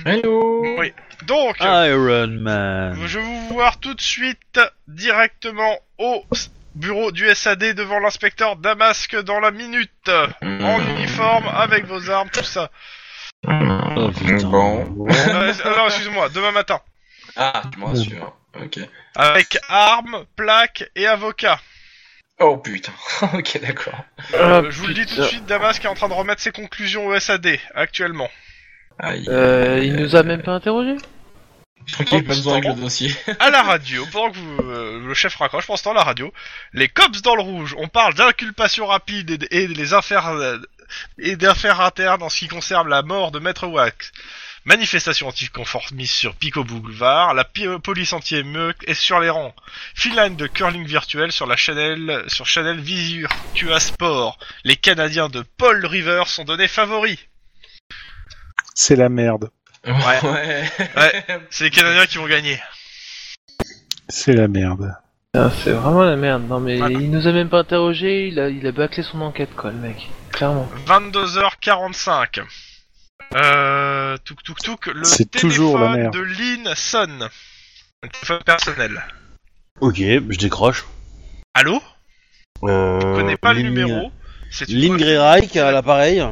S7: Hello
S3: Oui. Donc,
S1: Ah, Iron Man.
S3: je vais vous voir tout de suite directement au s- bureau du SAD devant l'inspecteur Damasque dans la minute. En
S7: Hmm.
S3: uniforme, avec vos armes, tout ça.
S1: Oh, putain.
S7: Mm. Bon.
S3: Euh, euh, non, excuse-moi, demain matin.
S7: Ah, tu me rassures. Ok.
S3: Avec armes, plaques et avocat.
S7: Oh putain. ok, d'accord.
S2: Ah,
S3: Euh, je vous le dis tout de
S2: putain.
S3: suite, Damasque est en train de remettre ses conclusions au SAD actuellement.
S7: Aïe.
S2: Euh, il nous Oh, a même pas interrogé
S7: Je crois qu'il y a pas besoin avec le dossier.
S3: À la radio, pendant que vous, euh, le chef raccroche, pendant ce temps, à la radio, les cops dans le rouge, on parle d'inculpation rapide et, d- et les affaires euh, et d'affaires internes en ce qui concerne la mort de Maître Wax. Manifestation anticonformiste sur Pico Boulevard, la pi- euh, police anti-émeute est sur les rangs. Finline de curling virtuel sur la Chanel, sur Chanel Visure, Tua Sport. Les Canadiens de Paul River sont donnés favoris.
S4: C'est la merde.
S7: Ouais.
S3: C'est les Canadiens qui vont gagner.
S4: C'est la merde.
S2: Putain, Ah, C'est vraiment la merde. Non mais il nous a même pas interrogé, il a, il a bâclé son enquête quoi, le mec. Clairement.
S3: 22h45. Euh, touk touk touk, le
S4: C'est
S3: téléphone
S4: toujours la merde.
S3: de Lynn sonne. Un téléphone personnel.
S1: Ok, je décroche.
S3: Allô
S1: Euh,
S3: Je connais pas le
S1: Lynn-
S3: numéro. C'est une
S1: Lynn
S3: voix-
S1: Greyreich à l'appareil.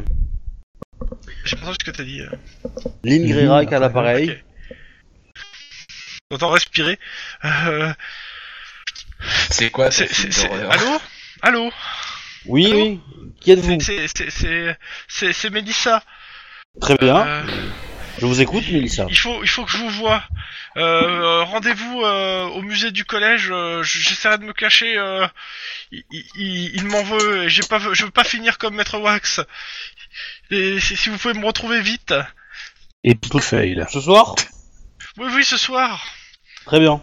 S3: J'ai pas entendu ce que t'as dit. euh.
S8: Mhm.
S1: Lynn Greyreich à l'appareil.
S3: Ok. J'entends respirer. Euh,
S7: C'est quoi
S3: c'est-
S7: cette
S3: c'est-
S7: fille
S3: c'est-
S7: d'horreur
S3: Allô Allô
S1: Oui, oui. Qui êtes-vous
S3: C'est- c'est- c'est- C'est c'est- c'est Mélissa.
S1: Très bien.
S3: Euh,
S1: Je vous écoute, Mélissa.
S3: Il faut, il faut que je vous voie. Euh, euh, Rendez-vous euh, au musée du collège. euh, j- J'essaierai de me cacher. euh, il il- il m'en veut. et J'ai pas, je veux pas finir comme Maître Wax. Et si si vous pouvez me retrouver vite.
S4: Et tout fail.
S1: Ce soir
S3: Oui, oui, ce soir.
S1: Très bien.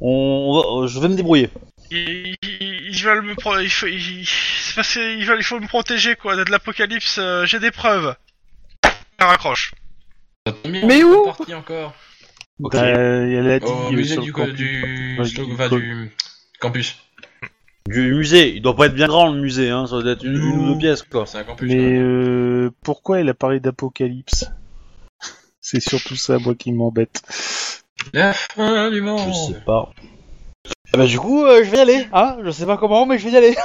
S1: On, on va- euh, je vais me débrouiller.
S3: Ils, ils- ils veulent me, pro- il faut, ils- c'est parce que ils veulent, il faut me protéger quoi de l'apocalypse. euh, J'ai des preuves. Ça raccroche.
S7: Mais où parti encore
S1: Ok.
S4: Bah, elle a dit
S7: Au
S5: Oh,
S4: euh,
S7: musée
S4: sur
S7: du,
S4: le
S7: co-
S4: campus.
S7: du...
S4: Ouais,
S7: slogan-
S4: du
S7: enfin,
S4: co-
S7: du campus.
S1: Du musée, il doit pas être bien grand le musée, hein. ça doit être une, une ou deux pièces quoi.
S7: C'est un campus.
S4: Mais euh, pourquoi elle a parlé d'apocalypse C'est surtout ça, moi, qui m'embête.
S7: La fin du
S1: Je
S7: monde.
S1: sais pas. Oh. Ah bah du coup, euh, je vais y aller, hein. Je sais pas comment, mais je vais y aller.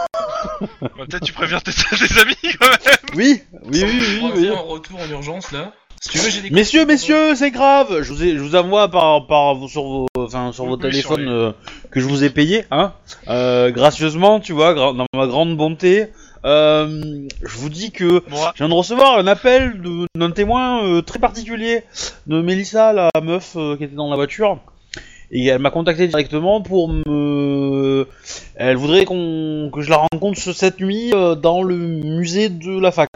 S3: Ouais, Bah, Peut-être tu préviens tes, tes amis quand même.
S1: Oui, oui, oui, oui.
S7: On va
S1: oui.
S7: faire un retour en urgence là. Si tu veux, j'ai des.
S1: Messieurs, messieurs, c'est grave. Je vous, ai- je vous envoie par, par vos- sur vos, enfin, sur vos
S3: Oui,
S1: téléphones
S3: sur les-
S1: euh, que je vous ai payé, hein, euh, gracieusement, tu vois, gra- dans ma grande bonté. Euh, je vous dis que
S3: Moi.
S1: je viens de recevoir un appel de- d'un témoin euh, très particulier de Mélissa, la meuf euh, qui était dans la voiture. Et elle m'a contacté directement pour me. Elle voudrait qu'on que je la rencontre ce- cette nuit euh, dans le musée de la fac.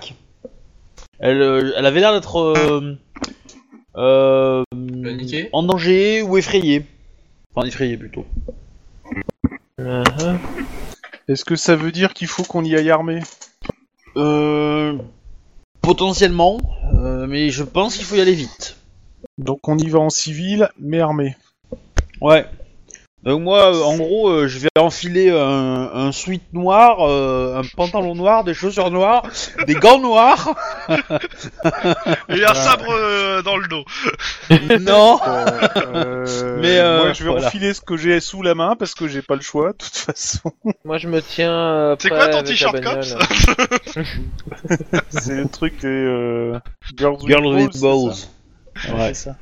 S1: Elle, euh, elle avait l'air d'être euh, euh,
S5: Paniqué
S1: en danger ou effrayé. Enfin, effrayé plutôt.
S2: Uh-huh.
S4: Est-ce que ça veut dire qu'il faut qu'on y aille armé
S1: Euh, potentiellement, euh, mais je pense qu'il faut y aller vite.
S4: Donc on y va en civil, mais armé.
S1: Ouais. Donc moi, euh, en gros, euh, je vais enfiler un, un sweat noir, euh, un pantalon noir, des chaussures noires, des gants noirs.
S3: Et un sabre euh, dans le dos.
S1: non. Mais,
S4: mais
S1: euh,
S4: moi, je vais
S1: voilà.
S4: enfiler ce que j'ai sous la main parce que j'ai pas le choix, de toute façon.
S2: Moi je me tiens. euh,
S3: C'est
S2: prêt
S3: quoi ton
S2: avec la
S3: t-shirt
S2: bagnole.
S3: cops
S4: C'est le truc des euh, Girls with
S1: Girl with
S4: Balls,
S1: balls.
S4: c'est ça
S1: Ouais.
S4: C'est ça.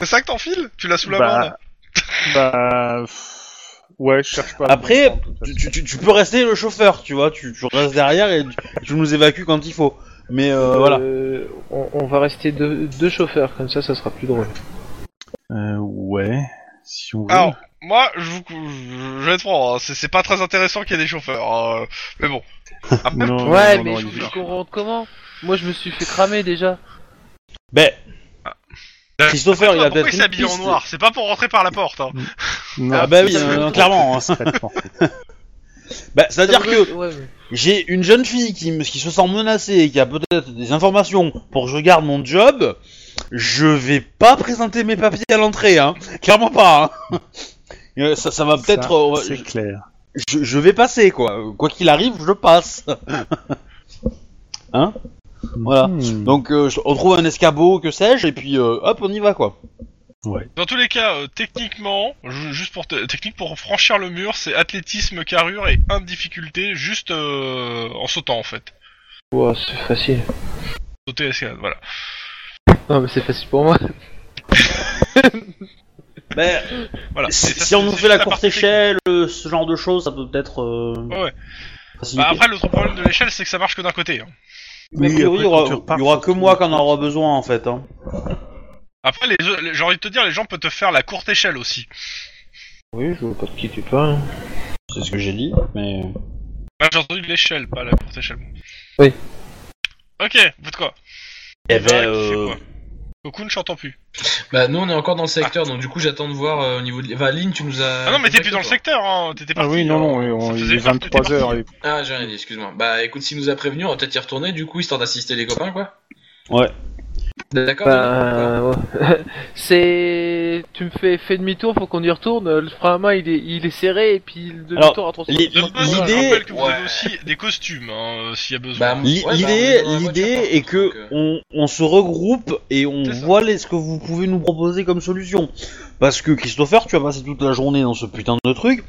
S3: C'est ça que t'enfiles Tu l'as sous la
S4: Bah,
S3: main là
S4: Bah pff, ouais, je cherche pas. à
S1: Après,
S4: comprendre, de
S1: Tu,
S4: toute
S1: tu-
S4: façon.
S1: tu- tu peux rester le chauffeur, tu vois. Tu, tu restes derrière et tu, tu nous évacues quand il faut. Mais euh, voilà.
S2: Euh, on, on va rester deux, deux chauffeurs, comme ça, ça sera plus drôle.
S4: Euh, ouais, si on veut.
S3: Alors, moi, je, vous, cou- je je vais être franc, hein, c'est c'est pas très intéressant qu'il y ait des chauffeurs. hein, Mais bon. Après,
S4: Non, non,
S2: ouais,
S4: non,
S2: mais
S4: non,
S2: je
S4: il est
S2: voulais
S4: là.
S2: qu'on rentre comment Moi je me suis fait cramer déjà.
S1: Ben. Christopher, il a
S3: Euh, pourquoi
S1: peut-être
S3: il
S1: une
S3: s'habille en
S1: piste.
S3: noir C'est pas pour rentrer par la porte. Hein.
S4: Mm. Non.
S1: Ah bah oui, euh, clairement. hein. Bah, c'est-à-dire que
S2: Ouais, mais-
S1: j'ai une jeune fille qui, me- qui se sent menacée et qui a peut-être des informations pour que je garde mon job, je vais pas présenter mes papiers à l'entrée, hein. Clairement pas, hein. Euh, Ça, ça va
S4: Ça,
S1: peut-être. euh,
S4: C'est clair.
S1: je, je vais passer, quoi. Quoi qu'il arrive, je passe. hein Voilà.
S4: Hmm.
S1: Donc, euh, je- on trouve un escabeau, que sais-je, et puis euh, hop, on y va, quoi.
S3: Dans tous les cas, euh, techniquement, ju- juste pour te- technique pour franchir le mur, c'est athlétisme, carrure et 1 de difficulté juste euh, en sautant en fait.
S2: Ouah, c'est facile.
S3: Sauter escalade, voilà.
S2: Non, mais c'est facile pour moi.
S1: Mais
S3: voilà.
S1: si,
S3: Et ça,
S1: si on
S3: c'est
S1: nous
S3: juste
S1: fait la courte
S3: partie
S1: échelle, euh, ce genre de choses, ça peut peut-être. euh,
S3: Ouais, ouais.
S1: faciliter.
S3: Bah, après, l'autre problème de l'échelle, c'est que ça marche que d'un côté. hein.
S1: Mais a
S4: Oui,
S1: priori,
S4: après,
S1: il y aura,
S4: quand tu repars,
S1: il y aura
S4: faut
S1: que
S4: tout-
S1: moi qui en aura besoin, en fait. Hein.
S3: Après, les, les- j'ai envie de te dire, les gens peuvent te faire la courte échelle aussi.
S2: Oui, je veux pas te quitter pas. hein.
S1: C'est ce que j'ai dit, mais...
S3: Bah, j'ai entendu l'échelle, pas la courte échelle.
S2: Oui.
S3: Ok, vous de quoi
S1: Eh
S3: Vous verrez
S1: ben,
S3: qui fait
S1: euh,
S3: quoi. Cocoon, je t'entends plus.
S5: Bah, nous, on est encore dans le secteur, donc du coup, j'attends de voir euh, au niveau de. Enfin, Lynn, tu nous as.
S3: Ah non, mais t'es plus dans le
S5: secteur
S3: secteur, hein. T'étais
S4: Euh, Ah
S3: parti.
S4: oui, non, non, oui, on-
S3: ça
S4: il
S3: faisait
S4: est
S3: une heure que t'étais
S4: 23h.
S3: parti.
S4: Et...
S5: Ah, j'ai rien dit, excuse-moi. Bah, écoute, s'il nous a prévenu, on va peut-être y retourner, du coup, histoire d'assister les copains, quoi.
S1: Ouais.
S5: D'accord d'accord.
S2: Bah, ouais. c'est. Tu me fais, fais demi-tour, faut qu'on y retourne. Le frein à main il est, il est serré et puis le demi-tour à 360.
S1: les-
S3: De base, je
S1: L'idée-
S3: rappelle que vous
S5: Ouais.
S3: avez aussi des costumes, hein, euh, s'il y a besoin.
S5: Bah, m-
S1: L'i-
S5: ouais, bah, on
S1: L'idée,
S5: est dans la voiture,
S1: l'idée
S5: par
S1: est
S5: contre,
S1: que
S5: donc, euh,
S1: on, on se regroupe et on
S3: C'est ça.
S1: voit les, ce que vous pouvez nous proposer comme solution. Parce que Christopher, tu as passé toute la journée dans ce putain de truc.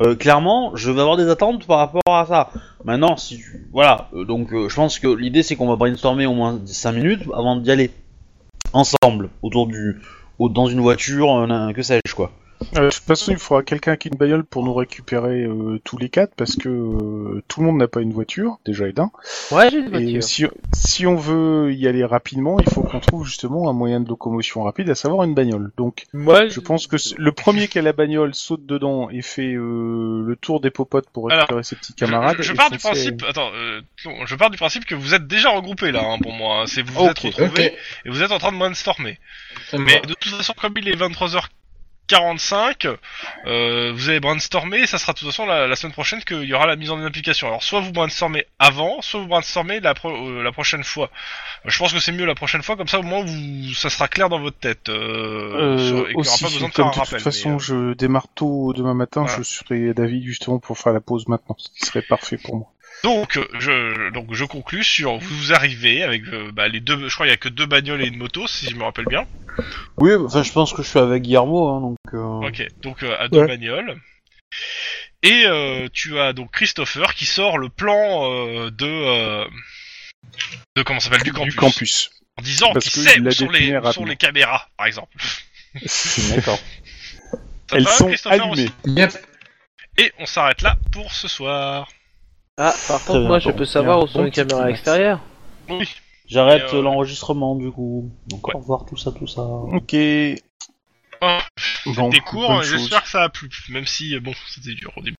S1: Euh, clairement, je vais avoir des attentes par rapport à ça. Maintenant, si tu- voilà, Euh, donc euh, je pense que l'idée c'est qu'on va brainstormer au moins 5 minutes avant d'y aller ensemble autour du, au- dans une voiture, un- un- que sais-je quoi.
S4: Euh, de toute façon, il faudra quelqu'un qui ait une bagnole pour nous récupérer euh, tous les quatre parce que euh, tout le monde n'a pas une voiture, déjà et d'un.
S2: Ouais, j'ai une
S4: Et
S2: voiture.
S4: si, si on veut y aller rapidement, il faut qu'on trouve justement un moyen de locomotion rapide, à savoir une bagnole. Donc,
S2: Moi,
S4: je pense que c- le premier qui a la bagnole saute dedans et fait euh, le tour des popotes pour récupérer ses petits
S3: Je-
S4: camarades.
S3: je, je
S4: et
S3: pars du
S4: foncer-
S3: principe. Attends, euh, Tlon, je pars du principe que vous êtes déjà regroupés là hein, pour moi. hein. C'est vous vous
S4: Ok,
S3: êtes retrouvés
S5: ok.
S3: et vous êtes en train de brainstormer.
S5: ça me
S3: Mais
S5: va.
S3: de toute façon, comme il est 23h45, euh, vous allez brainstormer. Et ça sera de toute façon la, la semaine prochaine qu'il y aura la mise en application. Alors soit vous brainstormez avant, soit vous brainstormez la, pro- euh, la prochaine fois. Je pense que c'est mieux la prochaine fois, comme ça au moins vous, ça sera clair dans votre tête. Euh,
S4: Euh,
S3: sur- et qu'il y aura
S4: aussi,
S3: pas besoin de faire
S4: comme
S3: un
S4: de
S3: rappel.
S4: toute façon,
S3: mais, euh,
S4: je démarre tôt demain matin,
S3: voilà.
S4: je serai d'avis justement pour faire la pause maintenant, ce qui serait parfait pour moi.
S3: Donc euh, je donc je conclus sur vous arrivez avec euh, bah, les deux je crois il y a que deux bagnoles et une moto si je me rappelle bien.
S1: Oui, enfin je pense que je suis avec Guillermo, hein, donc. euh,
S3: Ok donc euh, à deux
S4: Ouais.
S3: bagnoles et euh, tu as donc Christopher qui sort le plan euh, de euh, de comment ça s'appelle du campus,
S4: Du campus.
S3: en disant
S4: Parce
S3: qu'il
S4: que
S3: sait
S4: il
S3: où
S4: l'a
S3: sont les
S4: déplié
S3: où sont
S4: rapidement.
S3: les caméras par exemple.
S4: D'accord.
S3: Ça
S4: Elles
S3: va,
S4: sont
S3: Ah, Christopher
S4: allumées.
S3: aussi
S5: Yep.
S3: et on s'arrête là pour ce soir.
S2: Ah, par contre,
S1: bien,
S2: moi, je
S1: bon.
S2: peux savoir où
S4: Bon
S2: sont les
S4: petit
S2: caméras
S4: climax.
S2: extérieures.
S1: J'arrête
S3: Et, euh,
S1: euh, l'enregistrement du coup. Donc
S3: ouais.
S1: au revoir tout ça, tout ça.
S4: Ok.
S3: Oh,
S4: Bon,
S3: Des cours
S4: bonne
S3: et
S4: chose.
S3: j'espère que ça a plu même si euh, bon c'était dur au début.